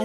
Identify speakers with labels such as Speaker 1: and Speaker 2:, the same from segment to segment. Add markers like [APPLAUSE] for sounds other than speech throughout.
Speaker 1: À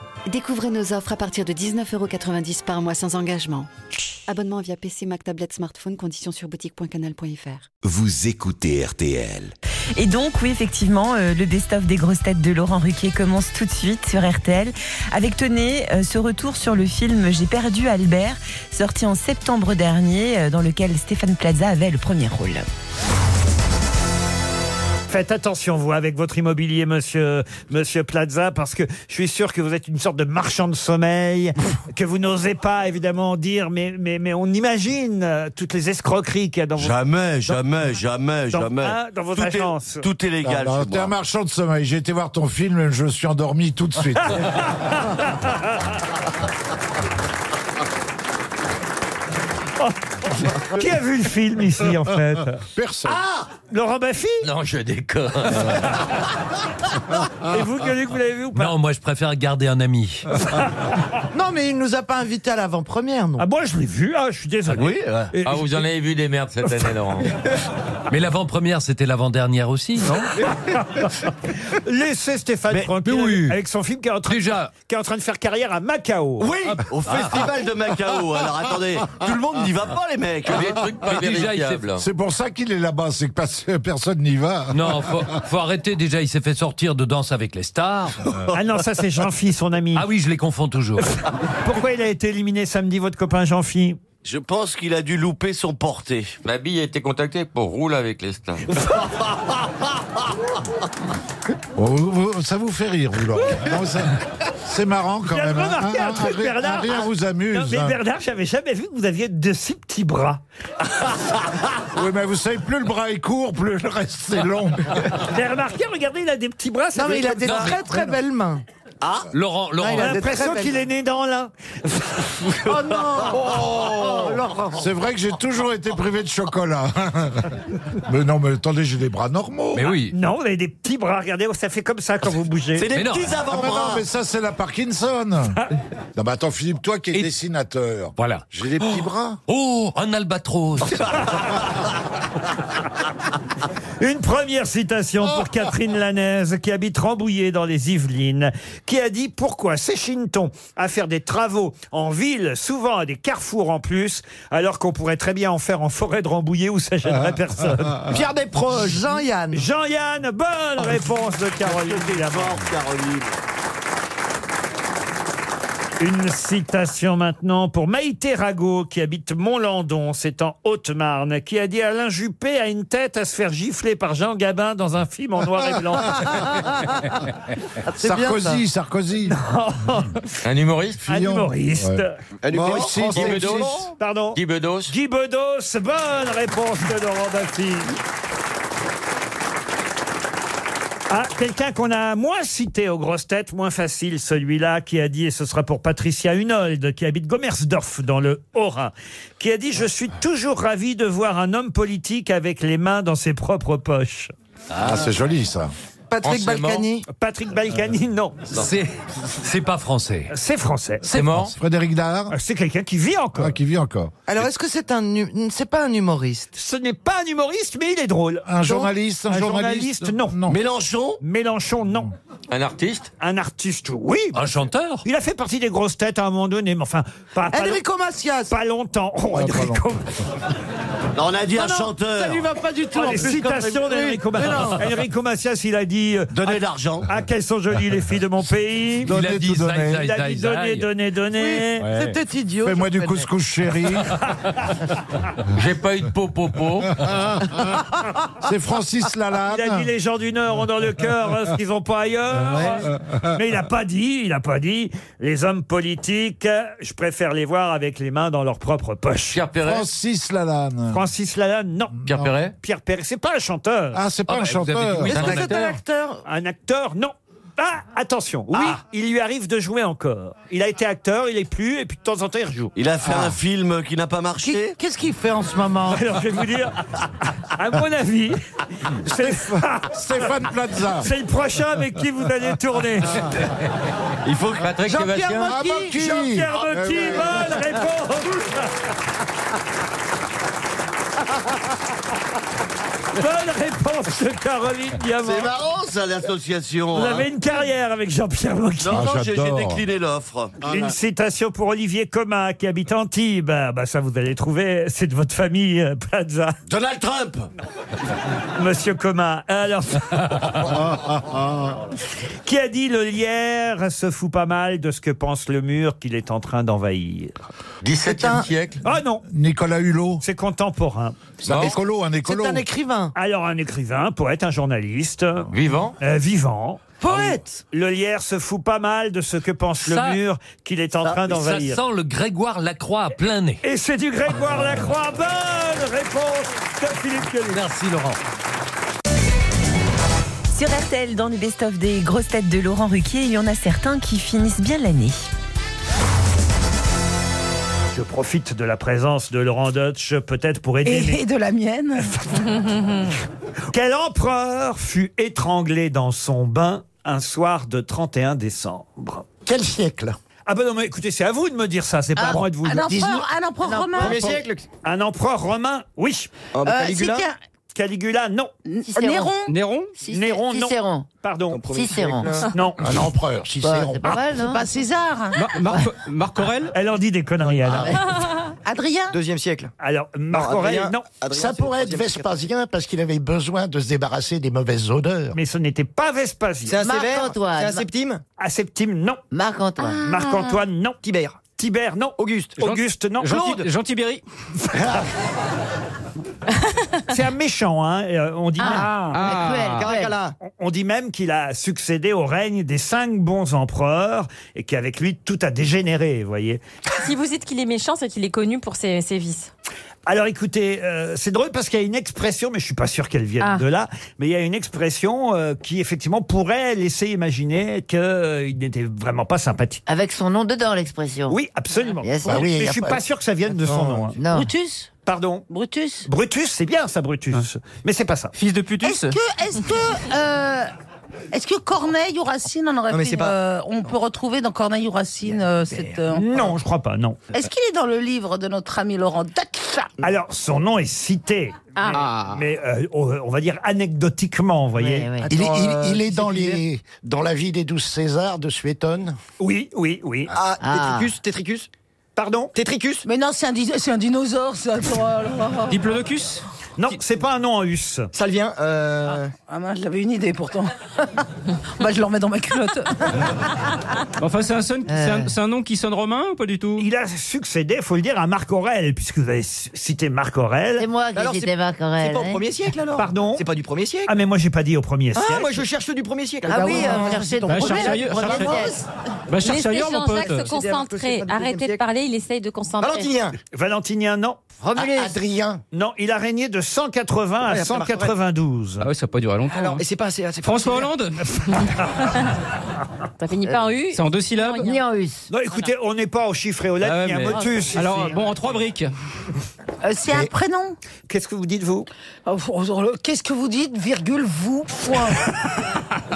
Speaker 1: Découvrez nos offres à partir de 19,90€ par mois sans engagement. Abonnement via PC, Mac, tablette, smartphone, conditions sur boutique.canal.fr.
Speaker 2: Vous écoutez RTL.
Speaker 3: Et donc, oui, effectivement, euh, le best-of des grosses têtes de Laurent Ruquier commence tout de suite sur RTL. Avec, tenez, euh, ce retour sur le film J'ai perdu Albert, sorti en septembre dernier, euh, dans lequel Stéphane Plaza avait le premier rôle.
Speaker 4: Faites attention, vous, avec votre immobilier, monsieur, monsieur Plaza, parce que je suis sûr que vous êtes une sorte de marchand
Speaker 5: [LAUGHS]
Speaker 4: de sommeil, que vous n'osez pas, évidemment, dire, mais, mais, mais on imagine euh, toutes les escroqueries qu'il y a dans votre...
Speaker 5: Jamais, jamais, jamais,
Speaker 4: dans-
Speaker 5: jamais.
Speaker 4: ah, dans votre
Speaker 5: tout
Speaker 4: agence.
Speaker 5: Est, tout est légal.
Speaker 6: Non, non,
Speaker 5: chez
Speaker 6: T'es un
Speaker 5: moi.
Speaker 6: marchand de sommeil. J'ai été voir ton film et je me suis endormi tout
Speaker 5: [LAUGHS]
Speaker 6: de suite.
Speaker 4: [LAUGHS] Qui a vu le film ici, en fait
Speaker 6: Personne.
Speaker 4: Ah, Laurent Baffy
Speaker 7: Non, je déconne.
Speaker 4: [LAUGHS] Et vous, Gueuluc, vous l'avez vu ou pas Ah,
Speaker 7: Non, moi, je préfère garder un ami.
Speaker 8: Non, mais il nous a pas invités à l'avant-première, non
Speaker 4: Ah, moi, je l'ai vu, ah, je suis désolé.
Speaker 5: Oui, ouais.
Speaker 4: Et-
Speaker 7: Ah, vous en avez vu des merdes cette année,
Speaker 4: [LAUGHS]
Speaker 7: Laurent. Mais l'avant-première, c'était l'avant-dernière aussi, non
Speaker 4: [LAUGHS] Laissez Stéphane
Speaker 5: Mais-
Speaker 4: tranquille
Speaker 7: mais oui.
Speaker 4: avec son film qui est, en train,
Speaker 7: Déjà,
Speaker 4: qui est en train de faire carrière à Macao.
Speaker 5: Oui, Ah, au festival de
Speaker 7: [LAUGHS]
Speaker 5: Macao. Alors attendez, tout le monde n'y va pas, les mecs.
Speaker 7: que des trucs pas
Speaker 5: Mais déjà, il s'est-
Speaker 7: vérifiables.
Speaker 6: C'est pour ça qu'il est là-bas. C'est que parce que personne n'y va.
Speaker 7: Non, faut, faut arrêter. Déjà, il s'est fait sortir de Danse avec les stars.
Speaker 4: [LAUGHS] Ah non, ça c'est Jean-Phi, son ami.
Speaker 7: Ah oui, je les confonds toujours.
Speaker 4: [LAUGHS] Pourquoi il a été éliminé samedi, votre copain Jean-Phi
Speaker 5: Je pense qu'il a dû louper son porté.
Speaker 9: Ma bille a été contactée pour rouler avec les stars.
Speaker 6: Oh, vous- vous- ça vous fait rire, vous,
Speaker 4: [LAUGHS]
Speaker 6: Laurent. Non, ça- C'est marrant quand
Speaker 4: J'ai
Speaker 6: même. hein,
Speaker 4: remarqué un truc,
Speaker 6: rire-
Speaker 4: Bernard. Ah,
Speaker 6: un rire vous amuse.
Speaker 4: Non, mais
Speaker 6: hein. [LAUGHS]
Speaker 4: Bernard, j'avais jamais vu que vous aviez de si petits bras.
Speaker 6: Oui, mais vous savez, plus le bras est court, plus le reste c'est long.
Speaker 4: J'ai remarqué, regardez, il a des petits bras. ça
Speaker 8: Non,
Speaker 4: fait
Speaker 8: mais il a
Speaker 4: comme
Speaker 8: des
Speaker 4: ça.
Speaker 8: très très belles mains.
Speaker 5: Ah.
Speaker 7: Laurent, Laurent.
Speaker 8: il a
Speaker 4: J'ai
Speaker 8: des
Speaker 4: l'impression
Speaker 8: très belles
Speaker 4: qu'il est né dans l'un.
Speaker 8: Oh non Oh, Laurent.
Speaker 6: C'est vrai que j'ai toujours été privé de chocolat. [LAUGHS] mais non, mais attendez, j'ai des bras normaux.
Speaker 7: Mais oui.
Speaker 4: Non, vous avez des petits bras. Ah, Regardez, ça fait comme ça quand vous
Speaker 5: C'est
Speaker 4: bougez.
Speaker 5: des
Speaker 7: Mais non.
Speaker 5: petits
Speaker 6: Ah, mais non,
Speaker 5: avant-bras.
Speaker 6: mais ça, c'est la Parkinson.
Speaker 4: Ah.
Speaker 6: non, mais attends, Philippe, toi qui es
Speaker 7: Et-
Speaker 6: dessinateur,
Speaker 7: Voilà.
Speaker 6: j'ai des petits bras.
Speaker 7: Oh,
Speaker 6: [LAUGHS]
Speaker 7: un albatros.
Speaker 4: Une première citation
Speaker 8: [LAUGHS]
Speaker 4: pour Catherine Lanaise, qui habite Rambouillet dans les Yvelines, qui a dit Pourquoi s'échine-t-on à faire des travaux en ville, souvent à des carrefours en plus, alors qu'on pourrait très bien en faire en forêt de Rambouillet où ça gênerait personne
Speaker 8: Ah. [LAUGHS] Pierre Desproges, Jean-Yann.
Speaker 4: Jean-Yann, bonne réponse de Caroline Diamant. Une citation maintenant pour Maïté Rago, qui habite Montlandon, c'est en Haute-Marne, qui a dit Alain Juppé a une tête à se faire gifler par Jean Gabin dans un film en noir
Speaker 8: [LAUGHS]
Speaker 4: et blanc. [LAUGHS]
Speaker 8: C'est bien, ça.
Speaker 6: Sarkozy, Sarkozy. Hmm.
Speaker 9: Un humoriste
Speaker 4: Un
Speaker 6: Fillon.
Speaker 4: humoriste.
Speaker 6: Ouais. Moi aussi,
Speaker 5: Guy
Speaker 6: c'est-
Speaker 5: Bedos.
Speaker 4: Pardon
Speaker 9: Guy Bedos
Speaker 4: Guy Bedos, bonne réponse de Laurent Baffy. Ah, quelqu'un qu'on a moins cité aux grosses têtes, moins facile celui-là, qui a dit, et ce sera pour Patricia Hunold, qui habite Gomersdorf dans le Haut-Rhin, qui a dit Je suis toujours ravi de voir un homme politique avec les mains dans ses propres poches.
Speaker 6: Ah, c'est joli, ça.
Speaker 8: Patrick
Speaker 9: Anciennement.
Speaker 8: Balkany.
Speaker 4: Patrick Balkany, non,
Speaker 7: Euh, C'est, c'est pas français.
Speaker 4: c'est français.
Speaker 7: C'est mort.
Speaker 6: Frédéric Dard,
Speaker 4: Ah, C'est quelqu'un qui vit encore.
Speaker 6: ah, qui vit encore.
Speaker 8: Alors, est-ce que c'est un... hum- C'est pas un humoriste
Speaker 4: Ce n'est pas un humoriste, mais il est drôle.
Speaker 6: Un
Speaker 4: Donc,
Speaker 6: journaliste, un,
Speaker 4: un journaliste, non.
Speaker 5: Mélenchon
Speaker 4: Mélenchon, non.
Speaker 9: Un artiste
Speaker 4: Un artiste, oui.
Speaker 7: Un chanteur.
Speaker 4: Il a fait partie des grosses têtes à un moment donné, mais enfin, pas, Ah, pas,
Speaker 8: Enrico Macias.
Speaker 4: pas longtemps. Oh,
Speaker 6: Ah, pas
Speaker 4: Enrico.
Speaker 5: Non, On a dit un
Speaker 8: non,
Speaker 5: chanteur.
Speaker 8: Ça lui va pas du tout.
Speaker 4: Oh,
Speaker 8: en
Speaker 4: les
Speaker 8: plus, comme-
Speaker 4: citations
Speaker 8: Oui,
Speaker 4: d'Enrico
Speaker 8: mais
Speaker 4: Macias.
Speaker 8: non.
Speaker 4: Enrico Macias, il a dit euh,
Speaker 5: Donner de l'argent.
Speaker 4: Ah, qu'elles sont jolies les filles de mon pays.
Speaker 7: Il a
Speaker 6: Donnez,
Speaker 7: dit
Speaker 6: tout
Speaker 7: zaï,
Speaker 6: donnez.
Speaker 7: zaï,
Speaker 4: Il a
Speaker 7: zaï,
Speaker 4: dit donner,
Speaker 7: zaï.
Speaker 4: donner, donner.
Speaker 8: C'était idiot.
Speaker 6: Fais-moi
Speaker 8: je
Speaker 6: du
Speaker 8: connais.
Speaker 6: couscous, chéri.
Speaker 7: [LAUGHS] J'ai pas eu de popopo.
Speaker 6: [LAUGHS]
Speaker 7: Ah.
Speaker 6: C'est Francis
Speaker 4: Il a dit
Speaker 6: Lalanne.
Speaker 4: les gens du Nord ont dans le cœur hein, ce qu'ils n'ont pas ailleurs. Mais il n'a pas dit, il n'a pas dit, les hommes politiques, euh, je préfère les voir avec les mains dans leur propre poche.
Speaker 7: Pierre Perret.
Speaker 6: Francis Lalanne.
Speaker 4: Francis Lalanne, non.
Speaker 7: Pierre Perret.
Speaker 4: Pierre Perret, c'est pas un chanteur.
Speaker 6: Ah, c'est pas
Speaker 7: Ah,
Speaker 6: un
Speaker 7: bah, vous avez dit
Speaker 6: chanteur.
Speaker 7: oui.
Speaker 8: Est-ce
Speaker 7: C'est un
Speaker 8: que c'est un acteur
Speaker 4: Un acteur, non. Ah, attention, oui,
Speaker 10: Ah.
Speaker 4: il lui arrive de jouer encore. Il a été acteur, il est plus, et puis de temps en temps, il rejoue. Ah.
Speaker 10: Il a fait un film qui n'a pas marché.
Speaker 9: Qui- Qu'est-ce qu'il fait en ce moment
Speaker 4: Alors, je vais vous dire, à
Speaker 7: [LAUGHS]
Speaker 4: mon avis, c'est
Speaker 7: Stéphane Plaza.
Speaker 4: [LAUGHS] c'est le prochain avec qui vous allez tourner.
Speaker 11: Il faut que Patrick
Speaker 9: Jean-Pierre
Speaker 11: Sébastien.
Speaker 7: Ah,
Speaker 9: Mocky
Speaker 7: Mocky.
Speaker 4: Pierre
Speaker 7: Ah,
Speaker 4: Mocky,
Speaker 7: ouais, ouais.
Speaker 4: bonne réponse [LAUGHS] Bonne réponse de Caroline Diamant.
Speaker 10: C'est marrant ça l'association.
Speaker 4: Vous
Speaker 10: hein.
Speaker 4: avez une carrière avec Jean-Pierre Mocky.
Speaker 10: Non,
Speaker 7: Ah,
Speaker 10: non, j'ai j'ai
Speaker 7: j'adore.
Speaker 10: décliné l'offre.
Speaker 4: Une citation pour Olivier Coma qui habite Antibes. Ah, Bah, ça, vous allez trouver. C'est de votre famille, euh, Plaza,
Speaker 10: Donald Trump
Speaker 4: monsieur Coma.
Speaker 7: [LAUGHS]
Speaker 4: Alors. qui a dit le lierre se fout pas mal de ce que pense le mur qu'il est en train d'envahir
Speaker 11: 17 e siècle.
Speaker 4: Ah non,
Speaker 7: Nicolas Hulot.
Speaker 4: c'est contemporain.
Speaker 7: C'est un écolo, un écolo.
Speaker 9: C'est un écrivain.
Speaker 4: Alors, un écrivain, un poète, un journaliste,
Speaker 11: Vivant.
Speaker 4: euh, vivant.
Speaker 9: Poète
Speaker 4: Ah Le lierre se fout pas mal de ce que pense
Speaker 12: Ça-
Speaker 4: le mur qu'il est en train
Speaker 12: Ça
Speaker 4: d'envahir.
Speaker 12: sent le Grégoire Lacroix à plein nez.
Speaker 4: Et c'est du Grégoire Lacroix. Bonne réponse de Philippe Gueluc.
Speaker 12: Merci Laurent.
Speaker 3: Sur RTL, dans le best-of des grosses têtes de Laurent Ruquier, il y en a certains qui finissent bien l'année.
Speaker 4: Je profite de la présence de Laurent Deutsch peut-être pour [LAUGHS] aider. mes-
Speaker 3: de la mienne
Speaker 4: Quel empereur fut étranglé dans son bain un soir de 31 décembre
Speaker 9: Quel siècle
Speaker 4: Ah ben non, mais écoutez, c'est à vous de me dire ça, c'est pas à moi de vous le dire.
Speaker 9: Ah, un empereur romain Euh,
Speaker 11: siècle.
Speaker 4: Un empereur romain, oui. Caligula, non.
Speaker 13: Néron.
Speaker 11: Néron.
Speaker 4: Néron, non.
Speaker 13: Cicéron.
Speaker 4: Pardon.
Speaker 13: Cicéron.
Speaker 4: [LAUGHS] Non.
Speaker 7: Un
Speaker 4: Bah,
Speaker 7: empereur, Cicéron.
Speaker 13: C'est pas mal, non
Speaker 9: Pas
Speaker 4: [LAUGHS]
Speaker 9: César Ah,
Speaker 11: Marc Aurel.
Speaker 4: Ah. Elle en dit des conneries, alors.
Speaker 9: [LAUGHS] Adrien
Speaker 11: Deuxième siècle.
Speaker 4: Alors, Marc Aurel, non.
Speaker 14: Ça pourrait être Vespasien parce qu'il avait besoin de se débarrasser des mauvaises odeurs.
Speaker 4: Mais ce n'était pas Vespasien.
Speaker 13: Marc-Antoine.
Speaker 11: septime.
Speaker 4: À Septime, non. Ah.
Speaker 13: Marc-Antoine.
Speaker 4: Marc-Antoine, non.
Speaker 11: Tibère.
Speaker 4: Tibère, non.
Speaker 11: Auguste.
Speaker 4: Auguste, non. Claude.
Speaker 11: Jean Tibéri.
Speaker 4: [LAUGHS] C'est un méchant, hein. et, euh, on dit même-
Speaker 13: Ah. Cruel, cruel.
Speaker 4: On- On dit même qu'il a succédé au règne des cinq bons empereurs et qu'avec lui, tout a dégénéré, vous voyez.
Speaker 13: Si vous dites qu'il est méchant, c'est qu'il est connu pour ses, ses vices.
Speaker 4: Alors écoutez, euh, c'est drôle parce qu'il y a une expression, mais je suis pas sûr qu'elle vienne
Speaker 13: Ah.
Speaker 4: de là, mais il y a une expression euh, qui effectivement pourrait laisser imaginer qu'il n'était vraiment pas sympathique.
Speaker 13: Avec son nom dedans, l'expression.
Speaker 4: Oui, absolument.
Speaker 13: Yes,
Speaker 14: Bah oui,
Speaker 4: mais
Speaker 14: y
Speaker 4: je
Speaker 14: a
Speaker 4: suis
Speaker 14: pas-
Speaker 4: pas sûr que ça vienne de son nom. hein.
Speaker 13: Non.
Speaker 9: Brutus
Speaker 4: Pardon.
Speaker 9: Brutus
Speaker 4: Brutus, c'est bien ça,
Speaker 14: Ah.
Speaker 4: Brutus. Mais c'est pas ça.
Speaker 11: Fils de putus.
Speaker 9: que, est-ce que, euh, est-ce que Corneille ou Racine, on aurait
Speaker 11: Non, mais
Speaker 9: pu,
Speaker 11: c'est pas-
Speaker 9: euh, on peut retrouver dans Corneille ou Racine euh, cette. euh,
Speaker 4: Non, je crois pas, non.
Speaker 9: Est-ce qu'il est dans le livre de notre ami Laurent
Speaker 13: Ah.
Speaker 9: Dacha
Speaker 4: Alors, son nom est cité,
Speaker 11: Ah.
Speaker 4: mais euh, on on va dire anecdotiquement, vous voyez.
Speaker 13: Ouais, ouais.
Speaker 14: Il, est-
Speaker 7: Attends,
Speaker 14: il-
Speaker 7: euh,
Speaker 14: il est
Speaker 7: c'est
Speaker 14: dans,
Speaker 7: qui
Speaker 14: les, dans la vie des douze Césars de Suétone.
Speaker 4: Oui, oui, oui.
Speaker 11: Ah.
Speaker 13: Ah.
Speaker 11: Tétricus. Tétricus.
Speaker 4: Pardon
Speaker 11: Tétricus.
Speaker 9: Mais non, c'est un, dis- c'est un dinosaure, ça. euh, attends, alors.
Speaker 11: Diplodocus.
Speaker 4: Non, c'est pas un nom en us.
Speaker 11: Ça le vient. Euh...
Speaker 9: Ah mince, j'avais une idée pourtant. [LAUGHS] bah, je le remets dans ma culotte.
Speaker 11: Enfin, c'est un, son... c'est
Speaker 13: Euh.
Speaker 11: un- c'est un nom qui sonne romain ou pas du tout
Speaker 4: Il a succédé, faut le dire, à Marc Aurel, puisque vous avez c- cité Marc
Speaker 13: C'est
Speaker 4: Aurel.
Speaker 13: moi qui
Speaker 11: Alors, c'est-
Speaker 13: cité Marc-Aurel.
Speaker 11: C'est pas au premier siècle alors
Speaker 4: Pardon
Speaker 11: C'est pas du premier siècle
Speaker 4: Ah, mais moi, j'ai pas dit au premier
Speaker 11: Ah,
Speaker 4: siècle.
Speaker 11: moi je cherche du premier siècle.
Speaker 13: Ah oui,
Speaker 9: ouais,
Speaker 13: euh,
Speaker 9: ouais,
Speaker 13: cherchez ton
Speaker 11: Bah,
Speaker 13: problème,
Speaker 11: cherche ailleurs,
Speaker 13: premier
Speaker 11: cherche
Speaker 13: siècle.
Speaker 11: Bah, cherche ailleurs, mon pote.
Speaker 13: concentrer. Arrêtez de parler, il essaye de concentrer.
Speaker 11: Valentinien
Speaker 4: Valentinien, non.
Speaker 14: Ah, Adrien.
Speaker 4: Non, il a régné de 180 à
Speaker 11: Ouais, après Marc Aurèle.
Speaker 4: 192.
Speaker 12: Ah oui, ça n'a pas duré longtemps.
Speaker 11: Alors, et c'est pas assez. François Hollande Euh,
Speaker 13: Ça finit pas en U.
Speaker 11: C'est en deux syllabes
Speaker 13: Ni en US.
Speaker 4: Non, écoutez, on n'est pas au chiffre et au lettre,
Speaker 11: Ah ouais,
Speaker 4: ni à
Speaker 11: mais-
Speaker 4: motus.
Speaker 11: Alors,
Speaker 4: ici.
Speaker 11: bon, en trois briques.
Speaker 9: Euh, c'est un prénom.
Speaker 4: Qu'est-ce que vous dites, vous
Speaker 9: Oh, oh, oh, Qu'est-ce que vous dites, virgule, vous, point.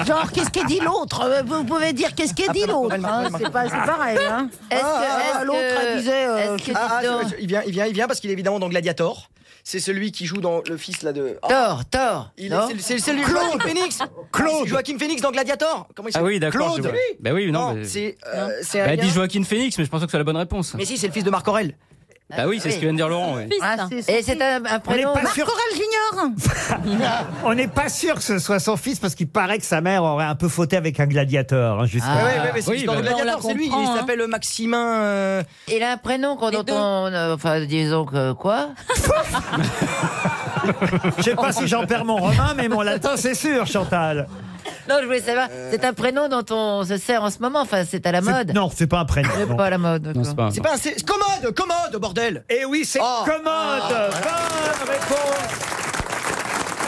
Speaker 9: Genre, qu'est-ce qu'a dit l'autre Euh, Vous pouvez dire qu'est-ce qu'a dit l'autre hein, C'est pas- c'est pareil. Hein.
Speaker 13: Est-ce que-
Speaker 9: Ah, ah,
Speaker 13: est-ce
Speaker 9: l'autre,
Speaker 13: que-
Speaker 9: elle disait, euh,
Speaker 13: est-ce que
Speaker 11: Ah, ah,
Speaker 13: dis donc,
Speaker 11: je- je- il vient, il vient, il vient parce qu'il est évidemment dans Gladiator. C'est celui qui joue dans le fils là de. Ah,
Speaker 13: Thor, Thor.
Speaker 11: il est-
Speaker 13: non
Speaker 11: c'est- c'est c'est lui Joachim
Speaker 13: [LAUGHS]
Speaker 11: Phoenix. Claude. Joachim Phoenix dans Gladiator. Comment il
Speaker 12: Ah
Speaker 11: s'appelle Claude. Oui.
Speaker 12: Bah oui,
Speaker 11: Non, c'est euh, c'est un.
Speaker 12: Bah,
Speaker 11: gars-
Speaker 12: dis Joaquin Phoenix, mais je pense que c'est la bonne réponse.
Speaker 11: Mais si, c'est le fils de Marc Aurel.
Speaker 12: Bah oui, c'est ce que vient de dire Laurent. oui.
Speaker 9: Ah, c'est-
Speaker 13: Et c'est un, un
Speaker 4: On n'est
Speaker 13: prénom.
Speaker 4: pas, sûr-
Speaker 9: Corel Junior
Speaker 4: [LAUGHS] on n'est pas sûr que ce soit son fils, parce qu'il paraît que sa mère aurait un peu fauté avec un gladiator. hein, jusqu'à-
Speaker 13: Ah.
Speaker 11: ouais, ouais, mais c'est
Speaker 12: oui,
Speaker 11: dans
Speaker 12: bah,
Speaker 11: Gladiator,
Speaker 13: on la
Speaker 11: c'est lui.
Speaker 13: comprend,
Speaker 11: Il
Speaker 13: hein.
Speaker 11: s'appelle Maximin. euh,
Speaker 13: Il a un prénom qu'on entend. euh, Enfin, disons que
Speaker 11: [LAUGHS]
Speaker 13: quoi
Speaker 4: Je sais pas si j'en perds mon romain, mais mon latin, c'est sûr, Chantal.
Speaker 13: Non, je voulais savoir. C'est un prénom dont on se sert en ce moment. Enfin, c'est à la
Speaker 4: Euh. C'est-
Speaker 13: mode.
Speaker 4: Non, c'est pas un prénom.
Speaker 13: C'est
Speaker 4: non.
Speaker 13: pas à la mode.
Speaker 12: Non,
Speaker 13: quoi.
Speaker 12: c'est pas.
Speaker 11: C'est pas un. c'est- Commode, commode, bordel.
Speaker 4: Et Eh oui, c'est
Speaker 11: Oh.
Speaker 4: commode. Bonne
Speaker 11: Ah.
Speaker 4: réponse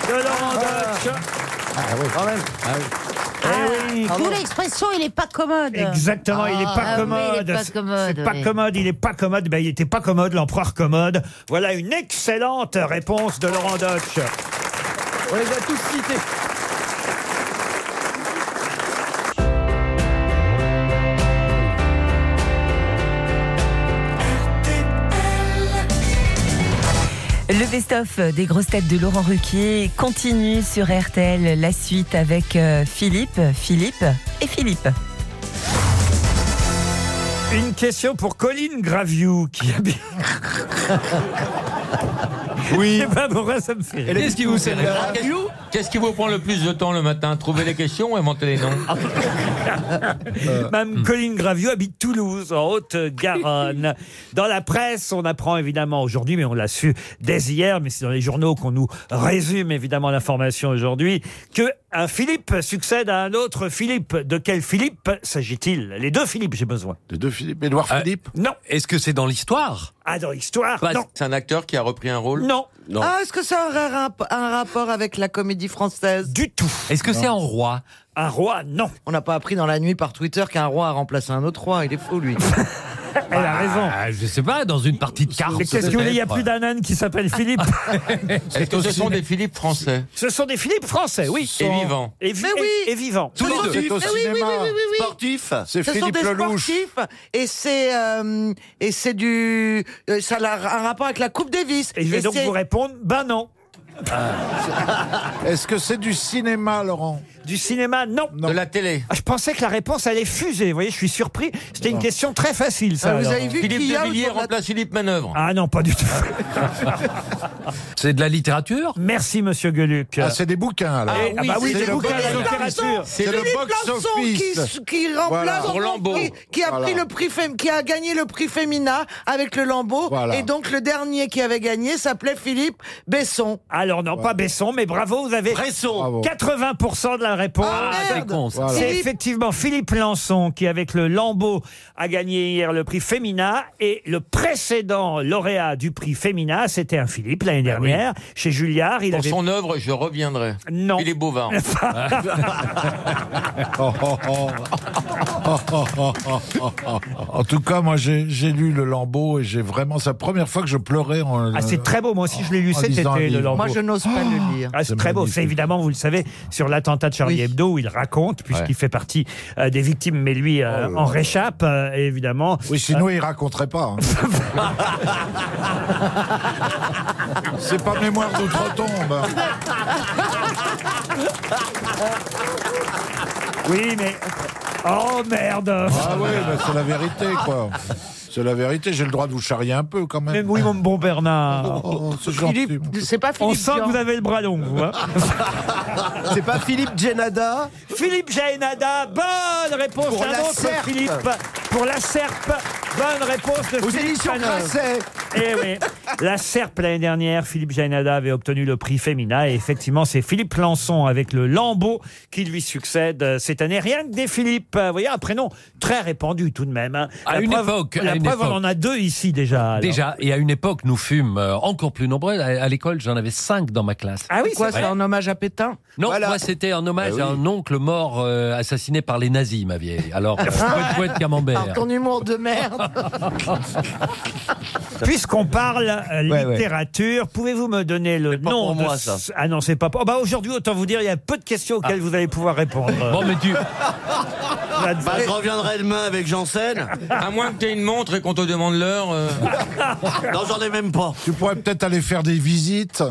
Speaker 4: de Laurent Deutsch.
Speaker 14: Ah oui.
Speaker 8: D'où l'expression, il n'est pas commode.
Speaker 4: Exactement, il n'est pas
Speaker 13: Ah oui,
Speaker 4: commode.
Speaker 13: il est pas commode,
Speaker 4: C'est pas
Speaker 13: oui.
Speaker 4: commode, il n'est pas commode. Ben, il n'était pas commode, l'empereur commode. Voilà une excellente réponse de Laurent Deutsch.
Speaker 9: On les a tous cités.
Speaker 3: Le best-of des grosses têtes de Laurent Ruquier continue sur RTL. La suite avec euh, Philippe, Philippe et Philippe.
Speaker 4: Une question pour Colline Graviou qui
Speaker 7: [LAUGHS]
Speaker 4: a bien. Oui. Je sais pas pourquoi ça me fait. rire.
Speaker 7: Qu'est-ce qui vous sert Qu'est-ce qui vous prend le plus de temps le matin Trouver les questions ou inventer les noms
Speaker 4: Ah,
Speaker 7: Hmm.
Speaker 4: Mme Euh, Colline Gravieux habite Toulouse, en
Speaker 7: [LAUGHS]
Speaker 4: Haute-Garonne. Dans la presse, on apprend évidemment aujourd'hui, mais on l'a su dès hier, mais c'est dans les journaux qu'on nous résume évidemment l'information aujourd'hui, que un Philippe succède à un autre Philippe. De quel Philippe s'agit-il Les deux Philippe, j'ai besoin. Euh,
Speaker 7: De deux Philippe, Édouard Philippe
Speaker 4: Non.
Speaker 7: Est-ce que c'est dans l'histoire
Speaker 4: Ah, [LAUGHS] dans l'histoire
Speaker 7: Non. Bah, C'est un acteur qui a repris un rôle
Speaker 4: [LAUGHS] Non.
Speaker 15: Ah, est-ce que ça aurait un, un rapport avec la comédie française
Speaker 4: Du tout.
Speaker 7: Est-ce que c'est un roi
Speaker 4: Un roi, non.
Speaker 15: On n'a pas appris dans la nuit par Twitter qu'un roi a remplacé un autre roi. Il est fou,
Speaker 7: [LAUGHS]
Speaker 15: lui.
Speaker 4: [LAUGHS] Elle a raison.
Speaker 7: Bah, Je sais pas, dans une partie de carte.
Speaker 4: Mais qu'est-ce que vous voulez, il y a plus d'un âne qui s'appelle Philippe.
Speaker 7: [LAUGHS] Est-ce que ce sont des Philippe
Speaker 4: [LAUGHS]
Speaker 7: français
Speaker 4: Ce sont des Philippe français, oui.
Speaker 7: Et vivants.
Speaker 4: Et, vi-
Speaker 15: Mais oui.
Speaker 4: et- et vivants.
Speaker 15: Tous les deux.
Speaker 4: C'est
Speaker 15: Mais oui, oui, oui, oui, oui, oui.
Speaker 5: Sportif.
Speaker 15: Ce sont des sportifs et c'est euh, et c'est du euh, ça a un rapport avec la Coupe Davis.
Speaker 4: Et je vais donc
Speaker 15: c'est-
Speaker 4: vous répondre, ben non.
Speaker 6: [LAUGHS]
Speaker 7: Ah.
Speaker 4: [LAUGHS]
Speaker 6: Est-ce que c'est du cinéma, Laurent
Speaker 4: Du cinéma, non.
Speaker 6: De
Speaker 7: la télé
Speaker 4: Ah, je pensais que la réponse allait fuser. Vous voyez, je suis surpris. C'était une question très facile,
Speaker 15: Ah,
Speaker 6: Ah,
Speaker 4: ça. alors.
Speaker 7: Philippe de Villiers remplace Philippe Manœuvre.
Speaker 4: Ah non, pas du tout.
Speaker 7: C'est de la littérature
Speaker 4: Merci, monsieur Gueluc.
Speaker 6: Ah, c'est des bouquins, alors.
Speaker 4: Ah, ah bah oui,
Speaker 6: c'est
Speaker 4: des
Speaker 6: le
Speaker 4: bouquins
Speaker 6: box-
Speaker 4: à la littérature.
Speaker 6: C'est le
Speaker 15: Philippe
Speaker 6: box
Speaker 15: Lançon
Speaker 6: office.
Speaker 15: qui, qui remplace
Speaker 6: Voilà. Pour Lambeau.
Speaker 15: qui, qui a
Speaker 6: Voilà.
Speaker 15: pris le prix Fem- qui a gagné le prix Femina avec le Lambeau
Speaker 6: Voilà.
Speaker 15: et donc le dernier qui avait gagné s'appelait Philippe Besson.
Speaker 4: Alors non, pas Besson, mais bravo, vous avez
Speaker 15: [LAUGHS]
Speaker 6: Bravo.
Speaker 4: [LAUGHS] 80% de la réponse. Ah,
Speaker 7: c'est con, ça.
Speaker 4: C'est
Speaker 15: Philippe-
Speaker 4: effectivement Philippe Lançon qui, avec le Lambeau, a gagné hier le prix Femina. Et le précédent lauréat du prix Femina, c'était un Philippe l'année
Speaker 6: Bah
Speaker 4: dernière, chez Julliard. Il
Speaker 7: Pour
Speaker 4: avait...
Speaker 7: son œuvre, je reviendrai.
Speaker 4: Non.
Speaker 7: Il est
Speaker 4: [LAUGHS]
Speaker 7: bovin. Ah,
Speaker 6: Oh, oh, oh. Oh, oh, oh, oh, oh, oh. En tout cas, moi, j'ai j'ai lu Le Lambeau et j'ai vraiment. C'est la première fois que je pleurais en.
Speaker 4: Ah, c'est très beau. Moi aussi, je l'ai lu
Speaker 6: En
Speaker 4: cet été,
Speaker 6: lisant
Speaker 4: [LAUGHS]
Speaker 6: un
Speaker 4: le
Speaker 6: livre.
Speaker 4: Lambeau.
Speaker 15: Moi je n'ose pas le lire.
Speaker 4: Ah, c'est
Speaker 6: C'est
Speaker 4: très beau.
Speaker 6: magnifique.
Speaker 4: C'est évidemment, vous le savez, sur l'attentat de Charlie
Speaker 15: Oui.
Speaker 4: Hebdo, où il raconte, puisqu'il
Speaker 7: Ouais.
Speaker 4: fait partie euh, des victimes, mais lui euh, en réchappe, euh, évidemment.
Speaker 6: Oh Oui, sinon, il raconterait pas.
Speaker 4: [LAUGHS]
Speaker 6: hein. c'est pas Mémoire d'outre-tombe. hein.
Speaker 4: Oui, mais. Oh merde
Speaker 6: Ah ouais, bah, c'est la vérité, quoi. C'est la vérité, j'ai le droit de vous charrier un peu quand même.
Speaker 4: Mais oui, mon bon Bernard.
Speaker 6: Oh, c'est gentil.
Speaker 15: Philippe, c'est pas Philippe.
Speaker 4: On sent que
Speaker 15: Jean.
Speaker 4: vous avez le bras long,
Speaker 6: [LAUGHS]
Speaker 4: vous. hein.
Speaker 9: C'est pas Philippe Genada
Speaker 4: Philippe Jaénada, bonne réponse
Speaker 9: Pour
Speaker 4: à
Speaker 9: la
Speaker 4: notre
Speaker 9: Serpe.
Speaker 4: Philippe. Pour la Serpe, bonne réponse de
Speaker 9: aux
Speaker 4: Philippe
Speaker 9: éditions
Speaker 4: Panov.
Speaker 9: Grasset.
Speaker 4: Eh oui. La Serpe, l'année dernière, Philippe Jainada avait obtenu le prix Femina. Et effectivement, c'est Philippe Lançon avec le Lambeau qui lui succède euh, cette année. Rien que des Philippe. euh, Vous voyez, un prénom très répandu tout de même. hein.
Speaker 7: À
Speaker 4: La
Speaker 7: une
Speaker 4: preuve-
Speaker 7: époque, à
Speaker 4: La
Speaker 7: une
Speaker 4: preuve, on
Speaker 7: époque.
Speaker 4: en a deux ici déjà. alors.
Speaker 7: Déjà, et à une époque, nous fûmes euh, encore plus nombreux. À, à l'école, j'en avais cinq dans ma classe.
Speaker 4: Ah oui,
Speaker 15: Quoi,
Speaker 4: c'est
Speaker 15: c'est
Speaker 4: vrai.
Speaker 15: en hommage à Pétain
Speaker 7: Non,
Speaker 9: Voilà.
Speaker 7: moi, c'était en hommage
Speaker 5: Eh
Speaker 7: à un oncle mort euh, assassiné par les nazis, ma vieille.
Speaker 5: Ah.
Speaker 7: Alors, euh, poète, poète, camembert.
Speaker 15: Par Ah, ton humour de merde.
Speaker 4: Puisqu'on parle euh,
Speaker 9: Ouais, ouais.
Speaker 4: littérature, pouvez-vous me donner le
Speaker 9: pas
Speaker 4: nom
Speaker 9: pour
Speaker 4: de
Speaker 9: moi,
Speaker 4: ce-
Speaker 9: ça.
Speaker 4: Ah non, c'est pas. pour- Oh, bah aujourd'hui, autant vous dire, il y a peu de questions auxquelles vous allez pouvoir répondre.
Speaker 7: Ah. Bon, mais
Speaker 4: [LAUGHS]
Speaker 7: tu.
Speaker 4: Là,
Speaker 5: Bah, je reviendrai demain avec Janssen.
Speaker 7: À moins que tu aies une montre et qu'on te demande l'heure. euh,
Speaker 5: Non, j'en ai même pas.
Speaker 6: Tu pourrais peut-être aller faire des visites.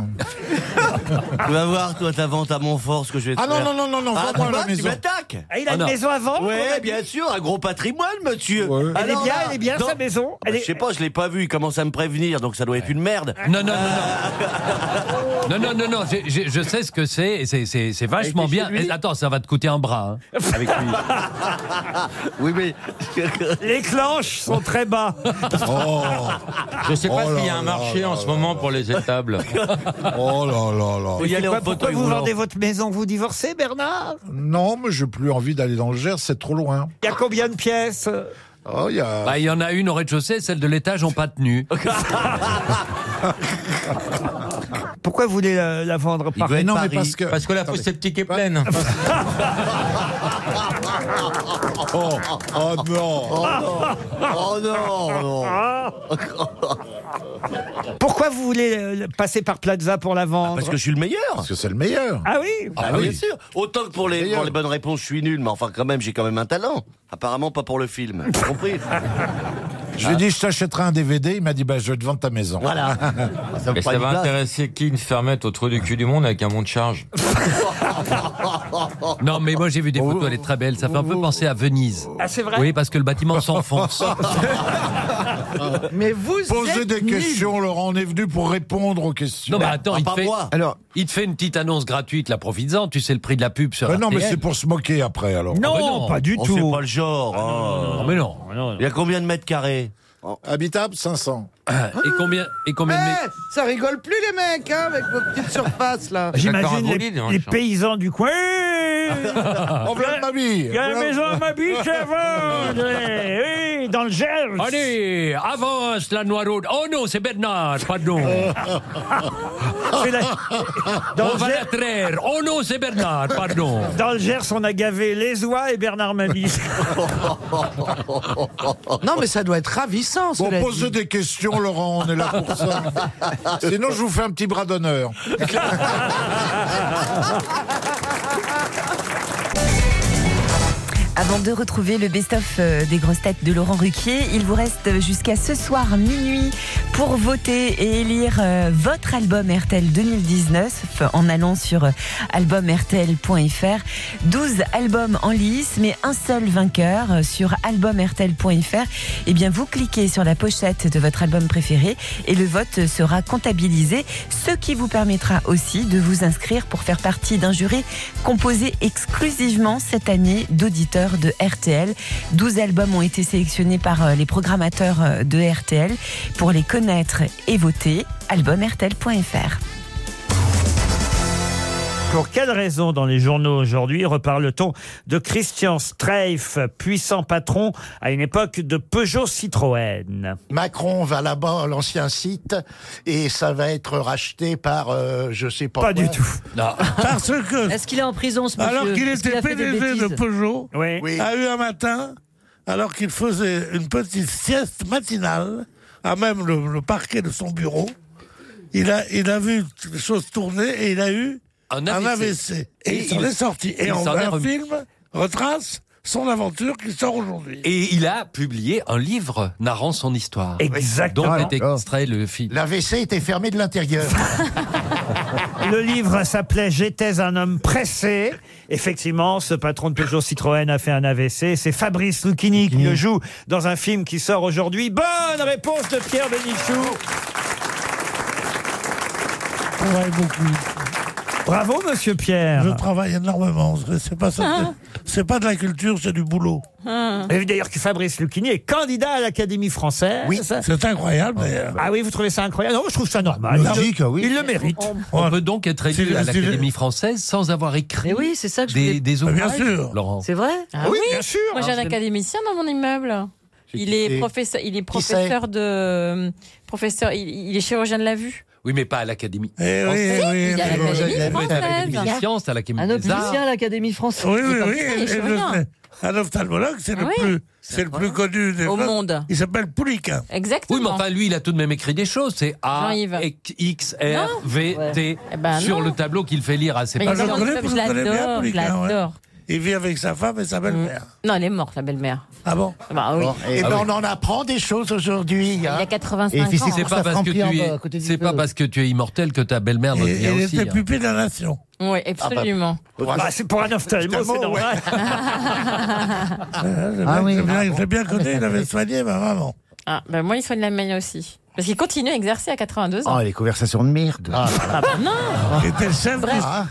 Speaker 5: Tu vas voir, toi, ta vente à Montfort, ce que je vais te
Speaker 6: Ah non,
Speaker 5: faire.
Speaker 6: non, non, non, non,
Speaker 5: Ah, tu
Speaker 6: vends-moi
Speaker 5: vois,
Speaker 6: la
Speaker 5: tu
Speaker 6: maison.
Speaker 5: m'attaques
Speaker 4: Ah, il a
Speaker 7: Ah
Speaker 4: une
Speaker 7: non.
Speaker 4: maison avant
Speaker 5: Ouais, bien sûr, un gros patrimoine, monsieur.
Speaker 6: Ouais.
Speaker 4: Elle est
Speaker 5: Alors
Speaker 4: bien,
Speaker 5: là,
Speaker 4: elle est bien,
Speaker 5: dans-
Speaker 4: sa maison.
Speaker 5: Bah,
Speaker 4: Elle
Speaker 5: je sais
Speaker 4: est-
Speaker 5: pas, je l'ai pas vu, il commence à me prévenir, donc ça doit être une merde.
Speaker 7: Non, non, non,
Speaker 5: [LAUGHS]
Speaker 7: non. Non, non, non, non, j'ai- j'ai- je sais ce que c'est, et c'est- c'est
Speaker 5: Ah,
Speaker 7: c'est vachement bien. Et Attends, ça va te coûter un bras. hein.
Speaker 5: [LAUGHS] Oui, mais.
Speaker 4: Les clanches sont très bas.
Speaker 6: Oh,
Speaker 7: Je sais pas
Speaker 6: Oh
Speaker 7: s'il y a
Speaker 6: là là
Speaker 7: un marché
Speaker 6: là
Speaker 7: en ce moment pour les
Speaker 5: [LAUGHS]
Speaker 7: étables.
Speaker 6: oh là là là.
Speaker 5: Faut y aller en
Speaker 4: Quoi, pourquoi
Speaker 5: fauteuil
Speaker 4: vous
Speaker 5: roulant.
Speaker 4: vendez votre maison Vous divorcez, Bernard
Speaker 6: Non, mais j'ai plus envie d'aller dans le Gers, c'est trop loin.
Speaker 4: Il y a combien de pièces
Speaker 6: Oh, il y a.
Speaker 7: Bah, il y en a une
Speaker 5: [LAUGHS]
Speaker 7: au rez-de-chaussée, celle de l'étage, on pas tenu.
Speaker 4: Pourquoi vous voulez la, la vendre par
Speaker 14: Ah,
Speaker 6: veut être Non, mais Paris. parce que- Parce que la fosse
Speaker 4: sceptique
Speaker 5: [LAUGHS]
Speaker 4: est pleine.
Speaker 6: Oh, oh
Speaker 4: [LAUGHS]
Speaker 6: non
Speaker 5: Oh non,
Speaker 4: Ah Pourquoi vous voulez euh, passer par Plaza pour la vendre
Speaker 5: parce que je suis le meilleur. Parce
Speaker 6: que c'est le meilleur.
Speaker 4: Ah oui
Speaker 5: Ah oui, bien sûr. Autant que pour les, pour les bonnes réponses, je suis nul, mais enfin, quand même, j'ai quand même un talent. Apparemment, pas pour le film. T'as
Speaker 4: [LAUGHS]
Speaker 5: compris
Speaker 6: Je lui ai dit, je t'achèterai un DVD. Il m'a dit, bah, je vais te vendre ta maison. [LAUGHS]
Speaker 5: Voilà.
Speaker 6: Ah, Ça me
Speaker 16: Et
Speaker 6: prend
Speaker 16: ça
Speaker 6: une
Speaker 16: va
Speaker 6: place.
Speaker 16: intéresser qui une fermette au trou du cul du monde avec un monte charge
Speaker 7: [LAUGHS] Non, mais moi j'ai vu des photos, elle est très belle. Ça fait un peu penser à Venise.
Speaker 4: Ah, c'est vrai
Speaker 7: Oui, parce que le
Speaker 4: [LAUGHS]
Speaker 7: bâtiment s'enfonce. Ah.
Speaker 15: Mais vous
Speaker 6: Posez des questions, Laurent. On est venu pour répondre aux questions.
Speaker 7: Non, mais attends,
Speaker 5: Ah,
Speaker 7: il, te fait, il te fait une petite annonce gratuite, la profites-en. Tu sais le prix de la pub sur
Speaker 6: Mais Euh, Ah non, mais
Speaker 7: RTL.
Speaker 6: c'est pour se moquer après, alors.
Speaker 7: Non, Ah, mais non. pas du
Speaker 5: On
Speaker 7: tout.
Speaker 5: fait pas le genre. hein.
Speaker 7: mais non,
Speaker 5: Il y a combien de mètres carrés
Speaker 6: Habitable, 500.
Speaker 7: Ah, Et combien, et combien de mé-
Speaker 15: Eh, ça rigole plus les mecs hein, avec vos petites surfaces là.
Speaker 4: J'imagine les, les paysans
Speaker 6: [LAUGHS]
Speaker 4: du coin. On
Speaker 6: vient de ma
Speaker 4: Il y a la
Speaker 6: Voilà.
Speaker 4: maison à
Speaker 6: [LAUGHS]
Speaker 4: ma biche à vendre. Eh Oui, dans le Gers.
Speaker 7: Allez, avance la noiraude. Oh non, c'est Bernard, pardon.
Speaker 4: [LAUGHS] C'est la- Dans
Speaker 7: On va
Speaker 4: le
Speaker 7: la traire. Oh non, c'est Bernard, pardon.
Speaker 4: Dans le Gers, on a gavé les oies et
Speaker 6: [LAUGHS]
Speaker 4: Bernard Mabie.
Speaker 15: [LAUGHS] Non, mais ça doit être
Speaker 6: [LAUGHS]
Speaker 15: ravissant.
Speaker 6: Bon,
Speaker 15: cela
Speaker 6: posez
Speaker 15: dit.
Speaker 6: des questions, Laurent. On est là
Speaker 15: [LAUGHS]
Speaker 6: pour ça. Sinon, je vous fais un petit bras d'honneur.
Speaker 3: Avant de retrouver le best-of euh, des grosses têtes de Laurent Ruquier, il vous reste euh, jusqu'à ce soir minuit pour voter et élire euh, votre album RTL 2019 en allant sur euh, albumrtl.fr. 12 albums en lice, mais un seul vainqueur euh, sur albumrtl.fr. Eh bien, vous cliquez sur la pochette de votre album préféré et le vote sera comptabilisé, ce qui vous permettra aussi de vous inscrire pour faire partie d'un jury composé exclusivement cette année d'auditeurs de RTL. 12 albums ont été sélectionnés par euh, les programmateurs euh, de RTL. Pour les connaître et voter, albumrtl.fr.
Speaker 4: Pour quelle raison dans les journaux aujourd'hui reparle-t-on de Christian Streif, puissant patron à une époque de Peugeot Citroën
Speaker 14: Macron va là-bas, à l'ancien site, et ça va être racheté par, euh, je sais pas. Pas
Speaker 4: du tout.
Speaker 10: Parce que. Est-ce qu'il est en prison, ce Alors
Speaker 14: monsieur
Speaker 10: qu'il
Speaker 14: Parce
Speaker 10: était
Speaker 14: qu'il a fait des
Speaker 10: PDG de
Speaker 14: bêtises.
Speaker 10: Peugeot,
Speaker 4: Oui.
Speaker 14: Oui.
Speaker 10: a eu un matin, alors qu'il faisait une petite sieste matinale, à même le, le parquet de son bureau, il a, il a vu les choses tourner et il a eu
Speaker 7: Un
Speaker 10: un
Speaker 7: AVC.
Speaker 10: AVC. Et,
Speaker 7: Et
Speaker 10: il s'en
Speaker 7: il-
Speaker 10: est sorti. Et
Speaker 7: il
Speaker 10: on
Speaker 7: s'en est
Speaker 10: un
Speaker 7: remis.
Speaker 10: film retrace son aventure qui sort aujourd'hui.
Speaker 7: Et il a publié un livre narrant son histoire.
Speaker 4: Exactement.
Speaker 7: Dont est extrait le film.
Speaker 14: L'AVC était fermé de l'intérieur.
Speaker 4: Le livre s'appelait J'étais un homme pressé. Effectivement, ce patron de Peugeot Citroën a fait un AVC. C'est Fabrice Lucchini qui le joue dans un film qui sort aujourd'hui. Bonne réponse de Pierre Bénichou.
Speaker 10: travaille beaucoup.
Speaker 4: Bravo, monsieur Pierre.
Speaker 10: Je travaille énormément. C'est pas, ça- c'est pas de la culture, c'est du boulot. Hein.
Speaker 4: Vous avez vu d'ailleurs que [LAUGHS] Fabrice Lucchini est candidat à l'Académie française.
Speaker 10: Oui, c'est incroyable, d'ailleurs.
Speaker 4: Ah oui, vous trouvez ça incroyable Non, je trouve ça normal.
Speaker 10: Logique,
Speaker 4: il,
Speaker 10: oui.
Speaker 4: il le mérite.
Speaker 7: On peut donc être
Speaker 10: C'est-
Speaker 7: élu à
Speaker 10: c'est-
Speaker 7: l'Académie française sans avoir écrit
Speaker 17: oui, c'est ça que je
Speaker 7: des,
Speaker 17: voulais-
Speaker 7: des
Speaker 17: Bah,
Speaker 7: ouvrages.
Speaker 17: bien sûr.
Speaker 7: Laurent.
Speaker 17: C'est vrai
Speaker 7: Ah oui, bien sûr.
Speaker 17: Moi, j'ai un
Speaker 7: Alors, c'est-
Speaker 17: académicien dans mon immeuble. Il
Speaker 7: qui
Speaker 17: est,
Speaker 7: c'est
Speaker 17: professeur, il est
Speaker 7: c'est
Speaker 17: professeur de. euh, Professeur, il, il est chirurgien de la vue.
Speaker 7: Oui, mais pas à l'Académie.
Speaker 10: Eh oui, eh oui,
Speaker 17: il y a
Speaker 7: mais bon,
Speaker 17: l'Académie
Speaker 7: j'ai- j'ai-
Speaker 17: française.
Speaker 7: à l'Académie des sciences, à l'Académie
Speaker 17: Un
Speaker 7: des arts.
Speaker 17: opticien,
Speaker 10: à
Speaker 17: l'Académie française.
Speaker 10: Oui, oui,
Speaker 17: C'est Ah pas
Speaker 10: oui.
Speaker 17: ça, les
Speaker 10: et le-
Speaker 17: chirurgiens.
Speaker 10: un ophtalmologue, c'est le
Speaker 17: Oui.
Speaker 10: plus, Ah, c'est le plus connu des
Speaker 17: Au
Speaker 10: Français.
Speaker 17: monde.
Speaker 10: Il s'appelle Pouliquen.
Speaker 17: Exactement.
Speaker 7: Oui, mais enfin, lui, il a tout de même écrit des choses. C'est A,
Speaker 17: Jean-Yves.
Speaker 7: X,
Speaker 17: Non.
Speaker 7: R, V, T,
Speaker 17: Ouais. Eh ben,
Speaker 7: sur
Speaker 17: non.
Speaker 7: le tableau qu'il fait lire à ses
Speaker 17: Mais il est
Speaker 7: parents.
Speaker 17: dans le peuple, je l'adore, je l'adore.
Speaker 10: hein,
Speaker 17: Mm.
Speaker 10: Il vit avec sa femme et sa belle-mère.
Speaker 17: Non, elle est morte, la belle-mère.
Speaker 10: Ah bon
Speaker 17: Bah oui.
Speaker 14: et ben, on en apprend des choses aujourd'hui. hein.
Speaker 17: Il a 85 ans. hein.
Speaker 7: C'est pas, euh, parce que, tu es, c'est pas parce que tu es immortel que ta belle-mère le
Speaker 10: Et-
Speaker 7: devient
Speaker 10: Il
Speaker 7: aussi.
Speaker 10: était
Speaker 7: hein. Ah,
Speaker 10: pupille de la nation.
Speaker 17: Oui, absolument.
Speaker 4: Bah, c'est pour un ophtalmo, c'est normal.
Speaker 10: Euh,
Speaker 17: Ah
Speaker 10: le mec,
Speaker 17: oui.
Speaker 10: j'ai bien-
Speaker 17: Ah
Speaker 10: j'ai
Speaker 17: bon.
Speaker 10: bien
Speaker 17: Ah, mais
Speaker 10: connu,
Speaker 17: ça
Speaker 10: il avait
Speaker 17: fait-
Speaker 10: soigné ma maman.
Speaker 17: [LAUGHS] Ah, bah moi, il soigne la mienne aussi. Parce qu'il continue à exercer à 82
Speaker 7: Oh,
Speaker 18: Ah,
Speaker 17: ans.
Speaker 14: les conversations de merde.
Speaker 17: Ah bah non
Speaker 10: Il était le chef du,
Speaker 14: Ah,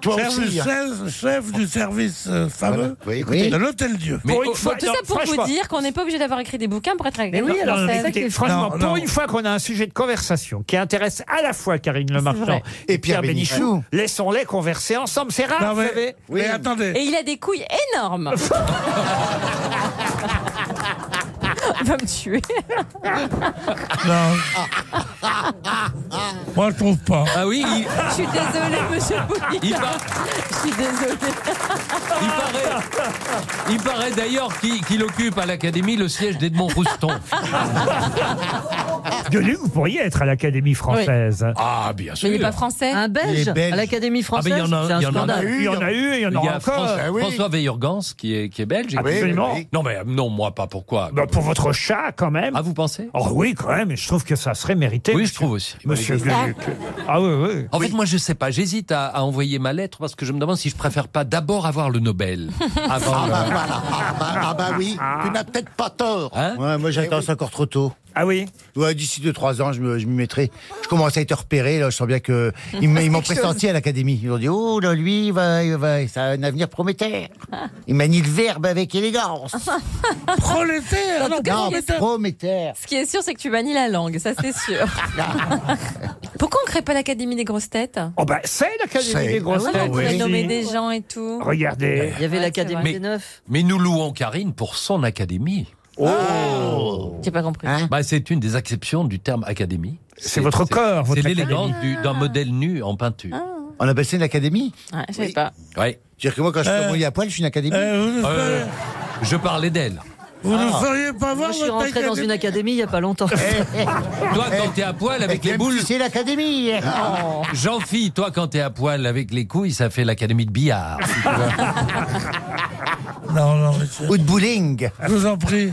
Speaker 14: toi
Speaker 10: chef
Speaker 14: aussi,
Speaker 10: du-
Speaker 14: hein.
Speaker 10: chef- chef du service euh, fameux
Speaker 14: Voilà. Oui, écoutez.
Speaker 10: de l'Hôtel Dieu.
Speaker 4: Mais Pour une oh, fois-
Speaker 17: Tout ça pour vous dire qu'on n'est pas obligé d'avoir écrit des bouquins pour être agréable.
Speaker 4: Non, mais écoutez, franchement, pour une fois qu'on a un sujet de conversation qui intéresse à la fois Karine Le Marchand
Speaker 17: vrai.
Speaker 4: et Pierre Bénichou, laissons-les converser ensemble. C'est
Speaker 10: Non,
Speaker 4: rare,
Speaker 10: mais-
Speaker 4: vous savez.
Speaker 10: mais attendez.
Speaker 17: Et il a des couilles
Speaker 4: [LAUGHS]
Speaker 17: énormes Il va me tuer.
Speaker 7: Ah,
Speaker 10: Non. Moi, je trouve pas.
Speaker 7: Ah oui, il-
Speaker 17: Je suis désolée, monsieur
Speaker 7: [LAUGHS] Il
Speaker 17: Bouillard.
Speaker 7: par-
Speaker 17: Je suis désolée.
Speaker 7: Il paraît, il paraît d'ailleurs qu'il qu'il occupe à l'Académie le siège d'Edmond Rouston.
Speaker 4: Gueulu, Ah. vous pourriez être à l'Académie française.
Speaker 6: Ah, bien
Speaker 17: Mais il n'est pas français. Un
Speaker 4: Belge, Il est belge. à l'Académie
Speaker 7: Ah, mais il y en a-
Speaker 4: c'est un
Speaker 7: il y en a-
Speaker 4: scandale. Il y en a eu et il y en
Speaker 7: Il y
Speaker 4: aura
Speaker 7: a
Speaker 4: encore.
Speaker 7: François,
Speaker 4: Ah oui.
Speaker 7: François Veillergans qui est, qui est belge. et
Speaker 4: Ah oui,
Speaker 7: qui-
Speaker 4: Absolument. oui.
Speaker 7: Non, mais euh, non, moi pas. Pourquoi
Speaker 4: Bah, pour votre chat, quand même.
Speaker 7: Ah, vous pensez
Speaker 4: Oh oui, quand même. et Je trouve que ça serait mérité.
Speaker 7: Oui,
Speaker 4: monsieur-
Speaker 7: je trouve aussi.
Speaker 4: Monsieur Gueluc. Ah oui, oui.
Speaker 7: En fait, moi, je sais pas. J'hésite à, à envoyer ma lettre parce que je me demande si je préfère pas d'abord avoir le Nobel. Avant
Speaker 14: Ah
Speaker 7: le-
Speaker 14: bah voilà, ah bah, ah bah oui, tu n'as peut-être pas tort.
Speaker 18: Ouais, moi j'attends ça encore trop tôt.
Speaker 4: Ah oui
Speaker 18: Ouais, d'ici 2-3 ans, je me- je m'y mettrai. Je commence à être repéré, là, je sens bien que. Ils m- ils m'ont
Speaker 14: Quelque
Speaker 18: pressenti à l'Académie. Ils ont dit Oh là, lui, il va, il va, ça a un avenir prometteur. Il manie le verbe avec élégance.
Speaker 17: [LAUGHS]
Speaker 10: Prolétaire
Speaker 17: En tout cas,
Speaker 18: Non,
Speaker 17: ce qui est sûr-
Speaker 18: prometteur.
Speaker 17: Ce qui est sûr, c'est que tu manies la langue, ça c'est sûr. [LAUGHS] Pourquoi on crée pas l'Académie des grosses têtes
Speaker 4: Oh bah, c'est l'Académie des grosses
Speaker 17: Ah ouais,
Speaker 4: têtes.
Speaker 17: On pourrait nommer des gens et tout.
Speaker 4: Regardez.
Speaker 17: Il y avait Ouais, l'Académie c'est vrai.
Speaker 7: mais,
Speaker 17: des Neufs.
Speaker 7: mais nous louons Karine pour son académie. Oh
Speaker 17: Ah, J'ai pas compris.
Speaker 18: Hein
Speaker 7: bah, C'est une des exceptions du terme académie.
Speaker 4: C'est votre corps, votre
Speaker 7: C'est l'élégance du-
Speaker 17: Ah.
Speaker 7: d'un modèle nu en peinture.
Speaker 18: On appelle ça une académie
Speaker 17: Ouais, je sais pas.
Speaker 7: Ouais.
Speaker 18: C'est-à-dire que moi, quand je suis
Speaker 7: Euh,
Speaker 18: embrouillé à poil, je suis une académie.
Speaker 7: euh, je parlais d'elle.
Speaker 10: Vous
Speaker 18: Ah.
Speaker 10: ne feriez pas voir
Speaker 19: Moi, je suis
Speaker 10: votre
Speaker 19: rentré dans
Speaker 10: académie Eh.
Speaker 19: une académie il n'y a pas longtemps.
Speaker 7: Toi, quand t'es à poil avec les boules. Ah.
Speaker 18: C'est l'académie. Ah.
Speaker 7: Jean-Phi, toi, quand t'es à poil avec les couilles, ça fait l'académie de billard.
Speaker 10: Non, non,
Speaker 18: Ou de bowling.
Speaker 10: Je vous en prie.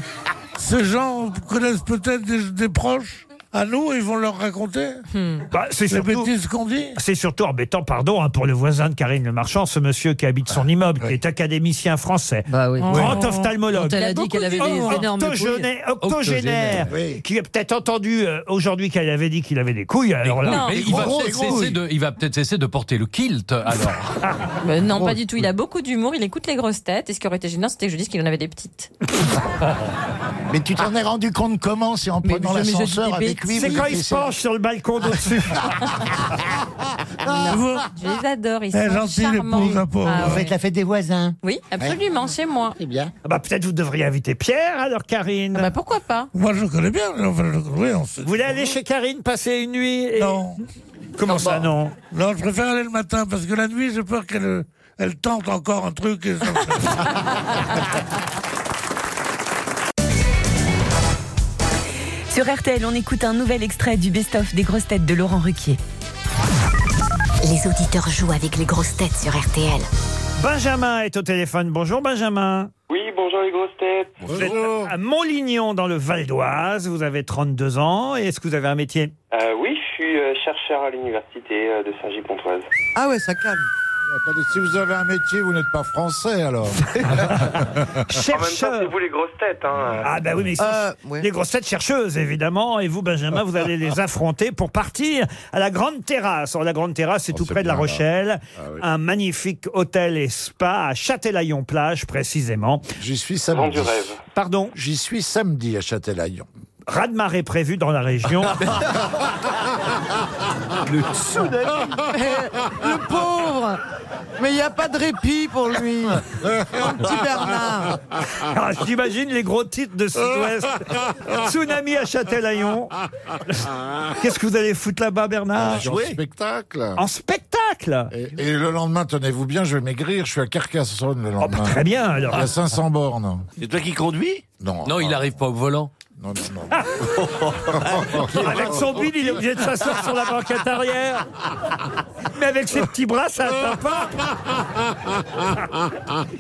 Speaker 10: Ces gens connaissent peut-être des, des proches à nous, ils vont leur raconter
Speaker 4: Bah, c'est
Speaker 10: les
Speaker 4: surtout-
Speaker 10: bêtises qu'on dit.
Speaker 4: C'est surtout embêtant, pardon, hein, pour le voisin de Karine Le Marchand, ce monsieur qui habite son immeuble, qui est académicien français, grand
Speaker 19: Oh.
Speaker 4: ophtalmologue.
Speaker 19: Quand elle a dit qu'elle avait des
Speaker 4: Oh,
Speaker 19: énormes couilles.
Speaker 4: octogénaire-
Speaker 19: Octogénaire.
Speaker 4: Octogénaire, qui a peut-être entendu euh, aujourd'hui qu'elle avait dit qu'il avait des couilles. Alors là,
Speaker 7: Mais il va peut-être cesser, de- il va peut-être cesser de porter le kilt, alors.
Speaker 17: [LAUGHS] Mais non, pas du tout. Il a beaucoup d'humour, il écoute les grosses têtes. Et ce qui aurait été gênant, c'était que je dise qu'il en avait des petites.
Speaker 14: Mais tu t'en es rendu compte comment C'est en prenant
Speaker 17: je- mais je dis des
Speaker 14: l'ascenseur avec lui.
Speaker 17: bêtises.
Speaker 4: C'est
Speaker 14: vous
Speaker 4: quand
Speaker 14: dites,
Speaker 4: il se penche sur le balcon d'au-dessus.
Speaker 10: Ah.
Speaker 17: Non, je les adore, ils
Speaker 10: Eh,
Speaker 17: sont charmants. Ah
Speaker 18: Vous
Speaker 17: ouais.
Speaker 18: faites la fête des voisins.
Speaker 17: Oui, absolument, chez moi.
Speaker 18: C'est bien.
Speaker 4: Ah bah, peut-être vous devriez inviter Pierre, alors Karine.
Speaker 19: Ah
Speaker 17: bah, pourquoi pas
Speaker 10: Moi, je connais bien. enfin, je- oui, on se-
Speaker 4: Vous voulez aller chez Karine passer une nuit et-
Speaker 10: Non.
Speaker 4: Comment ça, non
Speaker 10: Non, je préfère aller le matin parce que la nuit, j'ai peur qu'elle euh, elle tente encore un truc. et [LAUGHS] ça-
Speaker 3: Sur RTL, on écoute un nouvel extrait du best-of des grosses têtes de Laurent Ruquier.
Speaker 20: Les auditeurs jouent avec les grosses têtes sur RTL.
Speaker 4: Benjamin est au téléphone. Bonjour, Benjamin.
Speaker 11: Oui, bonjour les grosses têtes.
Speaker 4: Vous êtes à Montlignon, dans le Val d'Oise. Vous avez 32 ans. Et est-ce que vous avez un métier
Speaker 11: Euh, oui, je suis euh, chercheur à l'université euh, de Saint-Gilles-Pontoise.
Speaker 15: Ah ouais, ça calme.
Speaker 6: Attendez, si vous avez un métier, vous n'êtes pas français
Speaker 15: [LAUGHS]
Speaker 6: alors.
Speaker 11: En même temps, c'est vous les grosses têtes. Hein.
Speaker 4: Ah bah oui, mais ils sont-
Speaker 15: Euh,
Speaker 4: les grosses têtes chercheuses, évidemment. Et vous, Benjamin, vous allez
Speaker 15: [LAUGHS]
Speaker 4: les affronter pour partir à la Grande Terrasse. Alors, la Grande Terrasse, c'est tout près de La
Speaker 6: Oh, bien, là. Ah
Speaker 4: Rochelle.
Speaker 6: oui.
Speaker 4: Un magnifique hôtel et spa à Châtelaillon-Plage, précisément.
Speaker 6: J'y suis samedi.
Speaker 11: du rêve.
Speaker 4: Pardon
Speaker 6: J'y suis samedi à Châtelaillon.
Speaker 4: Raz-de-marée prévu dans la
Speaker 6: [LAUGHS]
Speaker 4: région.
Speaker 15: Eh, Le pauvre Mais il n'y a pas de répit pour lui. Mon petit Bernard.
Speaker 4: Ah,
Speaker 14: [LAUGHS]
Speaker 4: J'imagine [LAUGHS] les gros titres de
Speaker 15: [LAUGHS]
Speaker 4: Sud-Ouest. Tsunami à Châtelaillon. Qu'est-ce que vous allez foutre là-bas, Bernard
Speaker 6: en Ah, spectacle.
Speaker 4: En spectacle
Speaker 6: Et, et le lendemain, tenez-vous bien, je vais maigrir. Je suis à Carcassonne le lendemain.
Speaker 4: Oh, bah, très bien, alors.
Speaker 6: Il y a 500 bornes.
Speaker 5: C'est toi qui conduis
Speaker 6: Non.
Speaker 7: Non, il arrive pas au volant.
Speaker 6: Non, non, non.
Speaker 4: Avec son bide, il est obligé de s'asseoir sur la banquette arrière. Mais avec ses petits bras, ça atteint pas.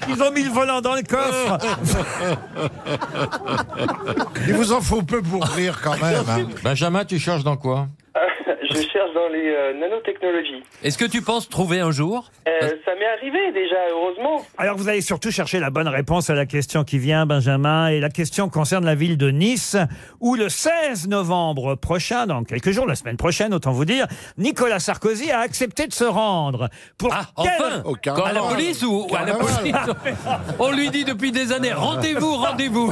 Speaker 4: Ils ont mis le volant dans le coffre.
Speaker 6: [LAUGHS] Il vous en faut peu pour rire quand même. hein.
Speaker 16: Benjamin, tu cherches dans quoi
Speaker 11: [LAUGHS] je cherche dans les euh, nanotechnologies.
Speaker 7: Est-ce que tu penses trouver un jour
Speaker 11: Euh, ça m'est arrivé déjà, heureusement.
Speaker 4: Alors vous allez surtout chercher la bonne réponse à la question qui vient, Benjamin, et la question concerne la ville de Nice, où le 16 novembre prochain, dans quelques jours, la semaine prochaine, autant vous dire, Nicolas Sarkozy a accepté de se rendre. Pour
Speaker 7: Ah,
Speaker 4: quelle-
Speaker 7: enfin
Speaker 6: Oh,
Speaker 7: Quand À la police ou ou à la police [LAUGHS] On lui dit depuis des années, rendez-vous, rendez-vous.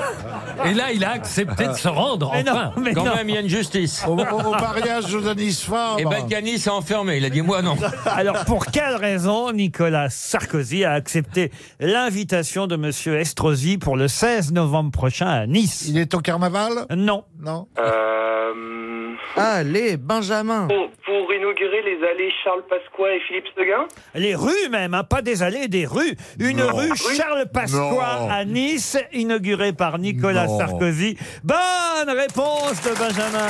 Speaker 7: Et là, il a accepté de se rendre,
Speaker 4: Mais non,
Speaker 7: enfin.
Speaker 4: mais
Speaker 16: Quand
Speaker 4: non.
Speaker 16: même, il y a une justice.
Speaker 6: Au, au- au mariage de Denis Fabre.
Speaker 16: Et Badgani s'est enfermé. Il a dit moi non.
Speaker 4: [LAUGHS] Alors pour quelle raison Nicolas Sarkozy a accepté l'invitation de Monsieur Estrosi pour le 16 novembre prochain à Nice
Speaker 6: Il est au carnaval
Speaker 4: Non.
Speaker 6: Non.
Speaker 11: Euh,
Speaker 15: Allez, Benjamin.
Speaker 11: Pour, pour inaugurer les allées Charles Pasqua et Philippe Seguin
Speaker 4: Les rues même, hein, pas des allées, des rues. Une
Speaker 11: Non.
Speaker 4: rue
Speaker 11: Oui.
Speaker 4: Charles Pasqua
Speaker 11: Non.
Speaker 4: à Nice, inaugurée par Nicolas
Speaker 11: Non.
Speaker 4: Sarkozy. Bonne réponse de Benjamin.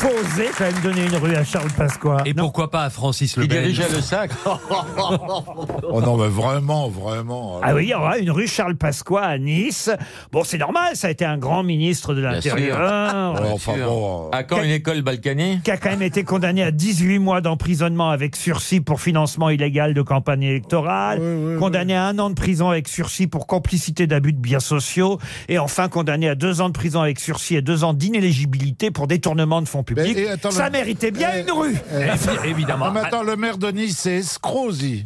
Speaker 4: Faut oser quand même donner une rue à Charles Pasqua.
Speaker 7: Et pourquoi pas à Francis Lebel
Speaker 4: dirigeait
Speaker 7: [LAUGHS]
Speaker 4: le
Speaker 7: sac.
Speaker 6: Oh non,
Speaker 4: bah,
Speaker 6: mais vraiment, vraiment. euh.
Speaker 4: Ah oui, il y aura une rue Charles Pasqua à Nice. Bon, c'est normal, ça a été un grand ministre de
Speaker 16: Bien sûr.
Speaker 4: l'Intérieur. Hein,
Speaker 16: Bien sûr. À quand une école balkanique
Speaker 4: qui a quand même été condamné à 18 mois d'emprisonnement avec sursis pour financement illégal de campagne électorale, condamné à un an de prison avec sursis pour complicité d'abus de biens sociaux, et enfin condamné à deux ans de prison avec sursis et deux ans d'inéligibilité pour détournement de fonds
Speaker 14: Ben,
Speaker 4: publics. Ça méritait bien
Speaker 6: Eh,
Speaker 4: une rue
Speaker 7: Évidemment.
Speaker 6: Non, Ah, mais attends, le maire de Nice, c'est Escrozi.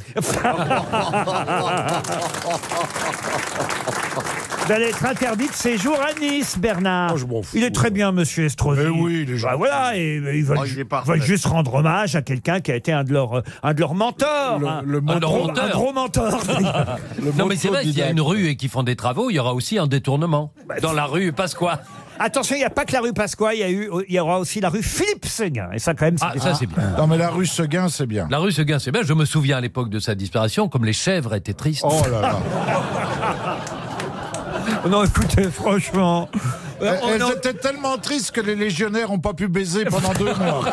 Speaker 4: Vous allez être interdit de séjour à Nice,
Speaker 6: Oh,
Speaker 4: Bernard. il est très bien, monsieur Estrosi. oui, il voilà, et, et ils veulent,
Speaker 14: Oh, il est parfait.
Speaker 4: veulent juste rendre hommage à quelqu'un qui a été un de leurs, euh, un de leurs mentors.
Speaker 7: Le-
Speaker 4: hein.
Speaker 7: le
Speaker 4: un,
Speaker 7: mentor.
Speaker 4: gros, un gros mentor.
Speaker 6: [LAUGHS]
Speaker 7: [LAUGHS] non, mais c'est vrai, s'il y a une rue et qu'ils font des travaux, il y aura aussi un détournement. Dans la rue Pasqua.
Speaker 4: Attention, il n'y a pas que la rue Pasqua, il y, a eu, il y aura aussi la rue Philippe Seguin. Et ça, quand même,
Speaker 7: Ah, ça, c'est bien.
Speaker 6: Non, mais la rue Seguin, c'est bien.
Speaker 7: La rue Seguin, c'est bien. Je me souviens à l'époque de sa disparition, comme les chèvres étaient tristes.
Speaker 6: Oh là là.
Speaker 4: Non, écoutez, franchement.
Speaker 6: Euh, Elles étaient tellement tristes que les légionnaires n'ont pas pu baiser pendant deux
Speaker 4: [LAUGHS]
Speaker 6: mois.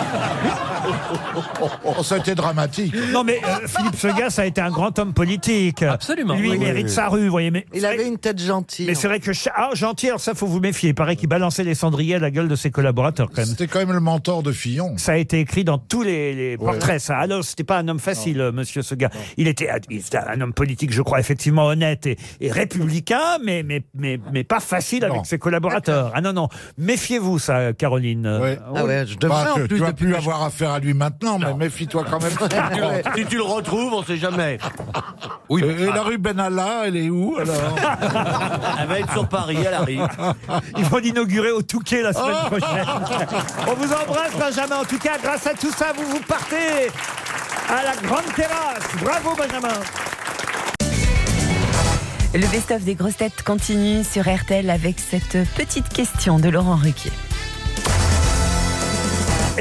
Speaker 6: Oh, ça a été dramatique.
Speaker 4: Non, mais euh, Philippe Seguin, ça a été un grand homme politique. Absolument. Lui,
Speaker 6: Oui,
Speaker 4: il mérite
Speaker 6: oui.
Speaker 4: sa rue, vous voyez. Mais
Speaker 15: Il avait une tête gentille.
Speaker 4: Mais c'est vrai que cha- ah, gentil, alors ça faut vous méfier. Il paraît qu'il balançait les cendriers à la gueule de ses collaborateurs quand même.
Speaker 6: C'était quand même le mentor de Fillon.
Speaker 4: Ça a été écrit dans tous les, les portraits. Ça, alors c'était pas un homme facile, euh, Monsieur Seguin. Il était, un- il était un homme politique, je crois, effectivement honnête et, et républicain, mais mais mais mais pas facile avec ses collaborateurs. Ah non non, méfiez-vous ça, Caroline.
Speaker 15: Ah ouais, je devrais,
Speaker 6: Bah,
Speaker 15: en
Speaker 6: que
Speaker 15: plus,
Speaker 6: tu vas
Speaker 15: depuis
Speaker 6: plus
Speaker 15: que
Speaker 6: avoir affaire à lui maintenant, mais méfie-toi quand même.
Speaker 5: [LAUGHS]
Speaker 4: [LAUGHS]
Speaker 5: si tu le retrouves, on sait jamais.
Speaker 6: oui, et, et la rue Benalla, elle est où alors
Speaker 5: Elle va être sur Paris, elle arrive.
Speaker 4: Ils vont l'inaugurer au Touquet la semaine prochaine. On vous embrasse, Benjamin. En tout cas, grâce à tout ça, vous vous partez à la grande terrasse. Bravo, Benjamin.
Speaker 3: Le best-of des grosses têtes continue sur RTL avec cette petite question de Laurent Ruquier.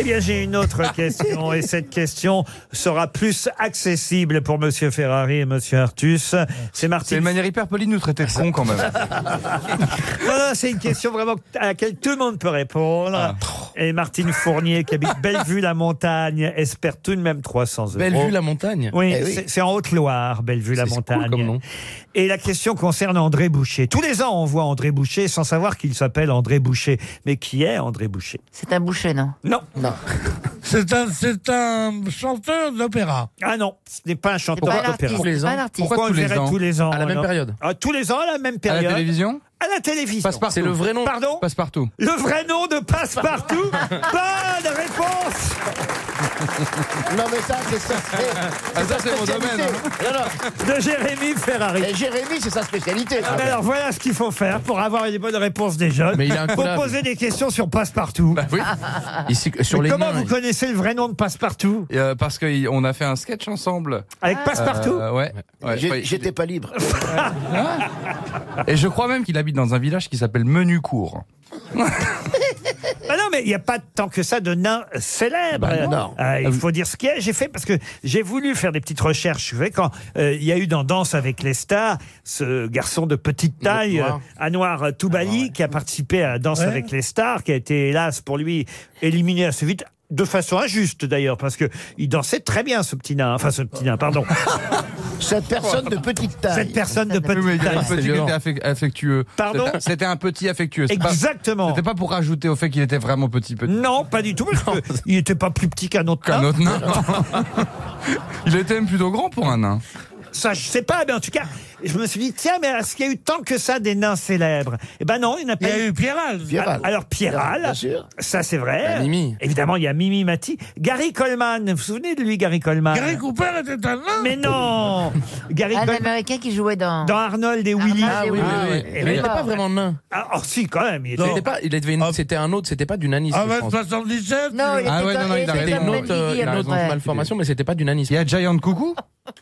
Speaker 4: Eh bien, j'ai une autre question et cette question sera plus accessible pour Monsieur Ferrari et Monsieur Artus. C'est Martine.
Speaker 21: C'est une manière hyper polie de nous traiter de cons quand même.
Speaker 4: [LAUGHS] Non, non, c'est une question vraiment à laquelle tout le monde peut répondre.
Speaker 21: Ah.
Speaker 4: Et Martine Fournier, qui habite Bellevue-la-Montagne, espère tout de même 300 euros.
Speaker 15: Bellevue-la-Montagne
Speaker 4: Oui,
Speaker 15: Eh oui.
Speaker 4: c'est- c'est en Haute-Loire, Bellevue-la-Montagne.
Speaker 15: c'est cool comme nom.
Speaker 4: Et la question concerne André Boucher. Tous les ans, on voit André Boucher sans savoir qu'il s'appelle André Boucher. Mais qui est André Boucher
Speaker 13: C'est un boucher, non
Speaker 4: Non.
Speaker 13: Non.
Speaker 10: C'est un, c'est un chanteur d'opéra.
Speaker 4: Ah non, ce n'est pas un chanteur
Speaker 10: pas un
Speaker 4: d'opéra.
Speaker 10: artiste, Tous les c'est ans. pas un artiste.
Speaker 4: Pourquoi
Speaker 10: Pourquoi
Speaker 4: on le
Speaker 10: tous les
Speaker 4: verrait
Speaker 10: ans
Speaker 4: tous les ans
Speaker 10: À la même
Speaker 4: alors
Speaker 10: période
Speaker 4: Ah, Tous les ans à la même
Speaker 10: À la
Speaker 4: période.
Speaker 10: télévision
Speaker 4: À la télévision.
Speaker 21: Passe-partout. C'est le vrai nom-
Speaker 4: Pardon
Speaker 21: Passe-partout.
Speaker 4: Le vrai nom de Passepartout Bonne réponse
Speaker 14: Non, mais ça, c'est ça. c'est-
Speaker 21: Ah, ça,
Speaker 14: sa
Speaker 21: c'est mon
Speaker 14: spécialité.
Speaker 21: domaine,
Speaker 14: Non, non.
Speaker 4: De Jérémy Ferrari.
Speaker 14: Et Jérémy, c'est sa spécialité.
Speaker 4: Ah, mais alors voilà ce qu'il faut faire pour avoir les bonnes réponses des jeunes.
Speaker 21: Mais il est
Speaker 4: faut
Speaker 21: incollable.
Speaker 4: poser des questions sur Passepartout. [LAUGHS]
Speaker 21: oui.
Speaker 4: Ah,
Speaker 21: Ici, sur
Speaker 4: Mais
Speaker 21: les
Speaker 4: comment
Speaker 21: nains,
Speaker 4: vous
Speaker 21: il-
Speaker 4: connaissez le vrai nom de Passepartout
Speaker 21: Euh, parce qu'on a fait un sketch ensemble.
Speaker 12: Ah.
Speaker 4: Avec Passepartout
Speaker 21: Euh, Ouais. ouais, je crois-
Speaker 14: J'étais pas libre. [LAUGHS]
Speaker 21: Hein Et je crois même qu'il habite dans un village qui s'appelle Menucourt.
Speaker 4: Ah non, mais il n'y a pas tant que ça de nains célèbres.
Speaker 21: Bah non.
Speaker 4: Euh, il faut dire ce qu'il y a. J'ai fait parce que j'ai voulu faire des petites recherches. Vous savez, quand euh, il y a eu dans Danse avec les stars, ce garçon de petite taille,
Speaker 21: Noir.
Speaker 4: euh, Anouar Toubali, qui a participé à Danse
Speaker 21: Ouais.
Speaker 4: avec les stars, qui a été, hélas, pour lui, éliminé assez vite. De façon injuste d'ailleurs, parce que il dansait très bien ce petit nain, enfin ce petit nain, pardon.
Speaker 14: Cette personne de petite taille.
Speaker 4: Cette personne de
Speaker 21: Oui, mais il
Speaker 4: petite
Speaker 21: y a
Speaker 4: taille.
Speaker 21: un petit qui était affec- affectueux.
Speaker 4: Pardon
Speaker 21: C'était- C'était un petit affectueux. C'est pas-
Speaker 4: Exactement.
Speaker 21: C'était pas pour rajouter au fait qu'il était vraiment petit, petit.
Speaker 4: Non, pas du tout, parce qu'il n'était pas plus petit qu'un autre
Speaker 21: Qu'un
Speaker 4: nain.
Speaker 21: autre nain. [LAUGHS] il était même plutôt grand pour un nain.
Speaker 4: Ça, je sais pas, mais en tout cas, je me suis dit, tiens, mais est-ce qu'il y a eu tant que ça des nains célèbres Eh ben non, il n'y en a pas
Speaker 10: Il y a eu Pierral.
Speaker 4: Alors, alors, Pierral,
Speaker 10: Bien sûr.
Speaker 4: ça c'est vrai.
Speaker 10: Bah, Mimi.
Speaker 4: Évidemment, il y a Mimi Mati. Gary Coleman, vous vous souvenez de lui, Gary Coleman
Speaker 10: Gary Cooper était un nain.
Speaker 4: Mais non Gary
Speaker 13: Un
Speaker 4: Coleman,
Speaker 13: américain qui jouait dans.
Speaker 4: dans Arnold et Willy.
Speaker 13: Ah oui, oui, Ah, oui. oui.
Speaker 4: Eh
Speaker 13: Mais
Speaker 4: ben,
Speaker 13: il était pas
Speaker 4: vraiment nain. Ah, oh, si, quand même. Il était,
Speaker 12: C'était pas, il était
Speaker 21: Ah.
Speaker 12: une- c'était un autre, c'était pas du nanisme.
Speaker 10: Ah,
Speaker 12: je pense.
Speaker 10: 77
Speaker 13: Non, il était
Speaker 12: [LAUGHS] Ah ouais,
Speaker 13: comme-
Speaker 12: non, non,
Speaker 13: il
Speaker 12: il a
Speaker 13: était
Speaker 12: raison.
Speaker 13: comme
Speaker 12: Une autre,
Speaker 13: Benny Hill,
Speaker 12: une
Speaker 13: à peu
Speaker 12: autre
Speaker 13: près.
Speaker 12: malformation, mais c'était pas du nanisme.
Speaker 21: Il y a Giant Coucou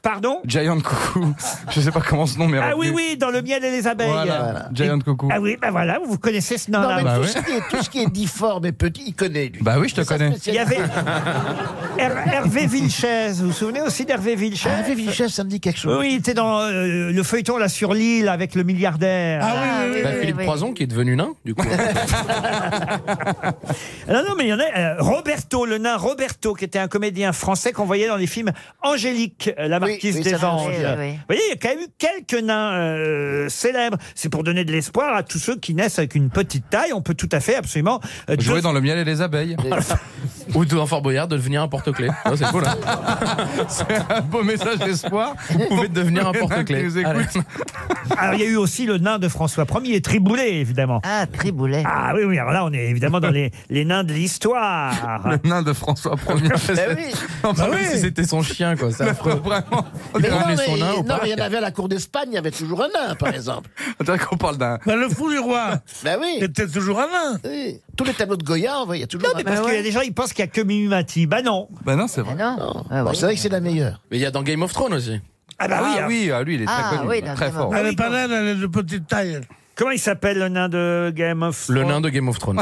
Speaker 4: Pardon
Speaker 12: Giant [LAUGHS] Coucou. Je sais pas comment ce nom mais
Speaker 4: Ah oui, oui, dans le miel et les abeilles.
Speaker 12: Voilà, voilà. Giant Coucou.
Speaker 4: Ah oui, ben voilà, vous connaissez ce nom-là.
Speaker 14: Non, mais tout,
Speaker 21: Bah
Speaker 14: ce qui est, tout ce qui est difforme et petit, il connaît, lui.
Speaker 12: Bah oui, je te
Speaker 14: C'est sa
Speaker 12: connais.
Speaker 14: spécialité.
Speaker 4: Il y avait
Speaker 21: [LAUGHS]
Speaker 4: Her- Hervé Vilches. Vous vous souvenez aussi d'Hervé Vilches
Speaker 14: Hervé Vilches, ça me dit quelque chose.
Speaker 4: Oui, il était dans euh, le feuilleton là sur l'île avec le milliardaire.
Speaker 10: Ah
Speaker 13: Ah,
Speaker 12: Bah, Philippe Croison qui est devenu nain, du coup.
Speaker 4: Non, non, mais il y en a. euh, Roberto, le nain Roberto, qui était un comédien français qu'on voyait dans les films Angélique, euh, la marquise
Speaker 1: oui, ça
Speaker 4: des
Speaker 1: va,
Speaker 4: anges.
Speaker 1: oui, oui, oui.
Speaker 4: Vous voyez, il y a quand même eu quelques nains euh, célèbres. C'est pour donner de l'espoir à tous ceux qui naissent avec une petite taille. On peut tout à fait, absolument.
Speaker 1: [LAUGHS]
Speaker 4: euh,
Speaker 12: [LAUGHS] Jouer
Speaker 4: de-
Speaker 12: dans le miel et les abeilles. [LAUGHS] Ou dans Fort Boyard, de devenir un [LAUGHS] porte-clés. Ah, c'est beau, là. C'est un beau message d'espoir. Vous pouvez devenir un porte-clés. Allez.
Speaker 4: Alors, il y a eu aussi le nain de François Ier, Triboulet, évidemment.
Speaker 1: Ah, Triboulet.
Speaker 4: Ah oui, oui, alors là, on est évidemment dans les, les nains de l'histoire.
Speaker 12: [LAUGHS]
Speaker 4: Ben
Speaker 12: Le nain de François [LAUGHS]
Speaker 1: [LAUGHS]
Speaker 12: Ier.
Speaker 1: Ben
Speaker 14: oui.
Speaker 12: Non,
Speaker 14: Bah
Speaker 12: même
Speaker 14: oui.
Speaker 12: si c'était son chien, quoi. C'est affreux. Vraiment. On
Speaker 14: Mais
Speaker 12: peut
Speaker 14: non,
Speaker 12: ramener
Speaker 14: mais,
Speaker 12: son nain au
Speaker 14: non, mais
Speaker 12: parc.
Speaker 14: il y en avait à la cour d'Espagne, il y avait toujours un nain, par exemple.
Speaker 12: Attends qu'on parle d'un.
Speaker 10: Bah, le fou du roi.
Speaker 14: [LAUGHS] Ben oui.
Speaker 10: C'était toujours un nain.
Speaker 14: Oui. Tous les tableaux de Goya, on voit, il y a toujours
Speaker 4: Non, mais
Speaker 14: un nain.
Speaker 4: parce qu'il y a des gens, ils pensent qu'il n'y a que Minumati. Bah non.
Speaker 12: Bah non, c'est vrai.
Speaker 14: Bon, C'est vrai que c'est la meilleure.
Speaker 12: Mais il y a dans Game of Thrones aussi.
Speaker 4: Ah bah oui,
Speaker 12: Ah
Speaker 4: hein.
Speaker 12: oui, ah, lui, il est
Speaker 4: Ah,
Speaker 12: très connu.
Speaker 4: oui,
Speaker 12: très
Speaker 4: évidemment.
Speaker 12: fort.
Speaker 10: Elle est pas naine, elle est de petite taille.
Speaker 4: Comment il s'appelle le nain de Game of
Speaker 12: Le
Speaker 4: Thrones
Speaker 12: nain de Game
Speaker 4: [LAUGHS]
Speaker 12: of Thrones.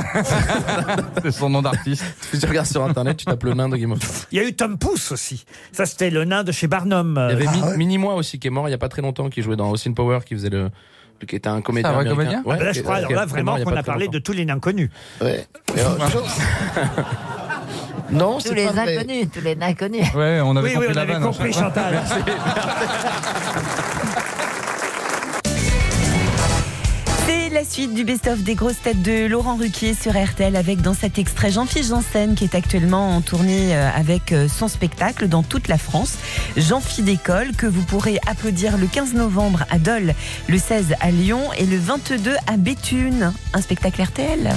Speaker 12: c'est son nom d'artiste. Si tu regardes sur internet, tu tapes le nain de Game of Thrones.
Speaker 4: Il y a eu Tom Pouce aussi. Ça, c'était le nain de chez Barnum.
Speaker 12: Il y avait
Speaker 4: Ah,
Speaker 12: Mi-
Speaker 4: ouais.
Speaker 12: Mini-moi aussi qui est mort il n'y a pas très longtemps, qui jouait dans Austin Power, qui faisait le. le- qui était un comédien.
Speaker 4: Ah,
Speaker 12: américain.
Speaker 4: Ah, bah Là,
Speaker 12: qui-
Speaker 4: je crois, alors
Speaker 12: qui est
Speaker 4: là,
Speaker 12: mort il
Speaker 4: vraiment,
Speaker 12: y a
Speaker 4: qu'on
Speaker 12: pas
Speaker 4: a
Speaker 12: très
Speaker 4: parlé
Speaker 12: longtemps.
Speaker 4: de tous les nains connus.
Speaker 14: Ouais. Mais autre chose. Non,
Speaker 1: Tous
Speaker 14: c'est
Speaker 1: les
Speaker 14: pas vrai.
Speaker 1: inconnus, tous les inconnus.
Speaker 12: Ouais, on
Speaker 4: Oui, oui, on avait
Speaker 13: hein.
Speaker 4: compris, Chantal.
Speaker 3: C'est la suite du best-of des grosses têtes de Laurent Ruquier sur RTL avec dans cet extrait Jean-Philippe Janssen qui est actuellement en tournée euh, avec euh, son spectacle dans toute la France. Jean-Philippe d'école que vous pourrez applaudir le 15 novembre à Dole, le 16 à Lyon et le 22 à Béthune. Un spectacle RTL.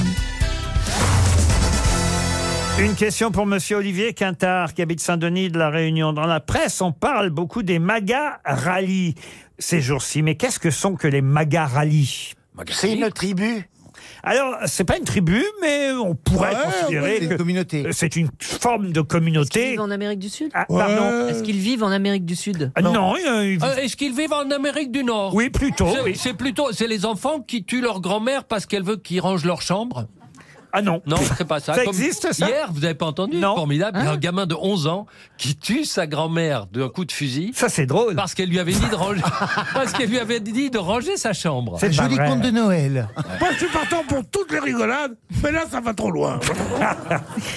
Speaker 4: Une question pour Monsieur Olivier Quintard, qui habite Saint-Denis de la Réunion. Dans la presse, on parle beaucoup des magas rallies ces jours-ci. Mais qu'est-ce que sont que les magas rallies
Speaker 14: C'est une tribu.
Speaker 4: Alors, c'est pas une tribu, mais on pourrait
Speaker 14: Ouais, ouais,
Speaker 4: considérer
Speaker 14: c'est une
Speaker 4: que
Speaker 14: communauté.
Speaker 4: c'est une forme de
Speaker 19: Ils
Speaker 4: communauté.
Speaker 19: vivent en Amérique du Sud
Speaker 4: Ah, pardon.
Speaker 19: Est-ce qu'ils vivent en Amérique du Sud
Speaker 4: Ah, Non, euh, ils-
Speaker 7: Euh, Est-ce qu'ils vivent en Amérique du Nord
Speaker 4: Oui, plutôt,
Speaker 7: Oh. C'est
Speaker 4: oui.
Speaker 7: c'est plutôt, c'est les enfants qui tuent leur grand-mère parce qu'elle veut qu'ils rangent leur chambre.
Speaker 4: ah non.
Speaker 7: Non, c'est pas ça.
Speaker 4: Ça
Speaker 7: Comme
Speaker 4: existe, ça
Speaker 7: Hier, vous avez pas entendu Formidable. Il y a un gamin de 11 ans qui tue sa grand-mère d'un coup de fusil
Speaker 4: Ça, c'est drôle.
Speaker 7: parce qu'elle lui avait dit de
Speaker 4: [LAUGHS]
Speaker 7: ranger, parce qu'elle lui avait dit de ranger sa chambre.
Speaker 18: Un
Speaker 4: pas
Speaker 18: joli
Speaker 4: vrai.
Speaker 18: conte de Noël.
Speaker 10: Moi, je suis partant pour toutes les rigolades, mais là, ça va trop [LAUGHS] loin.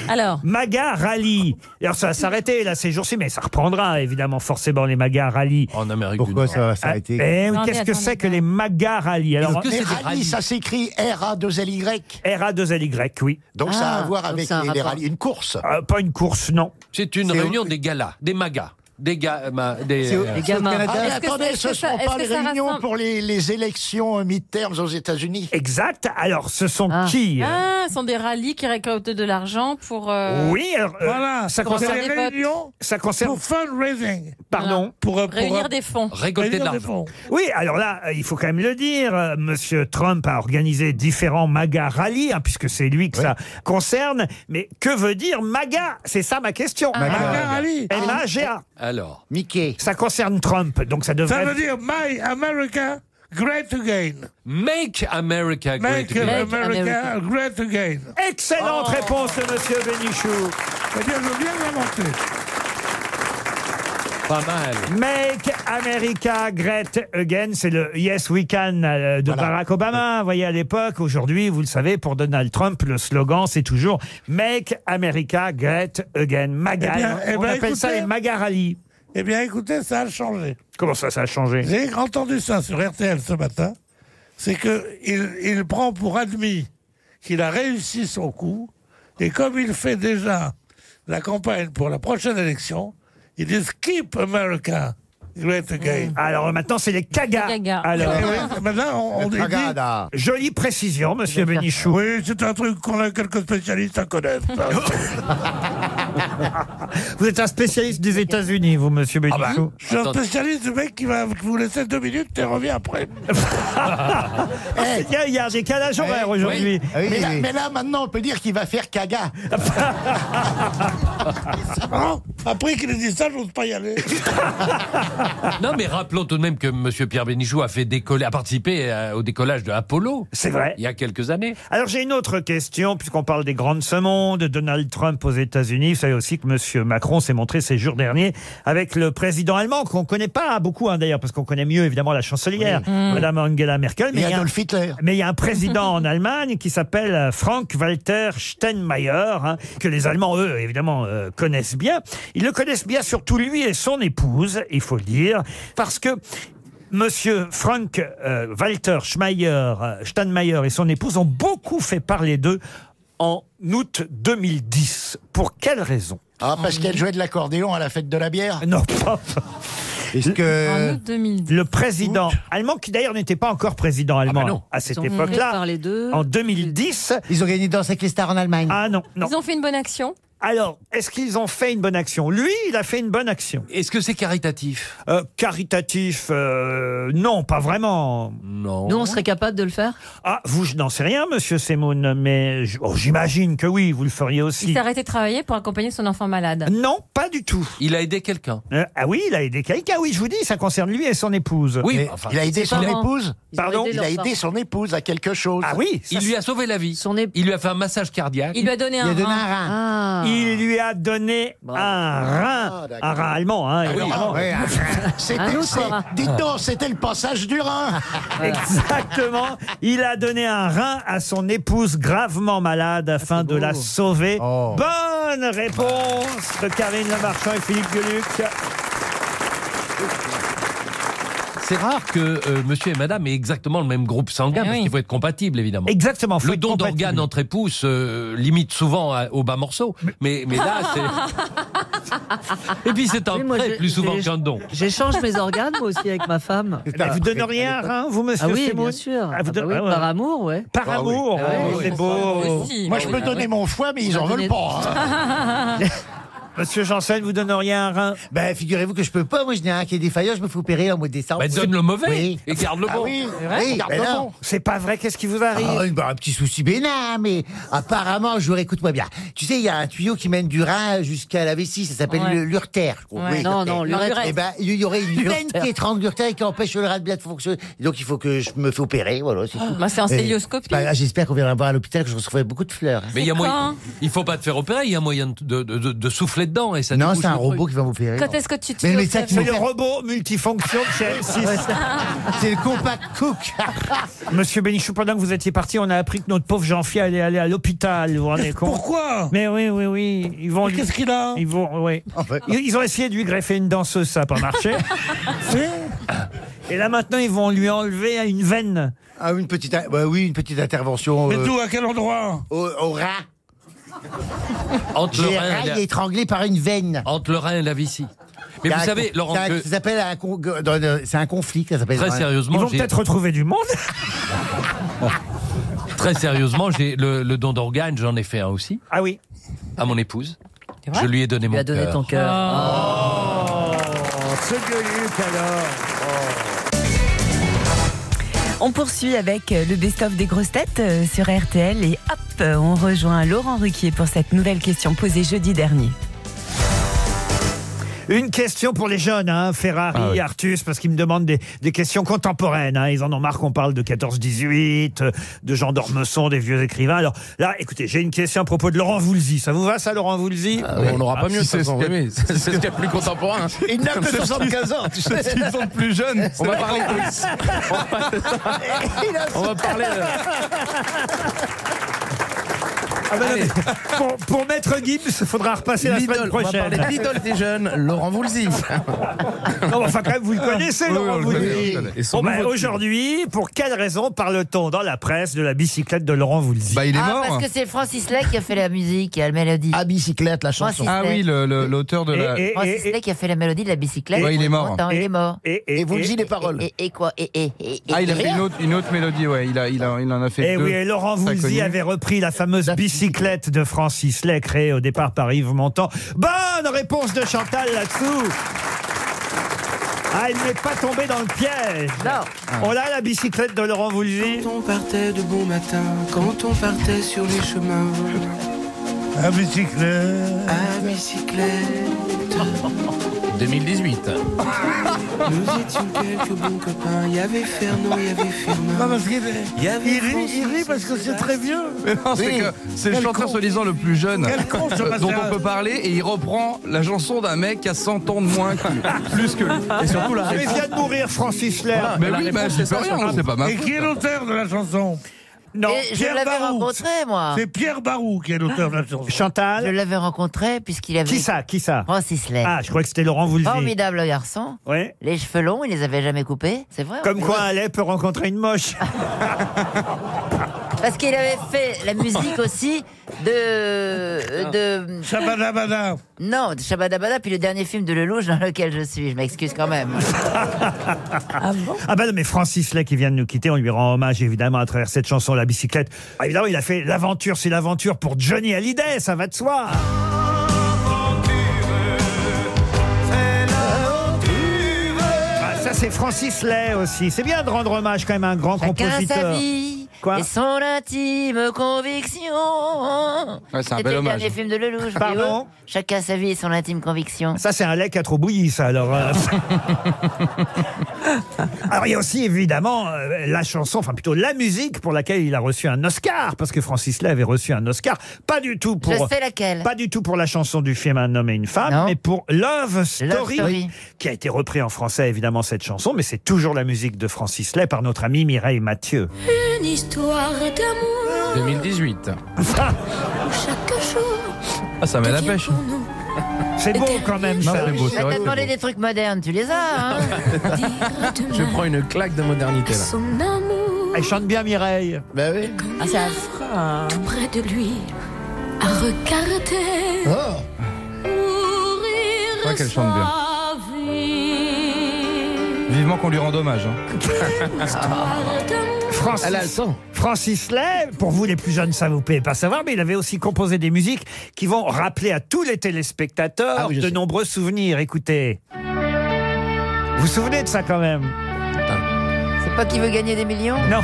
Speaker 17: Alors,
Speaker 4: Maga Rally. Et Alors ça va s'arrêter là ces jours-ci, mais ça reprendra évidemment forcément les Maga Rally.
Speaker 7: En Amérique
Speaker 18: Pourquoi
Speaker 7: du Nord.
Speaker 18: ça va
Speaker 4: Ah,
Speaker 18: s'arrêter
Speaker 4: eh oui,
Speaker 17: Attendez,
Speaker 4: Qu'est-ce que
Speaker 17: attendez,
Speaker 4: c'est que
Speaker 17: attendez.
Speaker 4: les Maga Rally Alors
Speaker 7: Est-ce que
Speaker 14: Mais
Speaker 7: c'est des
Speaker 14: rallye,
Speaker 7: rallyes
Speaker 14: ça s'écrit R-A-2-L-Y.
Speaker 4: R-A-2-L-Y, oui.
Speaker 14: Donc ça a
Speaker 19: Ah,
Speaker 14: à voir
Speaker 19: donc
Speaker 14: avec
Speaker 19: c'est un
Speaker 14: les, les
Speaker 19: rapport.
Speaker 14: rallyes. Une course.
Speaker 4: Euh, pas une course, non.
Speaker 7: C'est une réunion des galas, des magas, des ga- ma- des.
Speaker 18: C'est au-
Speaker 7: euh,
Speaker 18: c'est au
Speaker 19: gamins.
Speaker 14: Ah, mais
Speaker 18: Canada.
Speaker 17: Est-ce que-
Speaker 14: attendez,
Speaker 17: est-ce
Speaker 14: ce
Speaker 17: que
Speaker 14: ne
Speaker 17: ça-
Speaker 14: seront
Speaker 17: est-ce
Speaker 14: pas
Speaker 17: que
Speaker 14: les
Speaker 17: ça
Speaker 14: réunions
Speaker 17: rassemble-
Speaker 14: pour les, les élections euh, mid-terms aux États-Unis.
Speaker 4: Exact. Alors ce sont qui euh,
Speaker 17: ah, ce sont des rallyes qui récoltent de l'argent pour. euh,
Speaker 4: Oui, alors, euh,
Speaker 10: Voilà.
Speaker 4: ça
Speaker 10: C'est
Speaker 4: concerne.
Speaker 17: des
Speaker 10: des
Speaker 17: votes.
Speaker 10: réunions
Speaker 4: Ça concerne.
Speaker 10: pour fundraising.
Speaker 4: Pardon.
Speaker 10: Pour, euh, pour,
Speaker 17: Réunir
Speaker 10: euh,
Speaker 17: des fonds.
Speaker 7: Récolter de
Speaker 10: réunir des
Speaker 7: l'argent.
Speaker 10: fonds.
Speaker 4: Oui, alors là, euh, il faut quand même le dire, euh, Monsieur Trump a organisé différents MAGA rallyes, hein, puisque c'est lui que ça concerne. Mais que veut dire MAGA C'est ça ma question.
Speaker 10: Maga Rally.
Speaker 4: M-A-G-A.
Speaker 7: Alors.
Speaker 18: Mickey.
Speaker 4: Ça concerne Trump, donc ça
Speaker 10: Ça
Speaker 4: devrait.
Speaker 10: veut dire My America Great Again.
Speaker 7: Make America
Speaker 10: Make
Speaker 7: Great Again.
Speaker 10: America Great Again.
Speaker 4: Excellente réponse de Monsieur Bénichou.
Speaker 10: Eh bien, je viens de l'inventer.
Speaker 7: Pas mal.
Speaker 4: Make America Great Again, c'est le Yes We Can euh, de Barack Obama. Vous voyez, à l'époque, aujourd'hui, vous le savez, pour Donald Trump, le slogan, c'est toujours Make America Great Again. MAGA.
Speaker 10: Eh bien, eh
Speaker 4: hein. on
Speaker 10: bien,
Speaker 4: appelle ça
Speaker 10: écoutez-
Speaker 4: les MAGA Rally.
Speaker 10: Eh bien, écoutez, ça a changé.
Speaker 4: Comment ça, ça a changé
Speaker 10: J'ai entendu ça sur RTL ce matin. C'est que il, il prend pour admis qu'il a réussi son coup. Et comme il fait déjà la campagne pour la prochaine élection, il dit Keep America Great Again.
Speaker 4: Hmm. Alors maintenant, c'est les cagas.
Speaker 17: Les cagas.
Speaker 4: Alors,
Speaker 10: Eh oui, maintenant, on, on dit.
Speaker 4: jolie précision, monsieur Benichou.
Speaker 10: Oui, c'est un truc qu'on a quelques spécialistes à
Speaker 4: [LAUGHS]
Speaker 10: connaître. ça.
Speaker 4: Vous êtes un spécialiste des États-Unis, vous, monsieur
Speaker 12: Ah
Speaker 10: ben,
Speaker 12: ben,
Speaker 4: Benichou.
Speaker 10: Je suis un spécialiste du mec qui va vous laisser deux minutes et revient
Speaker 12: [LAUGHS]
Speaker 10: après.
Speaker 4: Ah, C'est bien, il y a un décalage horaire aujourd'hui.
Speaker 18: Ah oui,
Speaker 14: Mais, là,
Speaker 18: oui.
Speaker 14: [LAUGHS] mais là, maintenant, on peut dire qu'il va faire caga.
Speaker 10: Non Hein Après qu'il ait dit ça, j'ose pas y aller.
Speaker 7: Non, mais rappelons tout de même que M. Pierre Bénichou a fait décoller, a participé euh, au décollage de Apollo.
Speaker 4: C'est vrai.
Speaker 7: Il y a quelques années.
Speaker 4: Alors j'ai une autre question, puisqu'on parle des grandes semaines, de Donald Trump aux États-Unis. Vous savez aussi que M. Macron s'est montré ces jours derniers avec le président allemand, qu'on ne connaît pas beaucoup hein, d'ailleurs, parce qu'on connaît mieux évidemment la chancelière,
Speaker 14: Oui. Mm.
Speaker 4: Madame Angela Merkel.
Speaker 14: Et
Speaker 4: il y a-
Speaker 14: Adolf Hitler.
Speaker 4: mais il y a un président en [LAUGHS] Allemagne qui s'appelle euh, Frank-Walter Steinmeier, hein, que les Allemands, eux, évidemment, euh, connaissent bien. Ils le connaissent bien, surtout lui et son épouse, il faut le dire, parce que Monsieur Frank euh, Walter Schmeier, euh, Steinmeier et son épouse ont beaucoup fait parler d'eux en août 2010. Pour quelle raison
Speaker 14: Ah, parce qu'elle jouait de l'accordéon à la fête de la bière
Speaker 4: Non, pas.
Speaker 14: Est-ce
Speaker 17: En
Speaker 14: que.
Speaker 17: août 2010.
Speaker 4: Le président allemand, qui d'ailleurs n'était pas encore président allemand
Speaker 14: non.
Speaker 4: à cette
Speaker 17: Ils ont fait
Speaker 4: époque-là,
Speaker 17: par les deux.
Speaker 4: en 2010.
Speaker 18: Ils ont gagné Danse avec les stars en Allemagne.
Speaker 4: Ah non, non.
Speaker 17: Ils ont fait une bonne action.
Speaker 4: Alors, est-ce qu'ils ont fait une bonne action Lui, il a fait une bonne action.
Speaker 7: Est-ce que c'est caritatif
Speaker 4: Euh, caritatif, euh, non, pas vraiment.
Speaker 7: Non.
Speaker 19: Nous, on serait capable de le faire
Speaker 4: Ah, vous, je n'en sais rien, monsieur Semoun, mais j- oh, j'imagine que oui, vous le feriez
Speaker 17: Il
Speaker 4: aussi.
Speaker 17: s'est arrêté de travailler pour accompagner son enfant malade.
Speaker 4: Non,
Speaker 17: [LAUGHS]
Speaker 4: pas du tout.
Speaker 7: Il a aidé quelqu'un.
Speaker 4: Euh, ah oui, il a aidé quelqu'un, oui, je vous dis, ça concerne lui et son épouse.
Speaker 7: Oui,
Speaker 14: Mais
Speaker 7: enfin,
Speaker 14: il a aidé
Speaker 17: ses
Speaker 14: son
Speaker 17: parents.
Speaker 14: épouse
Speaker 17: Ils ont
Speaker 4: Pardon
Speaker 17: aidé
Speaker 14: Il
Speaker 17: leurs
Speaker 14: a aidé
Speaker 17: parents.
Speaker 14: son épouse à quelque chose.
Speaker 4: Ah oui, ça,
Speaker 7: Il lui a sauvé la vie.
Speaker 19: Son époux.
Speaker 7: Il lui a fait un massage cardiaque.
Speaker 17: Il lui a donné
Speaker 18: Il
Speaker 17: un
Speaker 18: a donné
Speaker 17: rein.
Speaker 18: un rein.
Speaker 19: Ah.
Speaker 4: il lui a donné un rein,
Speaker 14: Ah, d'accord.
Speaker 4: un rein allemand, hein, évidemment.
Speaker 18: Ouais, un-
Speaker 14: C'était,
Speaker 19: Un autre
Speaker 14: c'est-
Speaker 19: rein.
Speaker 14: dites donc, c'était le passage du Rhin.
Speaker 4: [LAUGHS] Exactement. [LAUGHS] Il a donné un rein à son épouse gravement malade afin de la sauver.
Speaker 6: Oh.
Speaker 4: Bonne réponse de Karine Le Marchand et Philippe Gueluc.
Speaker 7: C'est rare que euh, monsieur et madame aient exactement le même groupe sanguin,
Speaker 17: Eh
Speaker 7: parce
Speaker 17: oui.
Speaker 7: qu'il faut être compatible, évidemment.
Speaker 4: Exactement. faut
Speaker 7: Le
Speaker 4: être
Speaker 7: don
Speaker 4: compatible.
Speaker 7: d'organes entre époux se limite souvent à- au bas morceau. Mais, mais là, c'est. Et puis c'est un
Speaker 19: Oui, moi,
Speaker 7: prêt
Speaker 19: j'ai-
Speaker 7: plus souvent
Speaker 19: j'ai-
Speaker 7: qu'un don.
Speaker 19: J'échangé mes organes, moi aussi, avec ma femme.
Speaker 4: Bah, vous donneriez un rein, vous, monsieur
Speaker 19: Ah oui,
Speaker 4: Semoun
Speaker 19: bien sûr.
Speaker 4: Ah,
Speaker 19: Ah
Speaker 4: vous
Speaker 19: bah
Speaker 4: don-
Speaker 19: oui,
Speaker 4: ah ouais.
Speaker 19: Par amour, ouais.
Speaker 4: Par
Speaker 14: Ah oui.
Speaker 4: amour,
Speaker 14: Ah
Speaker 4: oh,
Speaker 14: oui.
Speaker 4: c'est beau.
Speaker 17: Aussi.
Speaker 14: Moi, je
Speaker 19: Ah
Speaker 14: peux
Speaker 19: oui.
Speaker 14: donner mon foie, mais ils en veulent pas. hein.
Speaker 4: Monsieur Janssen, vous donneriez un rein
Speaker 18: Ben, figurez-vous que je peux pas. Moi, je n'ai un qui est défaillant. Je me fais opérer en mois de décembre.
Speaker 7: Bah, donne le mauvais
Speaker 18: Oui.
Speaker 7: et garde le bon.
Speaker 14: Ah oui, oui,
Speaker 18: Garde
Speaker 14: ben
Speaker 18: le
Speaker 14: non.
Speaker 18: bon.
Speaker 4: C'est pas vrai, qu'est-ce qui vous arrive
Speaker 18: Ah, bah, un petit souci bénin, mais apparemment, je écoute-moi bien. Tu sais, il y a un tuyau qui mène du rein jusqu'à la vessie, ça s'appelle
Speaker 17: Ouais.
Speaker 18: le- l'urtère. je crois.
Speaker 17: Ouais. Non, non, l'urètre.
Speaker 18: Eh ben, il y aurait une veine qui étrangle l'urtère et qui empêche le rein de bien de fonctionner. Et donc, il faut que je me fais opérer, voilà, c'est tout.
Speaker 17: Ah. Moi, c'est en
Speaker 18: Et-
Speaker 17: célioscopie.
Speaker 18: Bah, là, J'espère qu'on viendra voir à l'hôpital que je recevrai beaucoup de fleurs.
Speaker 7: Mais il y a
Speaker 17: C'est
Speaker 7: moyen.
Speaker 17: quand
Speaker 7: Il faut pas te faire opérer, il y a moyen de, de- de- de souffler dedans et ça
Speaker 18: non,
Speaker 7: débouche
Speaker 18: c'est un
Speaker 7: le truc.
Speaker 18: robot qui va m'opérer.
Speaker 17: Quand est-ce que tu te
Speaker 18: Mais
Speaker 17: fais
Speaker 18: le médecin qui
Speaker 4: C'est
Speaker 17: opérer
Speaker 14: [LAUGHS]
Speaker 4: le robot multifonction de chez M6.
Speaker 18: C'est le compact cook.
Speaker 4: Monsieur Bénichou, pendant que vous étiez parti, on a appris que notre pauvre Jean-Pierre allait aller à l'hôpital. Vous vous rendez compte
Speaker 10: Pourquoi
Speaker 4: Mais oui, oui, oui. Ils vont.
Speaker 10: Mais Qu'est-ce qu'il a
Speaker 4: Ils vont, oui. Ils, ils ont essayé de lui greffer une danseuse, ça n'a pas
Speaker 18: [LAUGHS]
Speaker 4: marché. Et là maintenant, ils vont lui enlever une veine.
Speaker 18: Ah, une petite, in- bah oui, une petite
Speaker 12: Oh,
Speaker 18: intervention
Speaker 10: Mais
Speaker 18: euh,
Speaker 4: hein.
Speaker 10: d'où À quel endroit
Speaker 18: au, au rein.
Speaker 7: Entre le
Speaker 18: J'ai
Speaker 7: rein
Speaker 18: un
Speaker 7: et la-
Speaker 18: rein étranglé par une veine.
Speaker 7: entre le rein et la vessie.
Speaker 18: Il
Speaker 7: Mais
Speaker 18: y a
Speaker 7: vous
Speaker 18: un
Speaker 7: savez,
Speaker 18: con-
Speaker 7: Laurent,
Speaker 18: c'est un-
Speaker 7: que
Speaker 18: ça s'appelle un con- dans le- c'est un conflit. Ça s'appelle.
Speaker 7: très
Speaker 18: Ouais.
Speaker 4: Ils
Speaker 7: sérieusement,
Speaker 4: vont
Speaker 7: j'ai-
Speaker 4: peut-être retrouver
Speaker 7: [LAUGHS]
Speaker 4: du monde.
Speaker 7: très sérieusement, j'ai le, le don d'organes, j'en ai fait un aussi
Speaker 4: Ah oui.
Speaker 7: à mon épouse.
Speaker 19: C'est vrai
Speaker 7: Je lui ai donné
Speaker 19: Tu lui
Speaker 7: mon
Speaker 19: as donné
Speaker 7: cœur. Ah.
Speaker 19: ton cœur.
Speaker 4: Oh, ce gueuluc alors.
Speaker 3: On poursuit avec euh, le best-of des grosses têtes euh, sur RTL et hop, euh, on rejoint Laurent Ruquier pour cette nouvelle question posée jeudi dernier.
Speaker 4: Une question pour les jeunes, hein, Ferrari,
Speaker 7: Ah oui.
Speaker 4: Artus, parce qu'ils me demandent des, des questions contemporaines. hein. Ils en ont marre qu'on parle de 14-18, euh, de Jean d'Ormesson, des vieux écrivains. Alors là, écoutez, j'ai une question à propos de Laurent Voulzy. Ça vous va ça, Laurent Voulzy
Speaker 12: On n'aura pas
Speaker 16: Ah,
Speaker 12: mieux,
Speaker 16: si,
Speaker 12: ça,
Speaker 16: c'est
Speaker 12: sans
Speaker 16: ce qu'il y a-
Speaker 12: rêver. [LAUGHS] c'est ce qu'il y a de plus contemporain. hein.
Speaker 14: Il n'a que 75 ans. tu sais.
Speaker 16: C'est ce qu'ils font de plus jeune.
Speaker 12: On va parler. On va parler.
Speaker 4: Ah ben non, mais pour, pour Maître Gibbs, faudra repasser la semaine
Speaker 12: L'idole, on va parler
Speaker 4: prochaine.
Speaker 12: de l'idole des jeunes, Laurent [LAUGHS] Voulzy.
Speaker 4: [LAUGHS] Non, mais enfin, quand même, vous le connaissez,
Speaker 12: Oui,
Speaker 4: Laurent
Speaker 12: on le
Speaker 4: Voulzy.
Speaker 12: connaît, on le connaît. Et son
Speaker 4: Bon, ben,
Speaker 12: nouveau tube.
Speaker 4: Aujourd'hui, pour quelle raison parle-t-on dans la presse de la bicyclette de Laurent Voulzy
Speaker 16: Bah, il est
Speaker 13: Ah,
Speaker 16: mort.
Speaker 13: parce que c'est Francis Lay qui a fait la musique, et la mélodie.
Speaker 14: À bicyclette, la chanson.
Speaker 13: Francis
Speaker 16: Ah
Speaker 13: Lay.
Speaker 16: oui, le- le- l'auteur de la.
Speaker 4: Et- et-
Speaker 13: Francis Lay Oh, qui a fait la mélodie de la bicyclette.
Speaker 16: Ouais, il est mort.
Speaker 13: Attends, il est mort.
Speaker 4: Et,
Speaker 14: Et vous me dites les paroles.
Speaker 13: Et, et- et quoi et, et- et-
Speaker 16: Ah, il a
Speaker 13: et-
Speaker 16: fait une autre, une autre mélodie, ouais. Il, a, il, a, il en a fait
Speaker 4: Eh
Speaker 16: deux.
Speaker 4: oui, et Laurent
Speaker 16: Très
Speaker 4: Voulzy
Speaker 16: connu.
Speaker 4: avait repris la fameuse bicyclette de Francis Lay, créée au départ par Yves Montand. Bonne réponse de Chantal là-dessous ah, elle n'est pas tombée dans le piège.
Speaker 13: Non.
Speaker 4: On a la bicyclette de Laurent Voulzy.
Speaker 1: Quand on partait de bon matin, quand on partait sur les chemins,
Speaker 10: à bicyclette.
Speaker 4: euh,
Speaker 1: À bicyclette.
Speaker 12: 2018.
Speaker 1: Nous étions quelques bons copains. Il y avait Fernand, il y avait Firmin.
Speaker 10: Non, parce qu'il est-
Speaker 1: Il y avait
Speaker 10: il rit,
Speaker 1: Francis,
Speaker 10: il rit parce que c'est très vieux.
Speaker 12: Mais non, c'est
Speaker 10: Oui.
Speaker 12: que c'est le
Speaker 10: Quel
Speaker 12: chanteur
Speaker 10: con.
Speaker 12: soi-disant le plus jeune
Speaker 10: Quel con, ce
Speaker 12: euh, dont
Speaker 10: bâtard.
Speaker 12: on peut parler et il reprend la chanson d'un mec qui a 100 ans de moins que [LAUGHS] plus que lui. Et surtout la
Speaker 4: Mais
Speaker 12: réponse.
Speaker 4: vient de mourir Francis Lair.
Speaker 12: Voilà, mais oui, bah, je peux rien, c'est pas ma
Speaker 10: Et
Speaker 12: faute.
Speaker 10: qui est l'auteur de la chanson Non,
Speaker 13: Et je
Speaker 10: Pierre
Speaker 13: l'avais
Speaker 10: Barou.
Speaker 13: rencontré, moi.
Speaker 10: C'est Pierre Barou qui est l'auteur de la chanson.
Speaker 4: Chantal
Speaker 13: Je l'avais rencontré puisqu'il avait.
Speaker 4: Qui ça Qui ça
Speaker 13: Francis Lair.
Speaker 4: Ah, je crois que c'était Laurent Voulzy.
Speaker 13: Formidable garçon.
Speaker 4: Ouais.
Speaker 13: Les cheveux longs, il les avait jamais coupés. C'est vrai. Ah
Speaker 4: Comme quoi, Allais peut rencontrer une moche.
Speaker 13: Parce qu'il avait fait la musique aussi de. de
Speaker 10: Shabadabada.
Speaker 13: Non, de Shabadabada, puis le dernier film de Lelouch dans lequel je suis. Je m'excuse quand même.
Speaker 4: Ah bah non, mais Francis Lay qui vient de nous quitter, on lui rend hommage évidemment à travers cette chanson La bicyclette. Ah, évidemment, il a fait l'aventure, c'est l'aventure pour Johnny Hallyday, ça va de soi. Ah, ça c'est Francis Lay aussi. C'est bien de rendre hommage quand même à un grand
Speaker 13: Chacun
Speaker 4: compositeur.
Speaker 13: sa vie.
Speaker 4: Quoi
Speaker 13: et son intime conviction.
Speaker 4: Ouais, c'est un
Speaker 13: C'était
Speaker 4: bel
Speaker 13: le
Speaker 4: hommage.
Speaker 13: dernier film de Lelouch.
Speaker 4: Pardon
Speaker 13: Et eux, Chacun sa vie et son intime conviction.
Speaker 4: Ça, c'est un lait qui a trop bouilli, ça, alors. euh. alors, il y a aussi, évidemment, euh, la chanson, enfin, plutôt la musique pour laquelle il a reçu un Oscar, parce que Francis Lay avait reçu un Oscar. Pas du tout pour.
Speaker 13: Je sais laquelle.
Speaker 4: Pas du tout pour la chanson du film Un homme et une femme, mais pour Love Story,
Speaker 13: Story.
Speaker 4: qui a été repris en français, évidemment, cette chanson, mais c'est toujours la musique de Francis Lay par notre ami Mireille Mathieu.
Speaker 22: Une histoire
Speaker 4: [LAUGHS]
Speaker 22: d'amour
Speaker 12: 2018.
Speaker 22: où chaque jour
Speaker 12: Ah, ça met la pêche.
Speaker 4: C'est beau quand même,
Speaker 12: Non,
Speaker 4: ça.
Speaker 12: c'est beau, Ah,
Speaker 13: Je
Speaker 12: c'est
Speaker 13: vais
Speaker 12: vrai
Speaker 13: te
Speaker 12: que c'est
Speaker 13: demander des trucs modernes, tu les as, hein
Speaker 12: beau. Je prends une claque de modernité là.
Speaker 4: Elle chante bien Mireille.
Speaker 12: Bah oui.
Speaker 22: Ah, c'est affreux. Tout près de lui, à regarder. Mourir
Speaker 12: Je crois qu'elle chante bien.
Speaker 22: sa vie.
Speaker 12: Vivement qu'on lui rende hommage. hein. [LAUGHS]
Speaker 4: Francis,
Speaker 12: Elle a le temps.
Speaker 4: Francis Lay, pour vous les plus jeunes, ça vous plaît pas savoir, mais il avait aussi composé des musiques qui vont rappeler à tous les téléspectateurs
Speaker 12: Ah oui, je
Speaker 4: de
Speaker 12: sais.
Speaker 4: nombreux souvenirs. Écoutez. Vous vous souvenez de ça quand même
Speaker 13: C'est pas qui veut gagner des millions
Speaker 4: Non.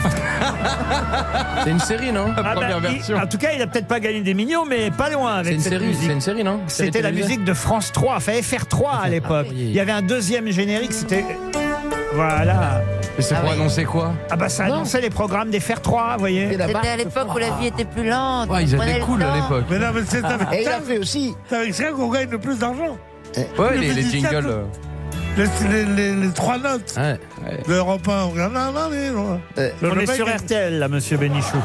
Speaker 12: C'est une série, non
Speaker 4: Ah bah,
Speaker 12: Première
Speaker 4: il-
Speaker 12: version.
Speaker 4: En tout cas, il a peut-être pas gagné des millions, mais pas loin avec
Speaker 12: C'est une
Speaker 4: cette
Speaker 12: série,
Speaker 4: musique.
Speaker 12: c'est une série, Ah non
Speaker 4: C'était la musique de France 3, enfin FR3 à l'époque. Il y avait un deuxième générique, c'était... Voilà.
Speaker 12: Et c'est
Speaker 13: Ah
Speaker 12: pour
Speaker 13: oui.
Speaker 12: annoncer quoi
Speaker 4: Ah bah ça
Speaker 13: Non.
Speaker 4: annonçait les programmes des FR3, vous voyez.
Speaker 13: C'était à l'époque où la
Speaker 12: Ah.
Speaker 13: vie était plus lente.
Speaker 12: Ouais,
Speaker 13: on
Speaker 12: ils
Speaker 13: prenait
Speaker 12: étaient
Speaker 13: le
Speaker 12: cool à
Speaker 13: temps.
Speaker 12: l'époque.
Speaker 10: Mais non, mais c'est avec,
Speaker 1: Et il
Speaker 10: ça-
Speaker 1: a fait aussi.
Speaker 10: c'est avec ça qu'on gagne le plus d'argent.
Speaker 12: Ouais,
Speaker 10: Le
Speaker 12: les, les
Speaker 10: petit
Speaker 12: jingles.
Speaker 10: sac.
Speaker 12: euh,
Speaker 10: Les, les- les- les trois notes
Speaker 12: Ouais, ouais.
Speaker 10: de Europe 1. Non, non, non, non. Le-
Speaker 4: On
Speaker 10: le
Speaker 4: est
Speaker 10: mec,
Speaker 4: sur
Speaker 10: il-
Speaker 4: RTL, là, monsieur Bénichou.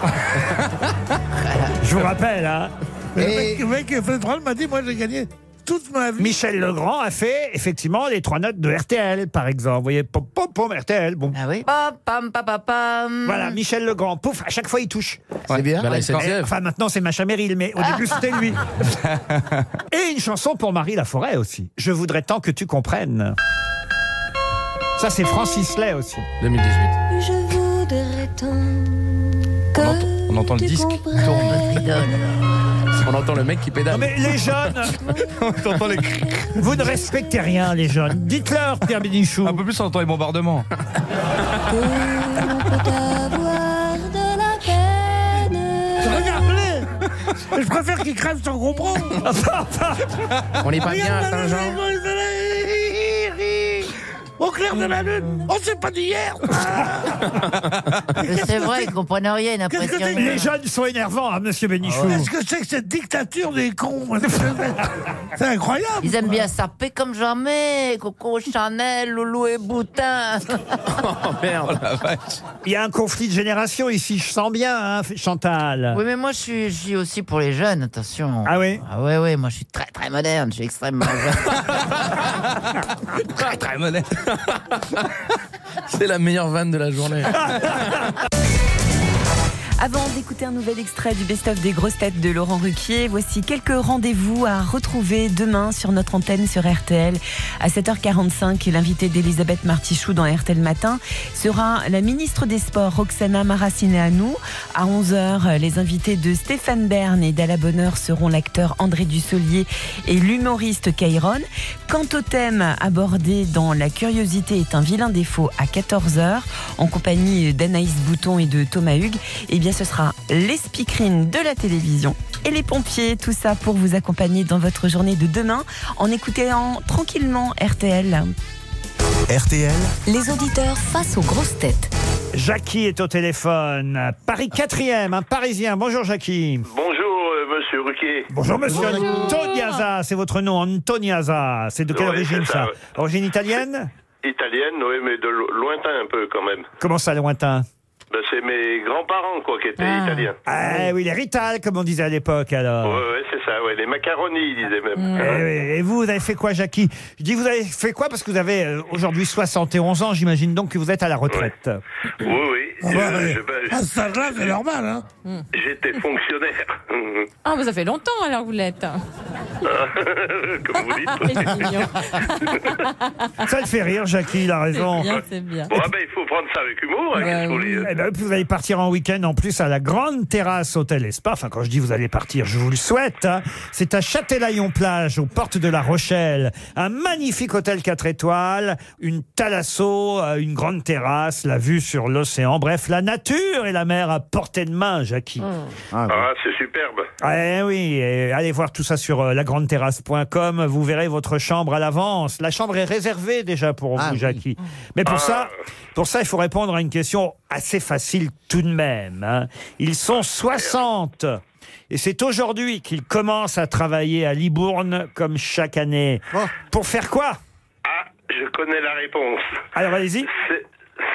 Speaker 4: Je vous rappelle, hein.
Speaker 10: Le mec- le mec qui a fait le troll m'a dit Moi, j'ai gagné toute ma vie.
Speaker 4: Michel Legrand a fait effectivement les trois notes de RTL, par exemple. Vous voyez, pom pom pom RTL. Bon,
Speaker 13: Ah oui. Pam, pam, pam, pam, pam.
Speaker 4: voilà, Michel Legrand. Pouf, à chaque fois il touche.
Speaker 12: C'est bien. la
Speaker 4: Et-
Speaker 12: SNCF.
Speaker 4: enfin, maintenant c'est Macha Merrill, mais au début c'était
Speaker 12: [LAUGHS]
Speaker 4: lui. Et une chanson pour Marie Laforêt aussi. Je voudrais tant que tu comprennes. Ça c'est Francis Lay aussi.
Speaker 12: 2018.
Speaker 22: Je voudrais tant
Speaker 12: On entend, on entend le
Speaker 22: que tu
Speaker 12: disque qui tourne.
Speaker 22: comprennes.
Speaker 12: On entend le [LAUGHS] mec qui pédale.
Speaker 4: Non mais les jeunes,
Speaker 12: [LAUGHS] on entend les cris.
Speaker 4: vous ne respectez rien les jeunes. Dites-leur Pierre Bénichou.
Speaker 12: Un peu plus on entend les bombardements.
Speaker 22: On peut avoir de la peine.
Speaker 10: Regarde-les Je préfère qu'il crève sans comprendre.
Speaker 12: On est pas bien à
Speaker 10: Regarde-les,
Speaker 12: Saint-Jean.
Speaker 10: les- Au clair de la lune, on s'est pas dit hier.
Speaker 13: Mais Euh, C'est vrai, ils comprenaient rien, une
Speaker 10: Qu'est-ce que
Speaker 13: impression.
Speaker 10: c'est que
Speaker 4: Les
Speaker 13: humaine.
Speaker 4: jeunes sont énervants, hein, Monsieur Bénichou.
Speaker 10: Qu'est-ce que c'est que cette dictature des cons moi, c'est- C'est incroyable.
Speaker 13: Ils aiment bien sarper comme jamais. Coco Chanel, Loulou et Boutin.
Speaker 12: Oh merde. la vache.
Speaker 4: Il y a un conflit de génération ici, je sens bien, hein, Chantal.
Speaker 13: Oui, mais moi, je suis, je suis aussi pour les jeunes, attention.
Speaker 4: Ah oui
Speaker 13: Ah ouais, ouais, moi, je suis très, très moderne. Je suis extrêmement jeune.
Speaker 12: [LAUGHS] Très très moderne. [LAUGHS] C'est la meilleure vanne de la journée.
Speaker 3: Avant d'écouter un nouvel extrait du best-of des grosses têtes de Laurent Ruquier, voici quelques rendez-vous à retrouver demain sur notre antenne sur RTL. À 7h45, l'invité d'Elisabeth Martichoux dans RTL Matin sera la ministre des Sports Roxana Maracineanu. À 11h, les invités de Stéphane Bern et d'Ala Bonheur seront l'acteur André Dussolier et l'humoriste Kairon. Quant au thème abordé dans La curiosité est un vilain défaut à 14h, en compagnie d'Anaïs Bouton et de Thomas Hugues, eh bien ce sera les speakerines de la télévision et les pompiers. Tout ça pour vous accompagner dans votre journée de demain en écoutant tranquillement RTL.
Speaker 2: RTL
Speaker 20: Les auditeurs face aux grosses têtes.
Speaker 4: Jackie est au téléphone. à Paris 4e, un Parisien. Bonjour Jackie.
Speaker 8: Bonjour, euh, monsieur Ruquier.
Speaker 4: Bonjour monsieur Antoniaza, c'est votre nom, Antoniaza. C'est de quelle
Speaker 8: Oui,
Speaker 4: origine
Speaker 8: c'est ça,
Speaker 4: ça
Speaker 8: ouais.
Speaker 4: Origine italienne
Speaker 8: Italienne, oui, mais de lo- lointain un peu quand même.
Speaker 4: Comment ça, lointain
Speaker 8: Ben, c'est mes grands-parents, quoi, qui étaient italiens.
Speaker 4: Ah oui, les Rital, comme on disait à l'époque alors.
Speaker 8: Ouais, ouais, c'est ça, ouais. Les macaronis, ils disaient
Speaker 17: Mm.
Speaker 8: même.
Speaker 4: Eh oui, Et vous, vous avez fait quoi, Jackie Je dis, vous avez fait quoi Parce que vous avez euh, aujourd'hui 71 ans, j'imagine donc que vous êtes à la retraite.
Speaker 8: Oui, oui.
Speaker 4: Ah bah,
Speaker 8: Euh,
Speaker 4: ouais.
Speaker 8: je- ben,
Speaker 4: À ce stade-là, c'est normal, hein.
Speaker 8: [LAUGHS] J'étais fonctionnaire. [LAUGHS]
Speaker 17: Ah, mais ça fait longtemps alors que vous l'êtes.
Speaker 8: Comme vous dites.
Speaker 17: C'est mignon.
Speaker 4: Ça le fait rire, Jackie, il a raison.
Speaker 17: C'est bien, c'est bien.
Speaker 8: Bon, ah ben, il faut prendre ça avec humour. hein, qu'est-ce qu'on les-
Speaker 4: Eh ben, vous allez partir en week-end en plus à la grande terrasse Hôtel Espa. Enfin, quand je dis vous allez partir, je vous le souhaite. hein. C'est à Châtelaillon-Plage, aux portes de La Rochelle. Un magnifique hôtel 4 étoiles, une thalasso, euh, une grande terrasse, la vue sur l'océan. Bref, la nature et la mer à portée de main, Jackie.
Speaker 8: Ah, c'est superbe.
Speaker 4: Eh oui, et allez voir tout ça sur euh, lagrandeterrasse.com. Vous verrez votre chambre à l'avance. La chambre est réservée déjà pour
Speaker 8: Ah
Speaker 4: vous, Jackie. Mais pour ça, pour ça, il faut répondre à une question assez facile tout de même. hein. Ils sont 60. Et c'est aujourd'hui qu'ils commencent à travailler à Libourne, comme chaque année.
Speaker 8: Oh.
Speaker 4: Pour faire quoi
Speaker 8: Ah, Je connais la réponse.
Speaker 4: Alors, allez-y.
Speaker 8: C'est-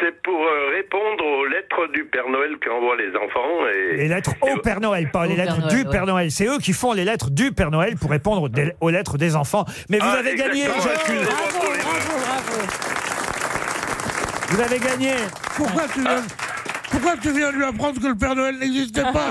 Speaker 8: C'est pour euh, répondre aux lettres du Père Noël qu'envoient les enfants. Et...
Speaker 4: Les lettres au Père Noël, pas
Speaker 8: Au
Speaker 4: les
Speaker 8: Père
Speaker 4: lettres
Speaker 8: Noël,
Speaker 4: du
Speaker 8: ouais.
Speaker 4: Père Noël. C'est eux qui font les lettres du Père Noël pour répondre aux dé- aux lettres des enfants. Mais vous
Speaker 8: Ah,
Speaker 4: avez gagné,
Speaker 8: exactement,
Speaker 4: Jackie.
Speaker 8: excusez-moi pour les-
Speaker 4: Vous avez gagné.
Speaker 10: Pourquoi tu viens, pourquoi tu viens lui apprendre que le Père Noël n'existait pas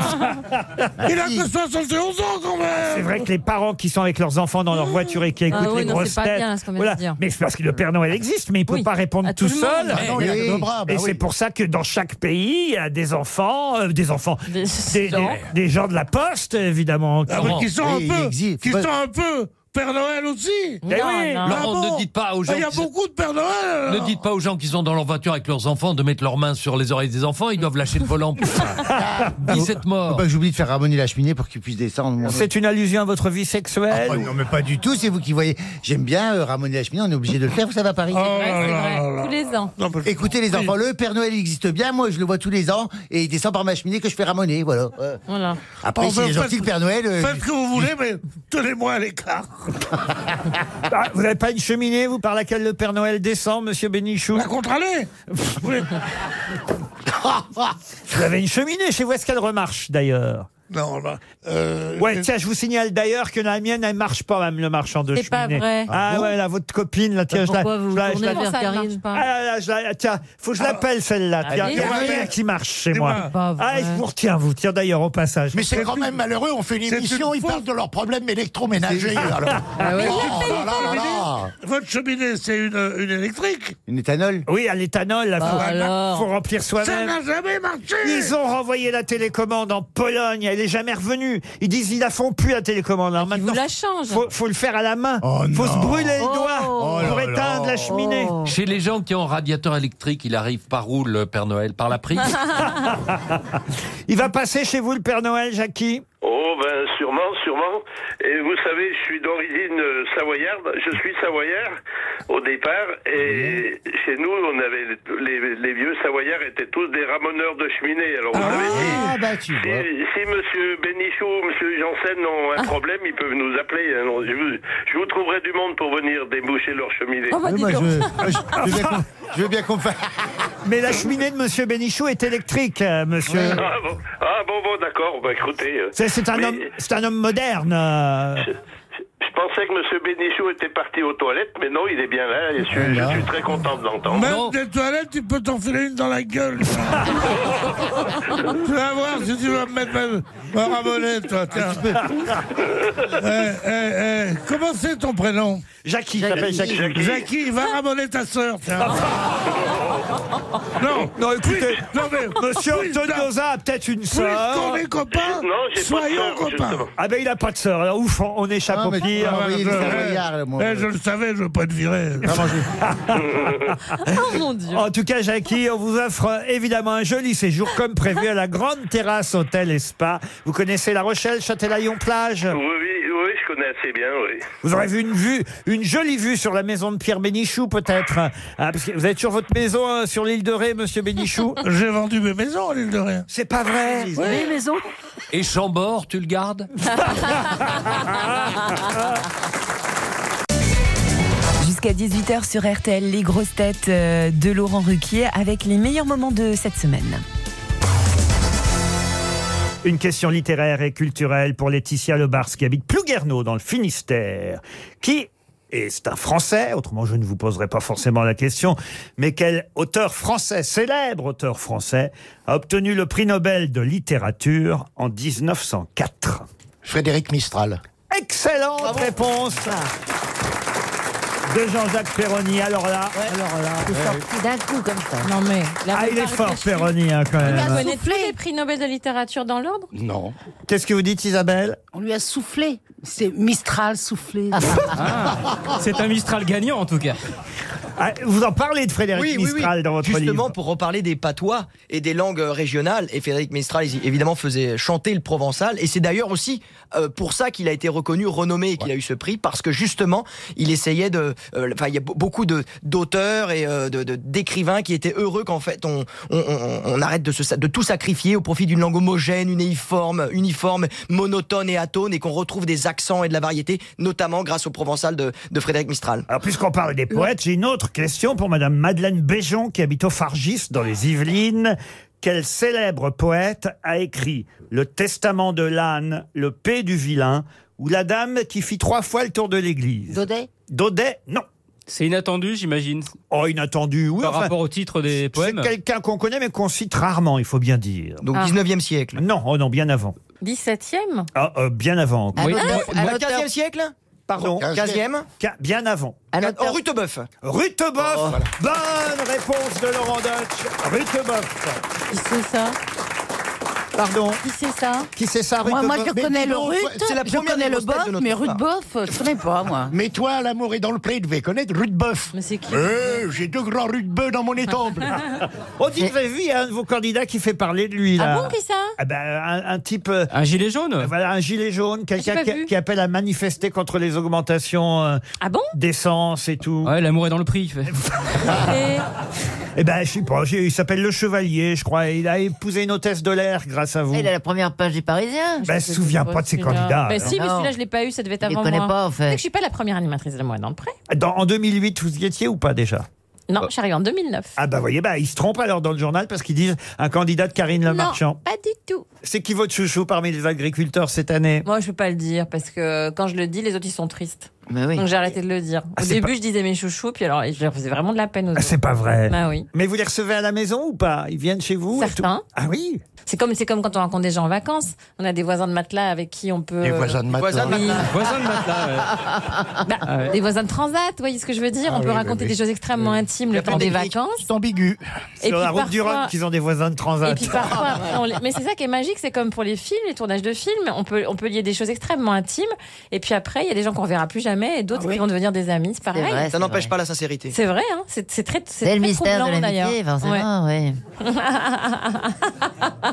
Speaker 10: Il a que 71 ans quand
Speaker 4: C'est
Speaker 10: même
Speaker 4: vrai que les parents qui sont avec leurs enfants dans leur voiture et qui
Speaker 10: Ah
Speaker 4: écoutent
Speaker 10: oui,
Speaker 4: les
Speaker 10: non,
Speaker 4: grosses
Speaker 10: c'est pas
Speaker 4: têtes.
Speaker 10: bien, ce qu'on vient de dire.
Speaker 4: Mais c'est parce que le Père Noël existe, mais il ne peut
Speaker 10: Oui,
Speaker 4: pas répondre
Speaker 10: à
Speaker 4: tout,
Speaker 10: tout le
Speaker 4: seul.
Speaker 10: monde. Ah non, il y a que deux bras, bah
Speaker 4: et
Speaker 10: oui.
Speaker 4: c'est pour ça que dans chaque pays, il y a des enfants, euh, des enfants, des, des-
Speaker 10: gens.
Speaker 4: des gens de la poste, évidemment.
Speaker 10: Ah, mais qui sont un peu, qui sont un peu Père Noël aussi.
Speaker 7: Eh Non, oui. non. Laurent, ne dites pas aux gens
Speaker 10: Il y a
Speaker 7: qu'ils-
Speaker 10: beaucoup de Père Noël.
Speaker 7: Ne
Speaker 10: alors.
Speaker 7: dites pas aux gens qui sont dans leur voiture avec leurs enfants de mettre leurs mains sur les oreilles des enfants, ils doivent lâcher le volant.
Speaker 14: [LAUGHS]
Speaker 7: 17 morts.
Speaker 18: Bah, J'oublie de faire abonner la cheminée pour qu'il puisse descendre. mon-
Speaker 4: Ah C'est une allusion à votre vie sexuelle
Speaker 18: Ah, bah, Non, mais pas du tout, c'est vous qui voyez. J'aime bien euh, ramoner la cheminée, on est obligé de le faire, vous savez, à
Speaker 4: Oh
Speaker 18: Paris.
Speaker 17: Tous les ans.
Speaker 18: Écoutez les enfants, le Père Noël existe bien, moi je le vois tous les ans et il descend par ma cheminée que je fais ramoner, voilà. Euh,
Speaker 17: Voilà.
Speaker 18: Après,
Speaker 10: Enfin,
Speaker 18: si les
Speaker 10: faites-
Speaker 18: gentils, le Père Noël... euh,
Speaker 10: Faites ce que vous voulez, mais tenez-moi à l'écart.
Speaker 4: Ah, vous n'avez pas une cheminée, vous, par laquelle le Père Noël descend, monsieur
Speaker 10: Bah,
Speaker 4: Bénichou La
Speaker 10: contre-allée
Speaker 4: Vous avez une cheminée chez vous, est-ce qu'elle remarche d'ailleurs
Speaker 10: Non, bah, euh,
Speaker 4: Ouais, tiens, je vous signale d'ailleurs que la mienne, elle marche pas, même le marchand de cheminée.
Speaker 17: C'est pas vrai.
Speaker 4: Ah,
Speaker 17: Ah bon
Speaker 4: ouais, là, votre copine, là, tiens, je la-
Speaker 17: Pourquoi vous
Speaker 4: je la-
Speaker 17: vous
Speaker 4: je
Speaker 17: tournez
Speaker 4: la-
Speaker 17: vers Karine
Speaker 4: Ah là là, je la- tiens,
Speaker 14: Ah.
Speaker 4: faut que je l'appelle celle-là. Tiens, il y en a
Speaker 14: Allez.
Speaker 4: un qui marche chez
Speaker 14: Dis-moi.
Speaker 4: moi.
Speaker 14: C'est pas vrai.
Speaker 4: Ah, je vous retiens, vous. Tiens d'ailleurs au passage.
Speaker 14: Mais c'est quand même malheureux, on fait une
Speaker 4: C'est
Speaker 14: émission, ils parlent de leurs problèmes électroménagers.
Speaker 4: C'est-
Speaker 14: alors.
Speaker 4: Ah ouais.
Speaker 14: Oh,
Speaker 4: Mais
Speaker 14: là, là, là,
Speaker 10: cheminée,
Speaker 14: là.
Speaker 10: Votre cheminée, c'est une, une électrique.
Speaker 18: Ah. Une éthanol
Speaker 4: Oui, à l'éthanol, là,
Speaker 10: Bah
Speaker 4: faut,
Speaker 10: alors.
Speaker 4: faut remplir
Speaker 10: Ça
Speaker 4: soi-même.
Speaker 10: n'a jamais marché.
Speaker 4: Ils ont renvoyé la télécommande en Pologne, elle est jamais revenue. Ils disent ils la font plus la télécommande. Alors maintenant,
Speaker 17: Ah, la change. Oh.
Speaker 4: Faut, faut le faire à la main.
Speaker 14: Oh
Speaker 4: faut se brûler le doigt pour éteindre la cheminée.
Speaker 7: Oh. Chez les gens qui ont un radiateur électrique, il arrive par où le Père Noël Par
Speaker 14: [LAUGHS]
Speaker 7: la prise
Speaker 4: Il va passer chez vous le Père Noël, Jackie.
Speaker 8: Oh, ben, sûrement, sûrement. Et vous savez, je suis d'origine euh, savoyarde. Je suis savoyard au départ. Et chez nous, on avait les, les vieux savoyards étaient tous des ramoneurs de cheminée. Alors, vous savez,
Speaker 18: Ah, bah tu
Speaker 8: si,
Speaker 18: vois.
Speaker 8: si monsieur Bénichou ou monsieur Janssen ont un problème, ils peuvent nous appeler. hein. Non, Je vous, je vous trouverai du monde pour venir déboucher leur cheminée.
Speaker 18: Oui, moi, je, moi, je- je veux bien qu'on- je veux bien qu'on fasse...
Speaker 4: Mais la cheminée de Monsieur Bénichou est électrique, euh, monsieur.
Speaker 8: Ah bon, ah, bon, bon, d'accord. Bah, écoutez. euh,
Speaker 4: C'est c'est un,
Speaker 8: mais
Speaker 4: homme, c'est un homme moderne. euh.
Speaker 8: Je pensais que monsieur Bénichou était parti aux toilettes, mais non, il est bien là. Et je, suis- je suis très content de l'entendre.
Speaker 10: Même des toilettes, tu peux t'enfiler une dans la
Speaker 4: [LAUGHS]
Speaker 10: gueule. tu vas voir si tu vas me mettre ma, ma ramonée, toi. Tiens. Eh, eh, eh, Comment c'est ton prénom
Speaker 4: Jackie, il s'appelle Jackie. [LAUGHS]
Speaker 10: Jackie, va ramonner ta sœur, tiens. Non,
Speaker 4: non, écoutez, Monsieur
Speaker 10: puisque-
Speaker 4: Antonioza a
Speaker 10: [LAUGHS]
Speaker 4: peut-être une sœur.
Speaker 10: puisqu'on est copains, Non, j'ai pas de soyons sœur, copains. justement.
Speaker 4: Ah ben il a pas de sœur. Alors ouf, on échappe
Speaker 10: Ah,
Speaker 4: au
Speaker 10: mais-
Speaker 4: pire.
Speaker 10: Ah, oui, il est savoyard, le mot. Eh, je le Ah, savais, je veux pas te [LAUGHS] virer.
Speaker 4: oh mon Dieu. En tout cas, Jackie, on vous offre euh, évidemment un joli séjour comme prévu à la grande terrasse hôtel et spa. Vous connaissez La Rochelle, Châtelaillon plage.
Speaker 8: Oui, oui, oui, je connais assez bien, oui.
Speaker 4: Vous aurez vu une vue, une jolie vue sur la maison de Pierre Bénichou peut-être. Ah, parce que vous êtes sur votre maison hein, sur l'île de Ré, monsieur Bénichou.
Speaker 10: [LAUGHS] J'ai vendu mes maisons à l'île de Ré.
Speaker 4: C'est pas vrai.
Speaker 19: Les maisons
Speaker 7: Et Chambord, tu le gardes
Speaker 3: [LAUGHS] Jusqu'à 18h sur RTL, les grosses têtes euh, de Laurent Ruquier avec les meilleurs moments de cette semaine.
Speaker 4: Une question littéraire et culturelle pour Laetitia Lebars qui habite Plouguerneau dans le Finistère, qui, et c'est un Français, autrement je ne vous poserai pas forcément la question, mais quel auteur français, célèbre auteur français, a obtenu le prix Nobel de littérature en 1904
Speaker 14: Frédéric Mistral.
Speaker 4: Excellente réponse de Jean-Jacques Perroni. Alors là, alors là.
Speaker 13: Tout sorti d'un coup comme ça.
Speaker 17: Non mais.
Speaker 4: Ah, il est fort, Perroni, hein, quand
Speaker 17: Il
Speaker 4: même.
Speaker 17: a
Speaker 18: Ah,
Speaker 17: soufflé tous les prix Nobel de littérature dans l'ordre
Speaker 4: Non. Qu'est-ce que vous dites, Isabelle
Speaker 9: On lui a soufflé. C'est Mistral
Speaker 4: [LAUGHS]
Speaker 9: soufflé.
Speaker 4: Ah, C'est un Mistral gagnant, en tout cas. Ah, vous en parlez de Frédéric Mistral dans votre
Speaker 11: Justement,
Speaker 4: livre.
Speaker 11: pour reparler des patois et des langues euh, régionales, et Frédéric Mistral, il- évidemment, faisait chanter le provençal, et c'est d'ailleurs aussi euh, pour ça qu'il a été reconnu, renommé, et qu'il a eu ce prix, parce que justement, il essayait de... euh, Enfin, il y a be- beaucoup de- d'auteurs et euh, de- de- d'écrivains qui étaient heureux qu'en fait, on, on- on- on arrête de, se sa- de tout sacrifier au profit d'une langue homogène, uniforme, uniforme, monotone et atone, et qu'on retrouve des accents et de la variété, notamment grâce au provençal de, de Frédéric Mistral.
Speaker 4: Alors, puisqu'on parle des poètes, j'ai une autre question pour Madame Madeleine Béjon, qui habite au Fargis, dans les Yvelines. Quel célèbre poète a écrit Le Testament de l'âne, Le P du vilain, ou La dame qui fit trois fois le tour de l'église Daudet Daudet, non.
Speaker 23: C'est inattendu, j'imagine.
Speaker 4: Oh, inattendu, oui.
Speaker 23: Par
Speaker 4: enfin,
Speaker 23: rapport au titre des poèmes.
Speaker 4: C'est quelqu'un qu'on connaît, mais qu'on cite rarement, il faut bien dire.
Speaker 11: Donc,
Speaker 17: Ah.
Speaker 11: 19e siècle
Speaker 4: Non, oh non, bien avant.
Speaker 17: 17ème
Speaker 4: Ah, euh, bien avant. encore.
Speaker 11: Un auteur- un Moi- auteur- 15e siècle
Speaker 4: Pardon.
Speaker 11: 15e.
Speaker 4: Ca- Bien avant.
Speaker 17: Ah,
Speaker 11: Oh, Rutebeuf.
Speaker 4: Rutebeuf. Bah,
Speaker 11: Oh, voilà.
Speaker 4: Bonne réponse de Laurent Deutsch. Rutebeuf.
Speaker 17: Qui c'est ça
Speaker 4: Pardon
Speaker 17: Qui c'est ça
Speaker 4: Qui c'est ça,
Speaker 9: Moi, moi, je
Speaker 14: Mais
Speaker 9: connais
Speaker 14: dis
Speaker 9: le
Speaker 14: donc,
Speaker 9: Ruth,
Speaker 14: c'est la
Speaker 9: je
Speaker 14: première
Speaker 9: connais le
Speaker 14: grosse tête
Speaker 9: Boff,
Speaker 14: de notre
Speaker 9: mais Ruth
Speaker 14: part.
Speaker 9: Boff, je connais pas, moi.
Speaker 14: Mais toi, l'amour est dans le pré, devais connaître Rudeboeuf.
Speaker 17: Mais c'est qui
Speaker 14: euh, J'ai deux grands Rudeboeuf dans mon étample.
Speaker 17: [LAUGHS]
Speaker 4: On dit très vite, il y a un de vos candidats qui fait parler de lui. Là.
Speaker 17: Ah bon, qui ça
Speaker 4: Ah ben, un, un type. Un
Speaker 23: gilet jaune
Speaker 4: Voilà, un gilet jaune, quelqu'un
Speaker 23: pas
Speaker 4: qui,
Speaker 23: vu.
Speaker 4: qui appelle à manifester contre les augmentations euh,
Speaker 17: Ah
Speaker 4: d'essence et tout.
Speaker 23: Ouais, l'amour est dans le prix.
Speaker 4: [LAUGHS] Eh ben, je sais pas, j'ai- il s'appelle Le Chevalier, je crois. Il a épousé une hôtesse de l'air grâce à
Speaker 17: Ah,
Speaker 4: vous.
Speaker 13: Elle a la première page des Parisiens.
Speaker 4: Ben, se souviens pas de ces candidats.
Speaker 17: Bah si, mais
Speaker 4: alors.
Speaker 17: celui-là, je l'ai pas eu, ça devait être
Speaker 13: Je les
Speaker 17: avant moi.
Speaker 13: connais pas, en fait.
Speaker 17: C'est que je suis pas la première animatrice de moi dans le prêt.
Speaker 4: Dans- en 2008, vous y étiez ou pas déjà
Speaker 17: Non,
Speaker 13: Euh.
Speaker 17: je suis arrivée en 2009.
Speaker 4: Ah bah voyez, bah, ils se trompent alors dans le journal parce qu'ils disent un candidat de Karine Le
Speaker 17: Non,
Speaker 4: Marchand.
Speaker 17: pas du tout.
Speaker 4: C'est qui votre chouchou parmi les agriculteurs cette année
Speaker 17: Moi, je peux pas le dire parce que quand je le dis, les autres ils sont tristes. Donc j'ai arrêté de le dire. Au
Speaker 4: Ah, c'est
Speaker 17: début,
Speaker 4: pas- Ah,
Speaker 17: je disais mes chouchous, puis alors je leur faisais vraiment de la peine aux autres.
Speaker 4: C'est pas vrai.
Speaker 17: Bah oui.
Speaker 4: Mais vous les recevez à la maison ou pas Ils viennent chez vous et tout
Speaker 17: Certains.
Speaker 4: Ah oui
Speaker 17: C'est comme, c'est comme quand on rencontre des gens en vacances. On a des voisins de matelas avec qui on peut. euh,
Speaker 4: Des voisins de Des matelas. voisins de
Speaker 17: Oui.
Speaker 4: matelas. Voisins de
Speaker 17: [LAUGHS]
Speaker 4: matelas, [LAUGHS]
Speaker 17: Bah,
Speaker 11: Ah
Speaker 13: Euh,
Speaker 11: ouais.
Speaker 17: Des voisins de transat, vous voyez ce que je veux dire
Speaker 11: Ah
Speaker 17: On peut
Speaker 11: oui, oui,
Speaker 17: raconter
Speaker 11: oui.
Speaker 17: des choses extrêmement intimes le temps des vacances.
Speaker 11: C'est ambigu.
Speaker 17: Et
Speaker 4: Sur
Speaker 17: puis
Speaker 4: la route du
Speaker 17: parfois-
Speaker 4: Rhum qu'ils ont des voisins de transat.
Speaker 17: Et puis parfois, après, on les- mais c'est ça qui est magique, c'est comme pour les films, les tournages de films, on peut, on peut lier des choses extrêmement intimes, et puis après, il y a des gens qu'on reverra plus jamais, et d'autres qui vont devenir des amis, c'est pareil.
Speaker 11: Ah ça n'empêche pas la sincérité.
Speaker 17: C'est vrai, hein, c'est c'est très, c'est
Speaker 11: C'est
Speaker 17: très
Speaker 11: le mystère de
Speaker 17: troublant,
Speaker 11: l'amitié,
Speaker 17: d'ailleurs.
Speaker 11: forcément,
Speaker 17: Ouais.
Speaker 4: [LAUGHS]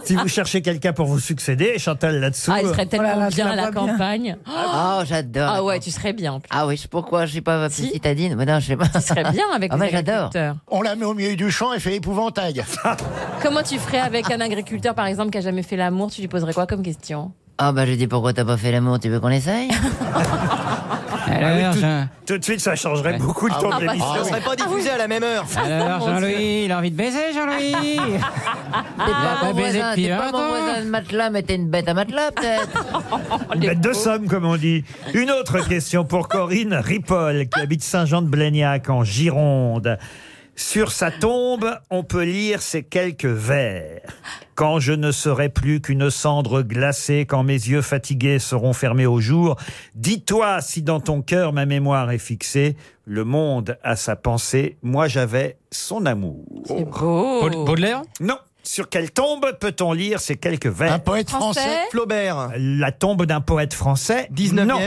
Speaker 4: si vous cherchez quelqu'un pour vous succéder, Chantal là-dessous.
Speaker 17: ah, il
Speaker 4: euh,
Speaker 17: serait tellement
Speaker 13: Oh là là, je
Speaker 17: bien
Speaker 13: la
Speaker 17: à la
Speaker 13: vois bien.
Speaker 17: campagne.
Speaker 13: Oh, j'adore.
Speaker 17: Ah ouais, tu serais bien. en plus.
Speaker 13: Ah oui, je- pourquoi je suis pas ma petite citadine Mais non, je sais pas. Tu
Speaker 17: serais bien avec
Speaker 13: [LAUGHS] ah, moi,
Speaker 17: les
Speaker 13: j'adore.
Speaker 17: agriculteurs.
Speaker 14: On la met au milieu du champ et fait [LAUGHS] épouvantail.
Speaker 17: [LAUGHS] Comment tu ferais avec un agriculteur, par exemple, qui a jamais fait l'amour Tu lui poserais quoi comme question
Speaker 13: Ah bah je dis pourquoi t'as pas fait l'amour Tu veux
Speaker 17: [LAUGHS]
Speaker 13: qu'on essaye
Speaker 23: Alors, Jean-
Speaker 4: Ah Tout de suite, ça changerait beaucoup le
Speaker 11: Ah
Speaker 4: temps
Speaker 11: oui.
Speaker 4: de l'émission.
Speaker 11: Ah, ça serait pas diffusé à la même heure.
Speaker 9: Ah
Speaker 23: Alors, Jean-Louis, il a envie de baiser, Jean-Louis
Speaker 13: T'es pas,
Speaker 23: pas
Speaker 13: Ah, mon
Speaker 23: baisé
Speaker 13: voisin,
Speaker 23: depuis
Speaker 13: t'es pas mon
Speaker 23: longtemps.
Speaker 13: voisin de matelas, mais t'es une bête à matelas peut-être.
Speaker 4: Une bête de somme, comme on dit. Une autre question pour Corinne Ripoll, qui habite Saint-Jean-de-Blaignac, en Gironde. Sur sa tombe, on peut lire ces quelques vers. Quand je ne serai plus qu'une cendre glacée, quand mes yeux fatigués seront fermés au jour, dis-toi si dans ton cœur ma mémoire est fixée, le monde a sa pensée, moi j'avais son amour. C'est
Speaker 17: beau. Baud- Baudelaire
Speaker 4: Non. Sur quelle tombe peut-on lire ces quelques vers Un poète
Speaker 17: Français français
Speaker 4: Flaubert. La tombe d'un poète français
Speaker 11: 19e.
Speaker 4: Non.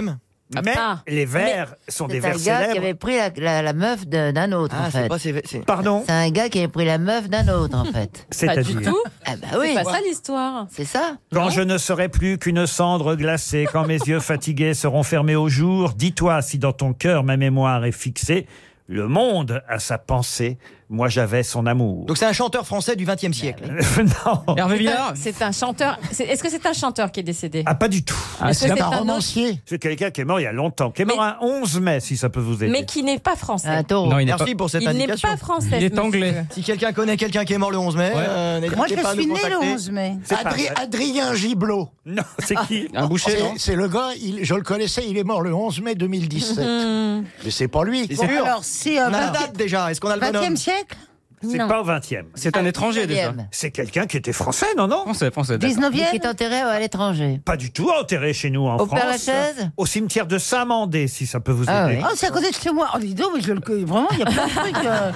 Speaker 4: Mais les vers sont des
Speaker 13: Ah, C'est un
Speaker 4: vers
Speaker 13: gars
Speaker 4: célèbres.
Speaker 13: qui avait pris la, la- la meuf de- d'un autre,
Speaker 11: Ah,
Speaker 13: en
Speaker 11: c'est
Speaker 13: fait.
Speaker 11: pas- c'est- c'est-
Speaker 4: Pardon
Speaker 13: C'est un gars qui avait pris la meuf d'un autre, en fait.
Speaker 4: [LAUGHS] C'est-à-dire Pas du tout.
Speaker 13: Ah bah oui.
Speaker 17: C'est pas ça l'histoire.
Speaker 13: C'est ça.
Speaker 4: Quand je ne serai plus qu'une cendre glacée, quand mes yeux fatigués seront fermés au jour, dis-toi si dans ton cœur ma mémoire est fixée, le monde a sa pensée, moi j'avais son amour.
Speaker 11: Donc c'est un chanteur français du XXe siècle.
Speaker 4: [LAUGHS] non.
Speaker 17: C'est un chanteur. c'est- Est-ce que c'est un chanteur qui est décédé
Speaker 4: Ah, pas du tout.
Speaker 17: Ah, Est-ce c'est que un c'est un autre romancier
Speaker 4: C'est quelqu'un qui est mort il y a longtemps, qui est mort un 11 mai, si ça peut vous aider.
Speaker 17: Mais qui n'est pas français.
Speaker 11: Non, il n'est Merci pas- pour cette
Speaker 17: Il n'est
Speaker 11: indication.
Speaker 17: pas français. ce monsieur.
Speaker 11: Si quelqu'un connaît quelqu'un qui est mort le 11 mai, euh, n'hésitez
Speaker 9: Moi, je Ah.
Speaker 11: pas à nous
Speaker 9: suis né le
Speaker 11: contacter.
Speaker 9: 11 mai.
Speaker 11: C'est pas
Speaker 14: Adri-
Speaker 11: vrai.
Speaker 14: Adrien Giblot.
Speaker 4: Non, c'est qui
Speaker 14: Un
Speaker 11: boucher, non
Speaker 14: C'est le gars, il- je le connaissais, il est mort le 11 mai 2017.
Speaker 17: [LAUGHS]
Speaker 9: Mhm.
Speaker 14: Mais c'est pas lui.
Speaker 9: Bon, alors, si, euh,
Speaker 11: On a la
Speaker 9: vingt-
Speaker 11: date déjà, est-ce qu'on a le bonhomme
Speaker 9: 20e siècle
Speaker 4: C'est
Speaker 9: Non.
Speaker 4: pas au 20e.
Speaker 9: C'est un Ah, étranger, déjà. 19e.
Speaker 4: C'est quelqu'un qui était français, non, non
Speaker 23: Français, français.
Speaker 13: 19e Qui est enterré à l'étranger.
Speaker 4: Pas du tout enterré chez nous en
Speaker 13: Au
Speaker 4: France.
Speaker 13: Père Lachaise
Speaker 4: Au cimetière de Saint-Mandé, si ça peut vous aider.
Speaker 17: Ah
Speaker 9: Oh, c'est à côté de chez moi. Oh, dis donc, mais je le connais vraiment, il y a plein de trucs.
Speaker 4: [LAUGHS]
Speaker 9: euh.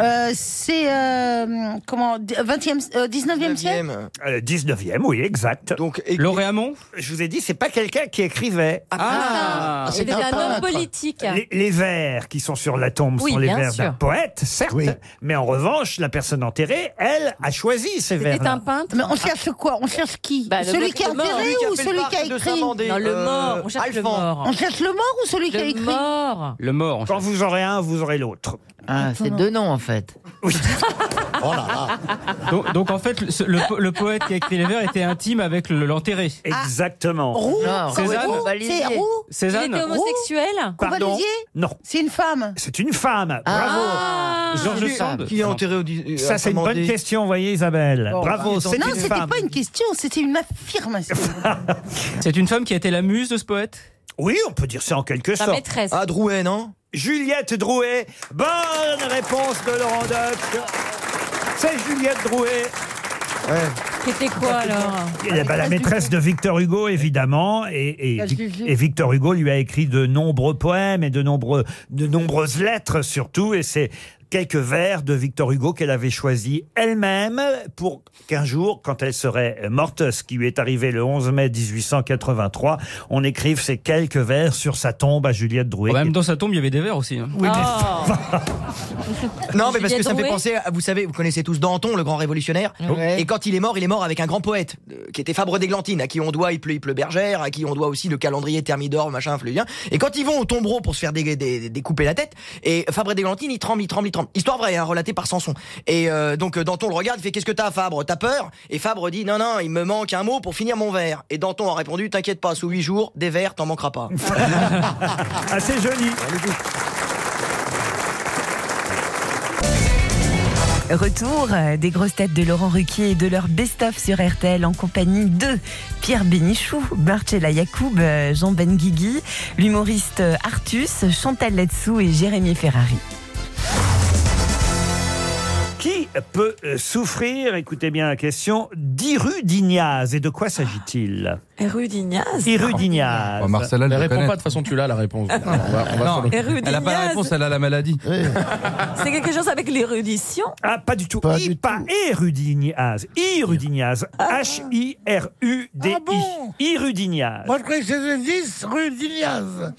Speaker 9: Euh, c'est, euh, comment, 20e, euh, 19e siècle
Speaker 4: Euh, 19e, oui, exact.
Speaker 11: Donc,
Speaker 4: Lauréamont Je vous ai dit, c'est pas quelqu'un qui écrivait.
Speaker 17: Ah, c'est un homme politique.
Speaker 4: Les, les vers qui sont sur la tombe
Speaker 17: Oui,
Speaker 4: sont les
Speaker 17: bien
Speaker 4: vers
Speaker 17: sûr.
Speaker 4: d'un poète, certes, mais en revanche, la personne enterrée, elle, a choisi ces vers.
Speaker 17: C'était un peintre.
Speaker 9: Mais on cherche quoi On cherche qui
Speaker 17: Bah, le
Speaker 9: Celui
Speaker 17: mec
Speaker 9: qui est
Speaker 17: le mort.
Speaker 9: enterré
Speaker 17: Celui qui a
Speaker 9: ou
Speaker 17: fait le
Speaker 9: celui qui a
Speaker 17: parc de
Speaker 9: écrit
Speaker 17: Saint-Mandé. Non, le Euh, mort. On cherche le Alphand. mort.
Speaker 9: On cherche le mort ou celui qui a
Speaker 17: Le
Speaker 9: écrit
Speaker 17: mort.
Speaker 4: Le mort. Quand vous aurez un, vous aurez l'autre.
Speaker 13: Ah, c'est deux noms, en fait.
Speaker 23: Donc, donc, en fait, le, le- le poète qui a écrit les vers était intime avec le- l'enterré.
Speaker 4: Exactement.
Speaker 9: Roux
Speaker 23: Cézanne
Speaker 9: Roux, C'est roux
Speaker 23: Cézanne
Speaker 17: Il était homosexuel.
Speaker 4: Pardon
Speaker 9: Convalisier
Speaker 4: Non.
Speaker 9: C'est une femme
Speaker 4: C'est une femme. Bravo.
Speaker 11: Qui- Qui est enterré au dix-
Speaker 4: Ça, c'est une
Speaker 11: Saint-Mandé.
Speaker 4: bonne question, vous voyez, Isabelle. Bravo, Oh, c'est
Speaker 9: Non,
Speaker 4: une
Speaker 9: c'était
Speaker 4: femme.
Speaker 9: pas une question, c'était une affirmation.
Speaker 23: C'est une femme qui a été la muse de ce poète
Speaker 4: Oui, on peut dire ça en quelque
Speaker 9: Sa
Speaker 4: sorte.
Speaker 9: maîtresse.
Speaker 11: Ah, Drouet, non
Speaker 4: Juliette Drouet. Bonne réponse de Laurent Deutsch. C'est Juliette Drouet.
Speaker 17: C'était quoi alors
Speaker 4: Eh ben, la maîtresse de Victor Hugo, évidemment, et, et,
Speaker 17: La
Speaker 4: Vic-
Speaker 17: Juju.
Speaker 4: et Victor Hugo lui a écrit de nombreux poèmes et de, nombreux, de nombreuses lettres surtout, et c'est quelques vers de Victor Hugo qu'elle avait choisi elle-même pour qu'un jour, quand elle serait morte, ce qui lui est arrivé le 11 mai 1883, on écrive ces quelques vers sur sa tombe à Juliette Drouet.
Speaker 23: Même dans sa tombe, il y avait des vers aussi. hein.
Speaker 11: Oh. Non, mais parce que
Speaker 23: Juliette
Speaker 11: ça me fait
Speaker 23: Drouet.
Speaker 11: penser, à- vous savez, vous connaissez tous Danton, le grand révolutionnaire. Et quand il est mort, il est mort avec un grand poète, euh, qui était Fabre d'Églantine, à qui on doit Il pleut, il pleut Bergère, à qui on doit aussi le calendrier Thermidor, machin, fluvien. Et quand ils vont au tombereau pour se faire dé- dé- découper la tête, et Fabre d'Églantine, il tremble, il tremble, il tremble. Histoire vraie, hein, relatée par Samson. Et euh, donc euh, Danton le regarde, il fait Qu'est-ce que t'as, Fabre T'as peur Et Fabre dit Non, non, il me manque un mot pour finir mon verre. Et Danton a répondu T'inquiète pas, sous huit jours, des vers, t'en manqueras pas.
Speaker 4: Ah, c'est joli.
Speaker 3: Retour euh, des grosses têtes de Laurent Ruquier et de leur best-of sur RTL en compagnie de Pierre Bénichou, Marcella Yacoub, euh, Jean Benguigui, l'humoriste euh, Artus, Chantal Latsou et Jérémy Ferrari.
Speaker 4: Qui peut euh, souffrir, écoutez bien la question, d'irudignase Et de quoi s'agit-il
Speaker 17: Erudignaz
Speaker 4: Irudignaz.
Speaker 10: Bah,
Speaker 12: Oh, Marcella, elle Mais doit réponds pas, connaître. de toute façon, tu l'as la réponse.
Speaker 4: Ah.
Speaker 12: Ah, On va- on va Non, sur le-
Speaker 17: Hérudiniaz.
Speaker 12: elle a pas la réponse, elle a la maladie.
Speaker 17: C'est quelque chose avec l'érudition
Speaker 4: Ah, pas du tout. I- pas Irudignaz. Irudignaz.
Speaker 17: Ah.
Speaker 4: H-I-R-U-D-I. Irudignaz.
Speaker 10: Moi, je croyais que c'était 10 rue d'Ignaz.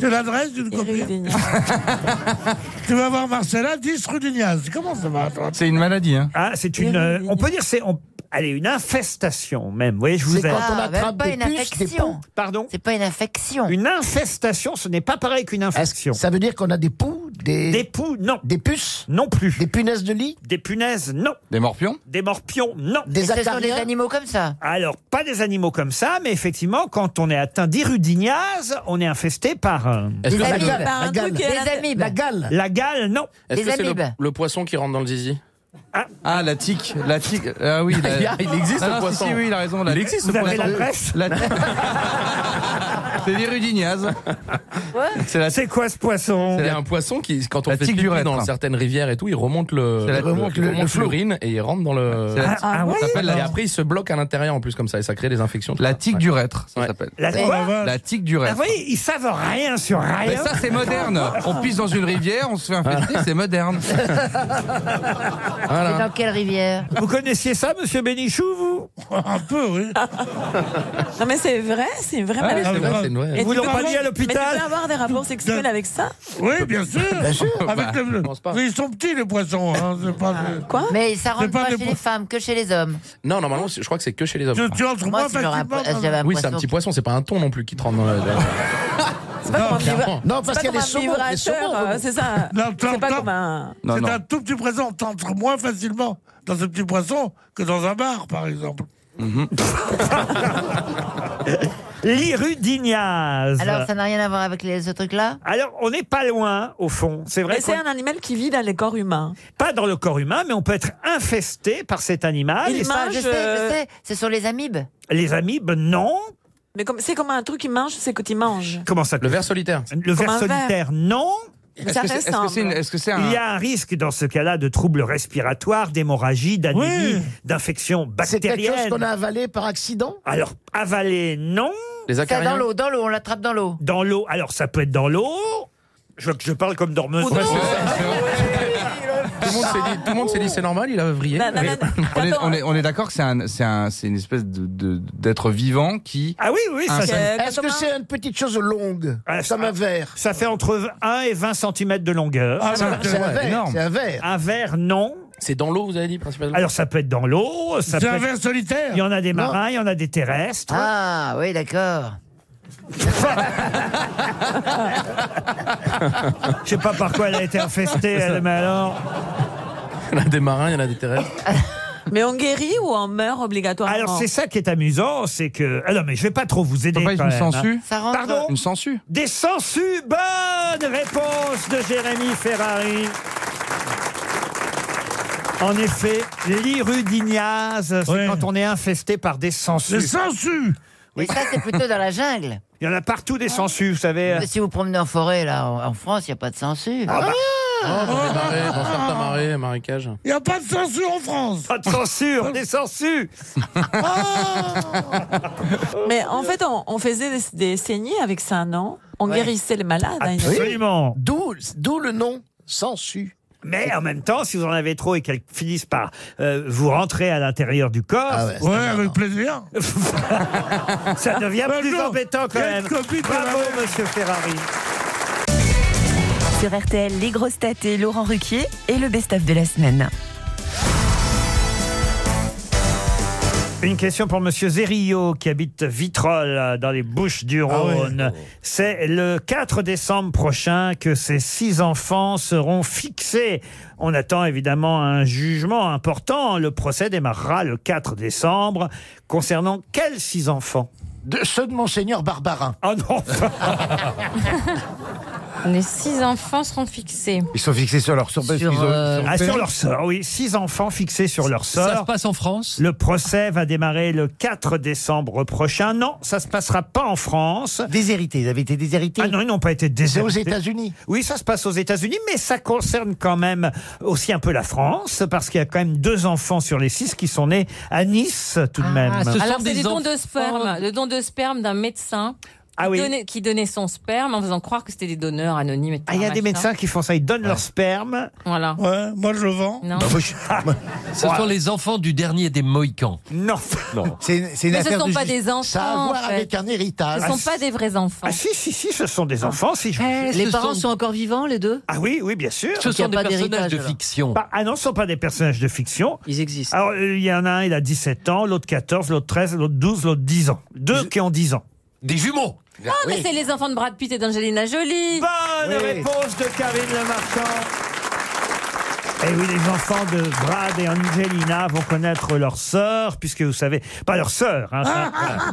Speaker 10: C'est l'adresse d'une copine.
Speaker 14: Ah,
Speaker 10: tu vas voir Marcella, 10 rue d'Ignaz. Comment ça va, toi
Speaker 12: C'est une maladie, hein.
Speaker 4: Ah, c'est une. euh, on peut dire c'est. on- Allez, une infestation même. Vous voyez, je vous
Speaker 13: C'est
Speaker 4: aide.
Speaker 13: quand on Ah, attrape même pas des une puces, des infection. poux.
Speaker 4: Pardon
Speaker 13: C'est pas une infection.
Speaker 4: Une infestation, ce n'est pas pareil qu'une infection.
Speaker 18: Ça veut dire qu'on a des poux, des...
Speaker 4: Des poux, non.
Speaker 18: Des puces
Speaker 4: Non plus.
Speaker 18: Des punaises de lit
Speaker 4: Des punaises, non.
Speaker 12: Des morpions
Speaker 4: Des morpions, non.
Speaker 18: Des
Speaker 13: Ce sont des
Speaker 18: acariens
Speaker 13: animaux comme
Speaker 4: [LAUGHS]
Speaker 13: ça.
Speaker 4: Alors, pas des animaux comme ça, mais effectivement, quand on est atteint d'irudignase, on est infesté par. euh,
Speaker 12: Est-ce que
Speaker 13: Des
Speaker 12: c'est
Speaker 13: amibes.
Speaker 12: le-
Speaker 17: Par un truc
Speaker 13: Des
Speaker 17: à la-
Speaker 13: amibes.
Speaker 18: gale
Speaker 4: La gale, non.
Speaker 13: Des
Speaker 12: est-ce que c'est le,
Speaker 13: amibes.
Speaker 12: le poisson qui rentre dans le zizi
Speaker 4: Ah.
Speaker 12: la tique, la tique. Ah oui, [LAUGHS] la- Il y a- il existe, Non, le non, si, poisson. si, oui, il a raison. Il la- existe,
Speaker 4: Vous
Speaker 12: le
Speaker 4: avez
Speaker 12: poisson.
Speaker 4: l'adresse
Speaker 12: La- C'est Virudignaz.
Speaker 4: C'est quoi ce poisson
Speaker 12: C'est un poisson qui, quand on La fait tique pipi du dans rêtre. certaines rivières et tout, il remonte le, C'est la- il remonte le, le- le flou. fluorine et il rentre dans le. C'est la- Ah, ah ouais ça s'appelle la- et d'accord. après il se bloque à l'intérieur en plus comme ça et ça crée des infections. La tique du rêtre, ça s'appelle. La Ouais. quoi La tique du
Speaker 4: Ah,
Speaker 12: rêtre.
Speaker 4: vous voyez, ils savent rien sur rien.
Speaker 12: Mais ça, c'est moderne.
Speaker 4: On
Speaker 12: pisse dans une rivière, on se fait infecter, c'est moderne.
Speaker 13: C'est dans quelle rivière
Speaker 4: Vous connaissiez ça, monsieur Bénichou, vous
Speaker 10: Un peu, oui.
Speaker 22: Non, mais c'est vrai, c'est une vraie
Speaker 4: Ah,
Speaker 22: maladie.
Speaker 4: c'est vrai, c'est une vraie. Vous l'ont pas
Speaker 22: avoir-
Speaker 4: mis à l'hôpital
Speaker 22: Mais tu peux avoir des rapports sexuels avec ça
Speaker 10: Oui, bien sûr.
Speaker 22: Bien sûr.
Speaker 10: Avec
Speaker 22: Bah,
Speaker 10: le- Mais ils sont petits, les poissons. Hein. c'est Pas
Speaker 13: Quoi Mais ça rentre
Speaker 10: C'est pas
Speaker 13: pas,
Speaker 10: des
Speaker 13: chez
Speaker 10: po-
Speaker 13: les femmes, que chez les hommes.
Speaker 12: Non, normalement, c'est- je crois que c'est que chez les hommes.
Speaker 13: Tu- tu entres Moi, moins si j'aurais un po- facilement, si j'avais un
Speaker 12: Oui, c'est un
Speaker 13: poisson
Speaker 12: petit poisson, c'est pas un thon non plus qui te rentre dans la.
Speaker 22: C'est pas comme un
Speaker 12: clairement.
Speaker 22: vibra-
Speaker 12: Non,
Speaker 22: c'est
Speaker 12: parce
Speaker 22: pas
Speaker 12: qu'il y a
Speaker 22: comme
Speaker 12: des
Speaker 22: un
Speaker 12: saumons, des
Speaker 22: vibrateur,
Speaker 12: saumons,
Speaker 22: euh, C'est ça.
Speaker 10: Non, t'en-
Speaker 22: C'est pas
Speaker 10: t'en-
Speaker 22: comme un.
Speaker 10: C'est un tout petit présent. T'entres moins facilement dans ce petit poisson que dans un bar, par exemple. Mhm.
Speaker 4: L'irudignaz.
Speaker 13: Alors, ça n'a rien à voir avec les, ce truc-là
Speaker 4: Alors, on n'est pas loin, au fond. C'est vrai.
Speaker 22: Mais c'est
Speaker 4: qu'on-
Speaker 22: un animal qui vit dans les corps humains.
Speaker 4: Pas dans le corps humain, mais on peut être infesté par cet animal.
Speaker 22: Il
Speaker 4: Et ça,
Speaker 22: mange,
Speaker 4: je sais,
Speaker 22: euh,
Speaker 4: je sais.
Speaker 13: Ce sont les amibes
Speaker 4: Les amibes, non.
Speaker 22: Mais comme c'est comme un truc qui mange, c'est que tu manges.
Speaker 4: Comment ça
Speaker 12: Le ver solitaire.
Speaker 4: Le
Speaker 22: Comme
Speaker 4: ver
Speaker 22: un ver.
Speaker 4: solitaire, non.
Speaker 22: Mais ça ressemble.
Speaker 4: Il y a un risque dans ce cas-là de troubles respiratoires, d'hémorragie, d'anémie, d'infection
Speaker 14: C'est quelque chose qu'on a
Speaker 4: bactérienne.
Speaker 14: avalé par accident
Speaker 4: Alors, avaler, non.
Speaker 12: Les
Speaker 13: Ça, dans l'eau, dans l'eau, on l'attrape dans l'eau.
Speaker 4: Dans l'eau. Alors, ça peut être dans l'eau. Je vois que je parle comme dormeuse.
Speaker 12: Ouais, c'est Tout le monde s'est dit- tout le monde s'est dit, c'est normal, il a vrillé.
Speaker 22: Non, non, non, non.
Speaker 12: On est-
Speaker 22: on
Speaker 12: est- on est d'accord que c'est un- c'est un- c'est une espèce de- de- d'être vivant qui.
Speaker 4: Ah oui, oui, ça
Speaker 12: Un seul-
Speaker 14: Est-ce que c'est une petite chose longue Comme un verre
Speaker 4: Euh, Ça fait entre 1 et 20 cm de longueur.
Speaker 14: Ah, c'est- c'est un verre, c'est un verre.
Speaker 4: Un verre, non.
Speaker 12: C'est dans l'eau, vous avez dit, principalement
Speaker 4: Alors ça peut être dans l'eau. ça
Speaker 10: C'est
Speaker 4: peut
Speaker 10: un
Speaker 4: être-
Speaker 10: ver solitaire.
Speaker 4: Il y en a des marins, il y en a des terrestres.
Speaker 13: Ah, oui, d'accord.
Speaker 4: Je sais pas par quoi elle a été infestée, elle, mais alors.
Speaker 12: Il y en a des marins, il y en a des terrestres.
Speaker 22: Mais on guérit ou on meurt obligatoirement
Speaker 4: Alors c'est ça qui est amusant, c'est que. Ah non, mais je vais pas trop vous aider.
Speaker 12: Papa,
Speaker 4: quand
Speaker 12: une
Speaker 4: même, hein.
Speaker 12: sangsue
Speaker 13: Ça rentre-
Speaker 4: Pardon
Speaker 12: Une sangsue
Speaker 4: Des sangsues Bonne réponse de Jérémy Ferrari. En effet, l'irudignase, c'est quand on est infesté par des sangsues.
Speaker 10: Les sangsues
Speaker 13: Mais ça, c'est plutôt dans la jungle.
Speaker 4: Il y en a partout des sangsues, vous savez. euh. Ah, bah.
Speaker 13: Si vous promenez en forêt, là, en en France, il n'y a pas de Ah. censure.
Speaker 12: Oh, dans les marais, dans certains marais, marécages.
Speaker 10: Il n'y a pas de censure en France.
Speaker 4: Pas de
Speaker 22: [LAUGHS]
Speaker 4: censure, des sangsues
Speaker 22: Ah Mais en fait, on, on faisait des, des saignées avec ça, non On guérissait les malades. hein, il y a-
Speaker 4: Absolument.
Speaker 14: D'où d'où le nom Sensu.
Speaker 4: Mais en même temps, si vous en avez trop et qu'elles finissent par euh, vous rentrer à l'intérieur du corps,
Speaker 14: Ah
Speaker 10: Ouais, avec plaisir.
Speaker 4: [LAUGHS] ça devient
Speaker 10: Ben
Speaker 4: plus
Speaker 10: non,
Speaker 4: embêtant quand
Speaker 10: quelle
Speaker 4: même.
Speaker 10: copie de
Speaker 4: Bravo,
Speaker 10: la mère.
Speaker 4: monsieur Ferrari.
Speaker 3: Sur RTL, les grosses têtes et Laurent Ruquier et le best-of de la semaine.
Speaker 4: Une question pour Monsieur Zério qui habite Vitrolles euh, dans les Bouches du Rhône. C'est le 4 décembre prochain que ces six enfants seront fixés. On attend évidemment un jugement important. Le procès démarrera le 4 décembre. Concernant quels six enfants
Speaker 14: De ceux de Monseigneur Barbarin.
Speaker 4: Ah non
Speaker 22: Les six enfants seront fixés.
Speaker 18: Ils sont fixés sur leur sort parce qu'ils ont- ils ont
Speaker 4: Ah,
Speaker 18: fait-
Speaker 4: sur leur sort, oui. Six enfants fixés sur leur sort.
Speaker 7: Ça se passe en France
Speaker 4: Le procès va démarrer le 4 décembre prochain. Non, ça se passera pas en France.
Speaker 14: Déshérités, ils avaient été déshérités.
Speaker 4: Ah non, ils n'ont pas été
Speaker 14: C'est aux
Speaker 4: déshérités.
Speaker 14: États-Unis.
Speaker 4: Oui, ça se passe aux États-Unis, mais ça concerne quand même aussi un peu la France, parce qu'il y a quand même deux enfants sur les six qui sont nés à Nice, tout de même.
Speaker 7: Ah, ce sont
Speaker 17: Alors, c'est
Speaker 7: des
Speaker 17: le don
Speaker 7: enfants-
Speaker 17: de sperme, le don de sperme d'un médecin
Speaker 4: Ah oui.
Speaker 17: qui, donnait, qui donnait son sperme en faisant croire que c'était des donneurs anonymes. etc.
Speaker 4: Ah, il y a des
Speaker 17: Machin.
Speaker 4: médecins qui font ça, ils donnent leur sperme.
Speaker 17: Voilà.
Speaker 10: Ouais, moi, je le vends.
Speaker 17: Non.
Speaker 14: Ah,
Speaker 7: [LAUGHS] Ce sont les enfants du dernier des Mohicans.
Speaker 4: Non.
Speaker 14: C'est c'est une
Speaker 17: Mais ce
Speaker 14: affaire
Speaker 17: sont
Speaker 14: de
Speaker 17: pas
Speaker 14: justice.
Speaker 17: des enfants.
Speaker 14: Ça a à voir
Speaker 17: en fait.
Speaker 14: avec un héritage.
Speaker 17: Ce ne sont pas des vrais enfants.
Speaker 4: Ah si, si, si, ce sont des enfants. Si je...
Speaker 17: Eh,
Speaker 24: Les parents sont encore vivants, les deux
Speaker 4: Ah oui, oui, bien sûr.
Speaker 7: Ce
Speaker 24: y
Speaker 7: sont
Speaker 24: a
Speaker 7: des
Speaker 24: pas
Speaker 7: personnages
Speaker 24: d'héritage,
Speaker 7: de
Speaker 24: alors.
Speaker 7: fiction.
Speaker 4: Pas- ah non, ce ne sont pas des personnages de fiction.
Speaker 24: Ils existent.
Speaker 4: Alors, euh, il y en a un, il a 17 ans, l'autre 14, l'autre 13, l'autre 12, l'autre 10 ans. Deux qui ont 10 ans.
Speaker 7: Des jumeaux
Speaker 17: Ah, mais c'est les enfants de Brad Pitt et d'Angelina Jolie.
Speaker 4: Bonne réponse de Karine Lamarchand. Et Eh oui, les enfants de Brad et Angelina vont connaître leur sort, puisque vous savez, pas leur sœur, hein,
Speaker 6: [LAUGHS]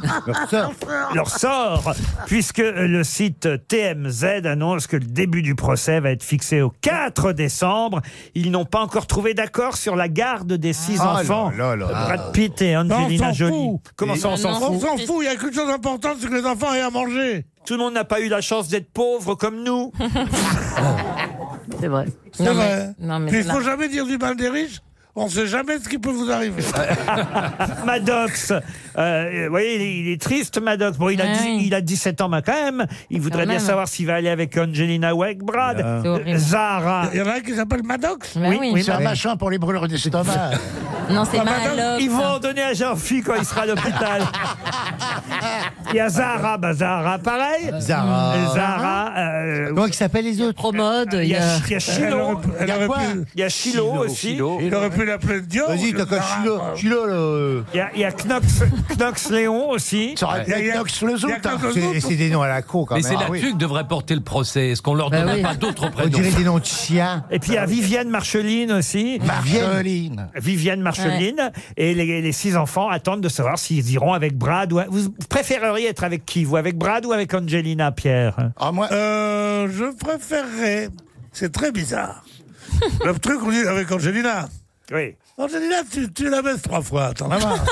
Speaker 4: ça- leur sort, leur sort, puisque le site TMZ annonce que le début du procès va être fixé au 4 décembre. Ils n'ont pas encore trouvé d'accord sur la garde des six
Speaker 6: Ah là
Speaker 4: enfants.
Speaker 6: là là là.
Speaker 4: Brad Pitt et Angelina
Speaker 10: Bah, s'en
Speaker 4: Jolie.
Speaker 10: fout.
Speaker 4: Comment ça, on s'en
Speaker 10: On
Speaker 4: fout
Speaker 10: s'en fout, il y a qu'une chose importante, c'est que les enfants aient à manger.
Speaker 4: Tout le monde n'a pas eu la chance d'être pauvre comme nous.
Speaker 19: C'est vrai.
Speaker 10: C'est
Speaker 4: Non, mais-
Speaker 10: vrai.
Speaker 4: non, mais
Speaker 10: Puis il
Speaker 4: là-
Speaker 10: faut jamais dire du mal des riches. On ne sait jamais ce qui peut vous [LAUGHS] arriver.
Speaker 4: [LAUGHS] Maddox, euh, vous voyez, il est, il est triste, Maddox. Bon, il a,
Speaker 10: Ouais,
Speaker 4: dix-
Speaker 10: oui.
Speaker 4: il a 17 ans, mais quand même, il voudrait bien
Speaker 10: même.
Speaker 4: savoir s'il va aller avec Angelina ou avec Brad,
Speaker 10: C'est
Speaker 4: euh,
Speaker 10: horrible.
Speaker 4: Zara.
Speaker 10: Il y en a un qui s'appelle Maddox.
Speaker 4: Ben oui.
Speaker 14: c'est un machin pour les brûleurs d'estomac.
Speaker 5: Non, c'est
Speaker 14: Ah,
Speaker 5: mal.
Speaker 14: madame,
Speaker 4: Ils vont en donner à Jean-Phi quand il sera à l'hôpital. Il y a Zara, bah Zara, pareil.
Speaker 14: Ah.
Speaker 18: Zara.
Speaker 4: Euh, Zara. euh,
Speaker 18: Comment ils s'appellent les autres
Speaker 19: Promode,
Speaker 4: il y a, il y a Chilo.
Speaker 10: Euh, Elle aurait pu- elle
Speaker 4: Il y a
Speaker 10: aurait
Speaker 4: quoi
Speaker 10: pu-
Speaker 4: Il y a Chilo,
Speaker 10: Chilo,
Speaker 4: aussi.
Speaker 10: Chilo. Il aurait pu l'appeler Dior,
Speaker 14: Vas-y, t'as
Speaker 10: le
Speaker 14: qu'à
Speaker 10: Zara.
Speaker 14: Chilo, Chilo, là. euh.
Speaker 4: Il y a, il y a Knox, Knox Léon aussi.
Speaker 14: Ça aurait pu être Knox le Zout, hein. C'est- C'est des noms à la con, quand
Speaker 7: Mais
Speaker 14: même.
Speaker 7: c'est
Speaker 14: Ah
Speaker 7: la
Speaker 14: oui.
Speaker 7: tuque qui devrait porter le procès. Est-ce qu'on leur
Speaker 14: Ben
Speaker 7: donne
Speaker 14: oui.
Speaker 7: pas d'autres
Speaker 14: On
Speaker 7: prénoms
Speaker 14: dirait des noms de chiens.
Speaker 4: Bah
Speaker 14: Bah
Speaker 4: Et puis il y a Viviane Marcheline aussi.
Speaker 14: Marceline.
Speaker 4: Viviane Marcheline. Et les, les six enfants attendent de savoir s'ils iront avec Brad. Ou... Vous préféreriez être avec qui Vous, avec Brad ou avec Angelina, Pierre
Speaker 14: Ah,
Speaker 10: Euh, je préférerais. C'est très
Speaker 4: [LAUGHS]
Speaker 10: bizarre. le truc qu'on dit avec Angelina.
Speaker 4: Oui.
Speaker 10: Angelina, tu, tu la baisses trois fois, t'en as
Speaker 4: [LAUGHS]
Speaker 10: marre.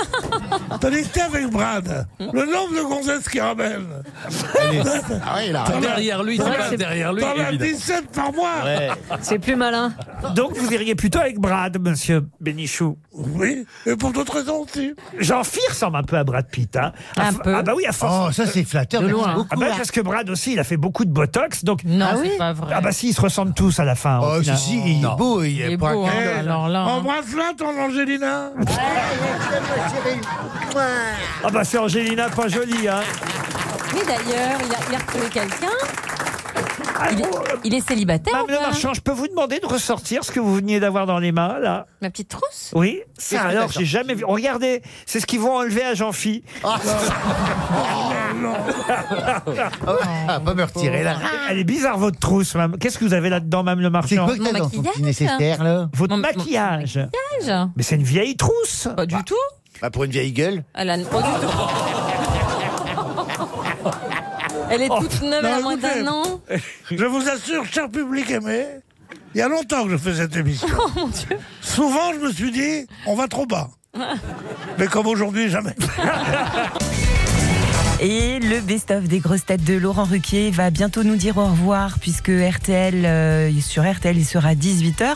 Speaker 10: Tandis que t'es avec Brad, le nombre de gonzesses qu'il ramène. [LAUGHS]
Speaker 14: Elle est- Ah ouais, là.
Speaker 10: T'en as-
Speaker 7: Derrière lui,
Speaker 10: t'en
Speaker 7: c'est
Speaker 10: as-
Speaker 7: pas derrière lui,
Speaker 10: T'en as
Speaker 7: évidemment.
Speaker 10: 17 par mois.
Speaker 19: C'est plus malin.
Speaker 4: Donc vous iriez plutôt avec Brad, monsieur Bénichou
Speaker 10: Oui, et pour d'autres raisons aussi.
Speaker 4: Jean-Phil ressemble un peu à Brad Pitt. Hein. À
Speaker 10: Un
Speaker 4: f-
Speaker 10: peu.
Speaker 4: Ah bah oui, à force.
Speaker 10: Oh, ça, c'est flatteur, De merci loin. beaucoup,
Speaker 4: Ah bah
Speaker 10: là.
Speaker 4: parce que Brad aussi, il a fait beaucoup de Botox. Donc...
Speaker 5: Non,
Speaker 4: ah
Speaker 5: c'est pas vrai.
Speaker 4: Ah bah si, ils se ressemblent tous à la fin.
Speaker 14: Oh,
Speaker 4: au final.
Speaker 14: si, si, il est beau, il
Speaker 5: Il
Speaker 14: est
Speaker 5: est
Speaker 14: pas
Speaker 5: beau,
Speaker 14: un
Speaker 5: hein,
Speaker 14: cadre.
Speaker 5: alors
Speaker 10: Oh,
Speaker 5: là. hein.
Speaker 10: Eh, Embrasse-la, ton Angelina.
Speaker 4: Ah bah c'est Angelina, pas jolie. Hein.
Speaker 5: Mais d'ailleurs, il a, il a retrouvé quelqu'un. Il, est- il est célibataire.
Speaker 4: Madame Le
Speaker 5: ou pas
Speaker 4: Marchand, je peux vous demander de ressortir ce que vous veniez d'avoir dans les mains, là
Speaker 5: Ma petite trousse
Speaker 4: Oui,
Speaker 5: Qu'est-ce
Speaker 4: ça
Speaker 5: que
Speaker 4: alors,
Speaker 5: t'as
Speaker 4: j'ai jamais vu. Regardez, c'est ce qu'ils vont enlever à Jean-Phi.
Speaker 14: Ah, pas me retirer, là.
Speaker 4: Elle est bizarre, votre trousse, madame. Qu'est-ce que vous avez là-dedans, madame le marchand
Speaker 14: C'est quoi que t'as
Speaker 5: Mon
Speaker 14: dans ton petit
Speaker 5: maquillage.
Speaker 14: nécessaire, là
Speaker 4: Votre
Speaker 5: Mon- mon-
Speaker 4: maquillage.
Speaker 5: Âge
Speaker 4: Mais c'est une vieille trousse.
Speaker 5: Pas du tout.
Speaker 14: Bah, pour une vieille gueule.
Speaker 5: Elle a Ah, pas du tout.
Speaker 4: [LAUGHS]
Speaker 5: Elle est toute neuve, elle a
Speaker 10: Oh, Non,
Speaker 5: moins
Speaker 10: écoutez,
Speaker 5: d'un an.
Speaker 10: Je vous assure, cher public aimé, il y a longtemps que je fais cette émission.
Speaker 5: [LAUGHS] Oh mon dieu.
Speaker 10: Souvent, je me suis dit, on va trop bas. Mais comme aujourd'hui, jamais.
Speaker 3: Et le best-of des grosses têtes de Laurent Ruquier va bientôt nous dire au revoir puisque RTL euh, sur RTL il sera 18h.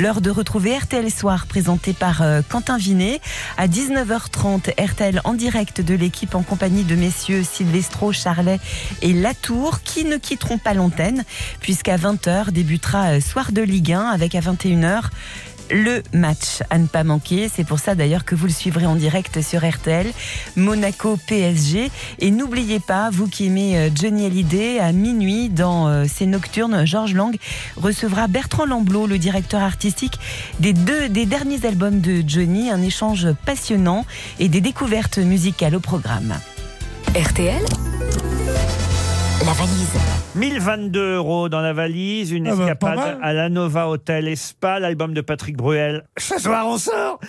Speaker 3: L'heure de retrouver RTL Soir présenté par euh, Quentin Vinet à 19h30 RTL en direct de l'équipe en compagnie de messieurs Silvestro, Charlet et Latour qui ne quitteront pas l'antenne puisqu'à 20h débutera euh, Soir de Ligue 1 avec à 21h le match à ne pas manquer. C'est pour ça d'ailleurs que vous le suivrez en direct sur RTL, Monaco PSG. Et n'oubliez pas, vous qui aimez euh, Johnny Hallyday, à minuit dans euh, ses nocturnes, Georges Lang recevra Bertrand Lamblot, le directeur artistique des deux des derniers albums de Johnny. Un échange passionnant et des découvertes musicales au programme.
Speaker 20: Bah. RTL, la valise.
Speaker 4: 1022 euros dans la valise, une
Speaker 10: Ah bah,
Speaker 4: escapade
Speaker 10: pas mal.
Speaker 4: à la Nova Hotel et Spa, l'album de Patrick Bruel. Ce soir, on
Speaker 13: [LAUGHS]
Speaker 4: sort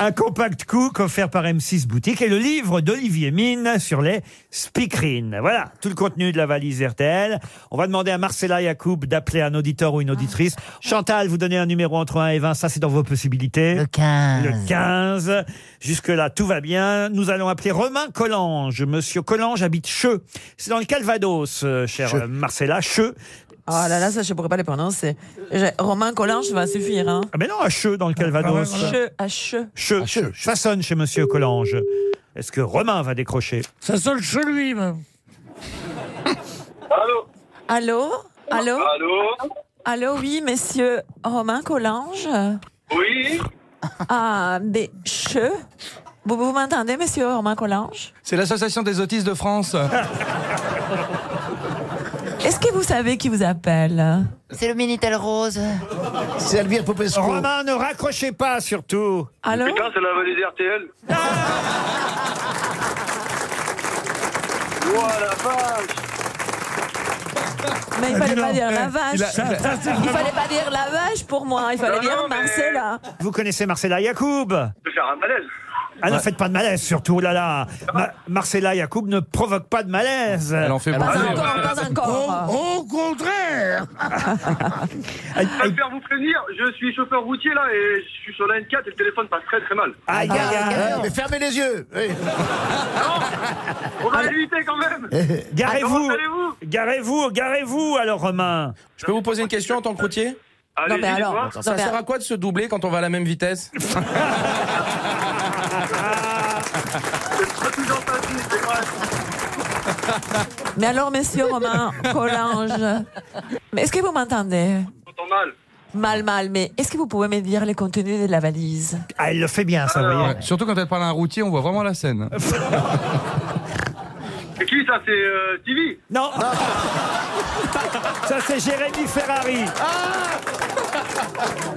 Speaker 4: Un compact cook offert par M6 Boutique et le livre d'Olivier Mine sur les speakerines. Voilà, tout le contenu de la valise RTL. On va demander à Marcella Yacoub d'appeler un auditeur ou une auditrice. Chantal, vous donnez un numéro entre 1 et 20, ça c'est dans vos possibilités.
Speaker 18: Le 15.
Speaker 4: Le 15. Jusque-là, tout va bien. Nous allons appeler Romain Collange. Monsieur Collange habite Cheux. C'est dans le Calvados, euh, chère euh, Marcella. Cheux.
Speaker 15: Ah là là, ça, je pourrais pas les prononcer. Je- Romain Collange va suffire, hein.
Speaker 4: Ah, mais non, à Cheux, dans le Calvados.
Speaker 15: Che, à che.
Speaker 4: Cheux. Ça sonne chez Monsieur Collange. Est-ce que Romain va décrocher
Speaker 10: Ça sonne chez lui, même.
Speaker 15: Allô? Allô? Allô, oui, monsieur Romain Collange?
Speaker 8: Oui
Speaker 15: Ah, des che. Vous, vous m'entendez, monsieur Romain Collange?
Speaker 12: C'est l'association des autistes de France.
Speaker 15: Est-ce que vous savez qui vous appelle?
Speaker 18: C'est le Minitel Rose.
Speaker 14: C'est Elvire Popesco.
Speaker 4: Romain, ne raccrochez pas surtout.
Speaker 15: Allô?
Speaker 8: Putain, c'est la valise RTL.
Speaker 11: [LAUGHS]
Speaker 8: Oh la vache
Speaker 22: Mais il fallait
Speaker 4: Non,
Speaker 22: pas dire
Speaker 4: eh,
Speaker 22: la vache.
Speaker 4: il a- Ça, ça, c'est
Speaker 22: Il fallait pas dire la vache pour moi. Il fallait dire Marcella.
Speaker 4: Vous connaissez Marcella Yacoub
Speaker 25: Je vais faire un malaise.
Speaker 4: Ah non, faites pas de malaise surtout, oh là là. Ma- Marcella Yacoub ne provoque pas de malaise. Elle en fait
Speaker 22: Pas encore, pas encore.
Speaker 4: [LAUGHS]
Speaker 10: Au contraire
Speaker 4: Elle-
Speaker 25: Je vais faire vous prévenir, je suis chauffeur routier là et je suis sur la N4 et le téléphone passe très très mal.
Speaker 18: Aïe, aïe,
Speaker 22: Ah,
Speaker 18: aïe. Mais fermez les yeux. oui.
Speaker 25: On va l'éviter quand même
Speaker 4: Eh,
Speaker 25: Ah,
Speaker 4: Garez-vous,
Speaker 25: Comment allez-vous
Speaker 4: garez-vous, garez-vous alors Romain.
Speaker 12: Je peux vous poser une question en tant que routier
Speaker 25: Allez, mais alors, dites-moi. non,
Speaker 12: ça
Speaker 25: mais-
Speaker 12: sert à quoi de se doubler quand on va à la même vitesse
Speaker 22: Mais alors, monsieur Romain Collange, mais est-ce que vous m'entendez
Speaker 25: mal.
Speaker 22: Mal, mal, mais est-ce que vous pouvez me dire les contenus de la valise
Speaker 4: Ah, elle le fait bien, ça, vous voyez.
Speaker 14: Surtout quand elle parle à un routier, on voit vraiment la
Speaker 4: [LAUGHS]
Speaker 14: scène.
Speaker 25: C'est qui ça C'est euh, TV
Speaker 4: Non [LAUGHS] Ça c'est Jérémy Ferrari.
Speaker 25: Ah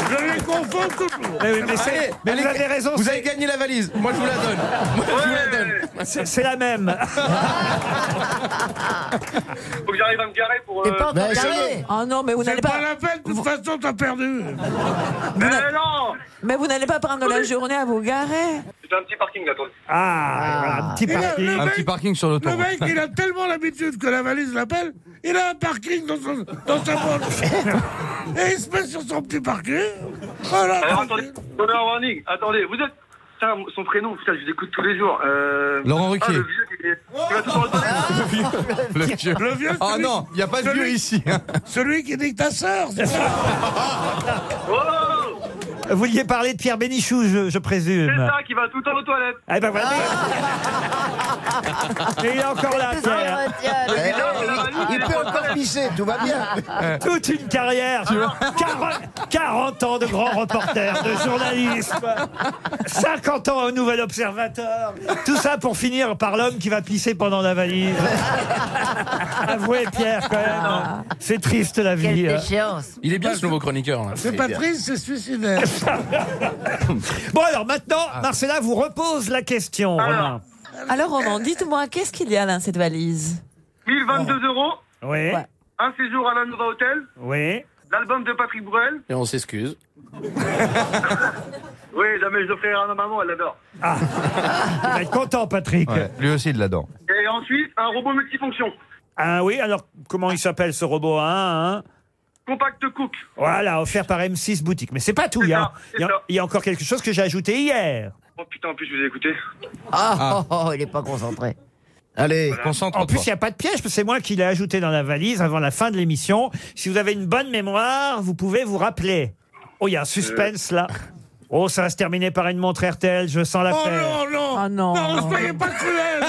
Speaker 10: Je les confonds toujours.
Speaker 4: Mais oui, mais c'est-
Speaker 12: Allez,
Speaker 4: mais
Speaker 12: allez,
Speaker 4: vous avez raison,
Speaker 12: Vous
Speaker 4: c'est-
Speaker 12: avez gagné la valise. Moi, je vous la donne. Moi, je vous la donne.
Speaker 4: C'est c'est la même.
Speaker 25: Faut que j'arrive à me garer pour.
Speaker 22: T'es
Speaker 25: euh,
Speaker 22: pas encore garé Oh non, mais vous n'allez
Speaker 10: C'est
Speaker 22: pas...
Speaker 10: pas la peine, de toute façon, t'as perdu.
Speaker 25: Mais non
Speaker 22: Mais vous n'allez pas prendre la journée à vous garer
Speaker 25: J'ai un petit parking là, attendez.
Speaker 4: Ah, voilà, un petit
Speaker 10: Et là,
Speaker 4: parking.
Speaker 10: le
Speaker 14: Un
Speaker 10: mec-
Speaker 14: petit parking sur
Speaker 10: Le
Speaker 14: l'autoroute.
Speaker 10: mec, il a tellement l'habitude que la valise l'appelle, il a un parking dans, son- dans sa
Speaker 14: [LAUGHS]
Speaker 10: poche. Et il se met sur son petit parking. Oh là
Speaker 25: Alors
Speaker 10: là.
Speaker 25: attendez, attendez, un warning. Attendez, vous êtes. Putain, son prénom, putain, je vous écoute tous les jours. Euh...
Speaker 14: Laurent
Speaker 25: Ah,
Speaker 14: Ruquier. Ah.
Speaker 25: le vieux, il est- il va tout dans le temps.
Speaker 14: Le vieux.
Speaker 10: Le vieux,
Speaker 14: Ah
Speaker 10: celui-
Speaker 14: non, il n'y a pas de
Speaker 10: celui-
Speaker 14: vieux ici. hein.
Speaker 10: Celui qui dit que ta sœur, c'est ça
Speaker 14: [LAUGHS]
Speaker 25: Oh
Speaker 4: Vous vouliez parler de Pierre Bénichou, je, je
Speaker 25: C'est
Speaker 4: présume.
Speaker 25: ça qui va tout le temps aux toilettes.
Speaker 4: Eh ben voilà. Et il est encore là, Pierre.
Speaker 18: Eh, il- Il peut encore pisser, tout va bien.
Speaker 4: [LAUGHS] Toute une carrière. 40, 40 ans de grand reporter, de journaliste. 50 ans au Nouvel Observateur. Tout ça pour finir par l'homme qui va pisser pendant la valise. Avouez, Pierre, quand même. hein. C'est triste, la vie. hein.
Speaker 26: Quelle déchéance.
Speaker 12: Il est bien ce nouveau chroniqueur. là.
Speaker 10: C'est pas triste, c'est suicidaire.
Speaker 4: Bon, alors maintenant, Marcella vous repose la question,
Speaker 10: Ah.
Speaker 4: Romain.
Speaker 22: Alors, Romain, dites-moi, qu'est-ce qu'il y a dans cette valise
Speaker 25: 1022 euros,
Speaker 4: Oui,
Speaker 25: un séjour à la Nova Hotel,
Speaker 4: oui.
Speaker 25: l'album de Patrick Bruel.
Speaker 12: Et on s'excuse.
Speaker 25: Oui, jamais je l'offrirai à ma maman, elle adore.
Speaker 4: Il va être content, Patrick.
Speaker 14: Ouais, lui aussi, il l'adore.
Speaker 25: Et ensuite, un robot multifonction.
Speaker 4: Ah oui, alors comment il s'appelle ce robot hein, hein
Speaker 25: Compact Cook.
Speaker 4: Voilà, offert par M6 Boutique. Mais c'est pas tout, il y, a,
Speaker 25: c'est
Speaker 4: il y a-
Speaker 25: ça.
Speaker 4: il y a encore quelque chose que j'ai ajouté hier.
Speaker 25: Oh putain, en plus, je vous ai écouté.
Speaker 26: Ah, oh, oh, il est pas concentré.
Speaker 14: Allez,
Speaker 4: En
Speaker 14: concentre-toi.
Speaker 4: plus, il n'y a pas de piège, parce que c'est moi qui l'ai ajouté dans la valise avant la fin de l'émission. Si vous avez une bonne mémoire, vous pouvez vous rappeler. Oh, il
Speaker 10: Euh.
Speaker 4: y a un suspense là. Oh, ça va se terminer par une montre RTL, je sens
Speaker 10: Oh
Speaker 4: l'affaire.
Speaker 10: non, non
Speaker 22: Ah non.
Speaker 10: Non, soyez pas cruel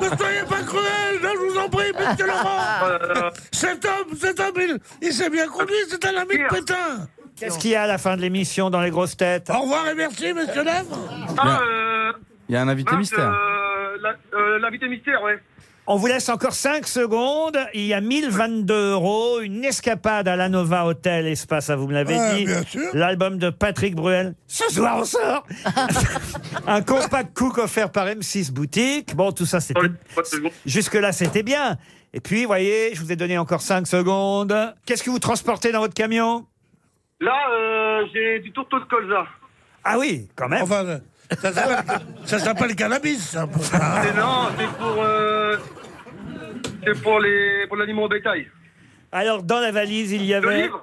Speaker 10: Ne soyez pas cruel, non, je vous en prie, monsieur Laurent Cet homme, cet homme, il, il s'est bien conduit, c'est un ami de Pétain
Speaker 4: Qu'est-ce qu'il y a à la fin de l'émission dans les grosses têtes
Speaker 10: Ah. Au revoir et merci, monsieur Lèvres
Speaker 25: Ah, euh.
Speaker 14: Il y a un invité
Speaker 25: mince,
Speaker 14: mystère.
Speaker 25: euh, la- euh, L'invité mystère, ouais.
Speaker 4: On vous laisse encore 5 secondes. Il y a 1022 euros, une escapade à la Nova Hotel Espace, ça vous me l'avez
Speaker 10: Ouais,
Speaker 4: dit.
Speaker 10: bien sûr.
Speaker 4: L'album de Patrick Bruel. Ce soir, on sort Un compact cook offert par M6 Boutique. Bon, tout ça, c'était... Jusque-là, c'était bien. Et puis, voyez, je vous ai donné encore 5 secondes. Qu'est-ce que vous transportez dans votre camion
Speaker 25: Là, euh, j'ai du tourteau de colza.
Speaker 4: Ah oui, quand même.
Speaker 10: Enfin, euh, ça s'appelle- ça s'appelle cannabis, ça, pour ça.
Speaker 25: Mais non, [LAUGHS] c'est pour. euh, c'est pour les pour l'animal au bétail.
Speaker 4: Alors, dans la valise, il y
Speaker 25: Le
Speaker 4: avait...
Speaker 25: livre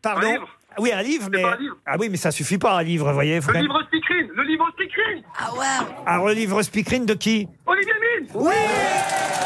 Speaker 4: Pardon
Speaker 25: Un livre
Speaker 4: Oui, un livre, mais...
Speaker 25: pas un livre
Speaker 4: Ah oui, mais ça suffit pas, un livre, voyez. faut
Speaker 25: Le
Speaker 4: quand même-
Speaker 25: livre Speakerine Le livre Speakerine
Speaker 22: Ah ouais
Speaker 4: Alors, le livre speakerine de qui
Speaker 25: Olivier Mine
Speaker 4: Oui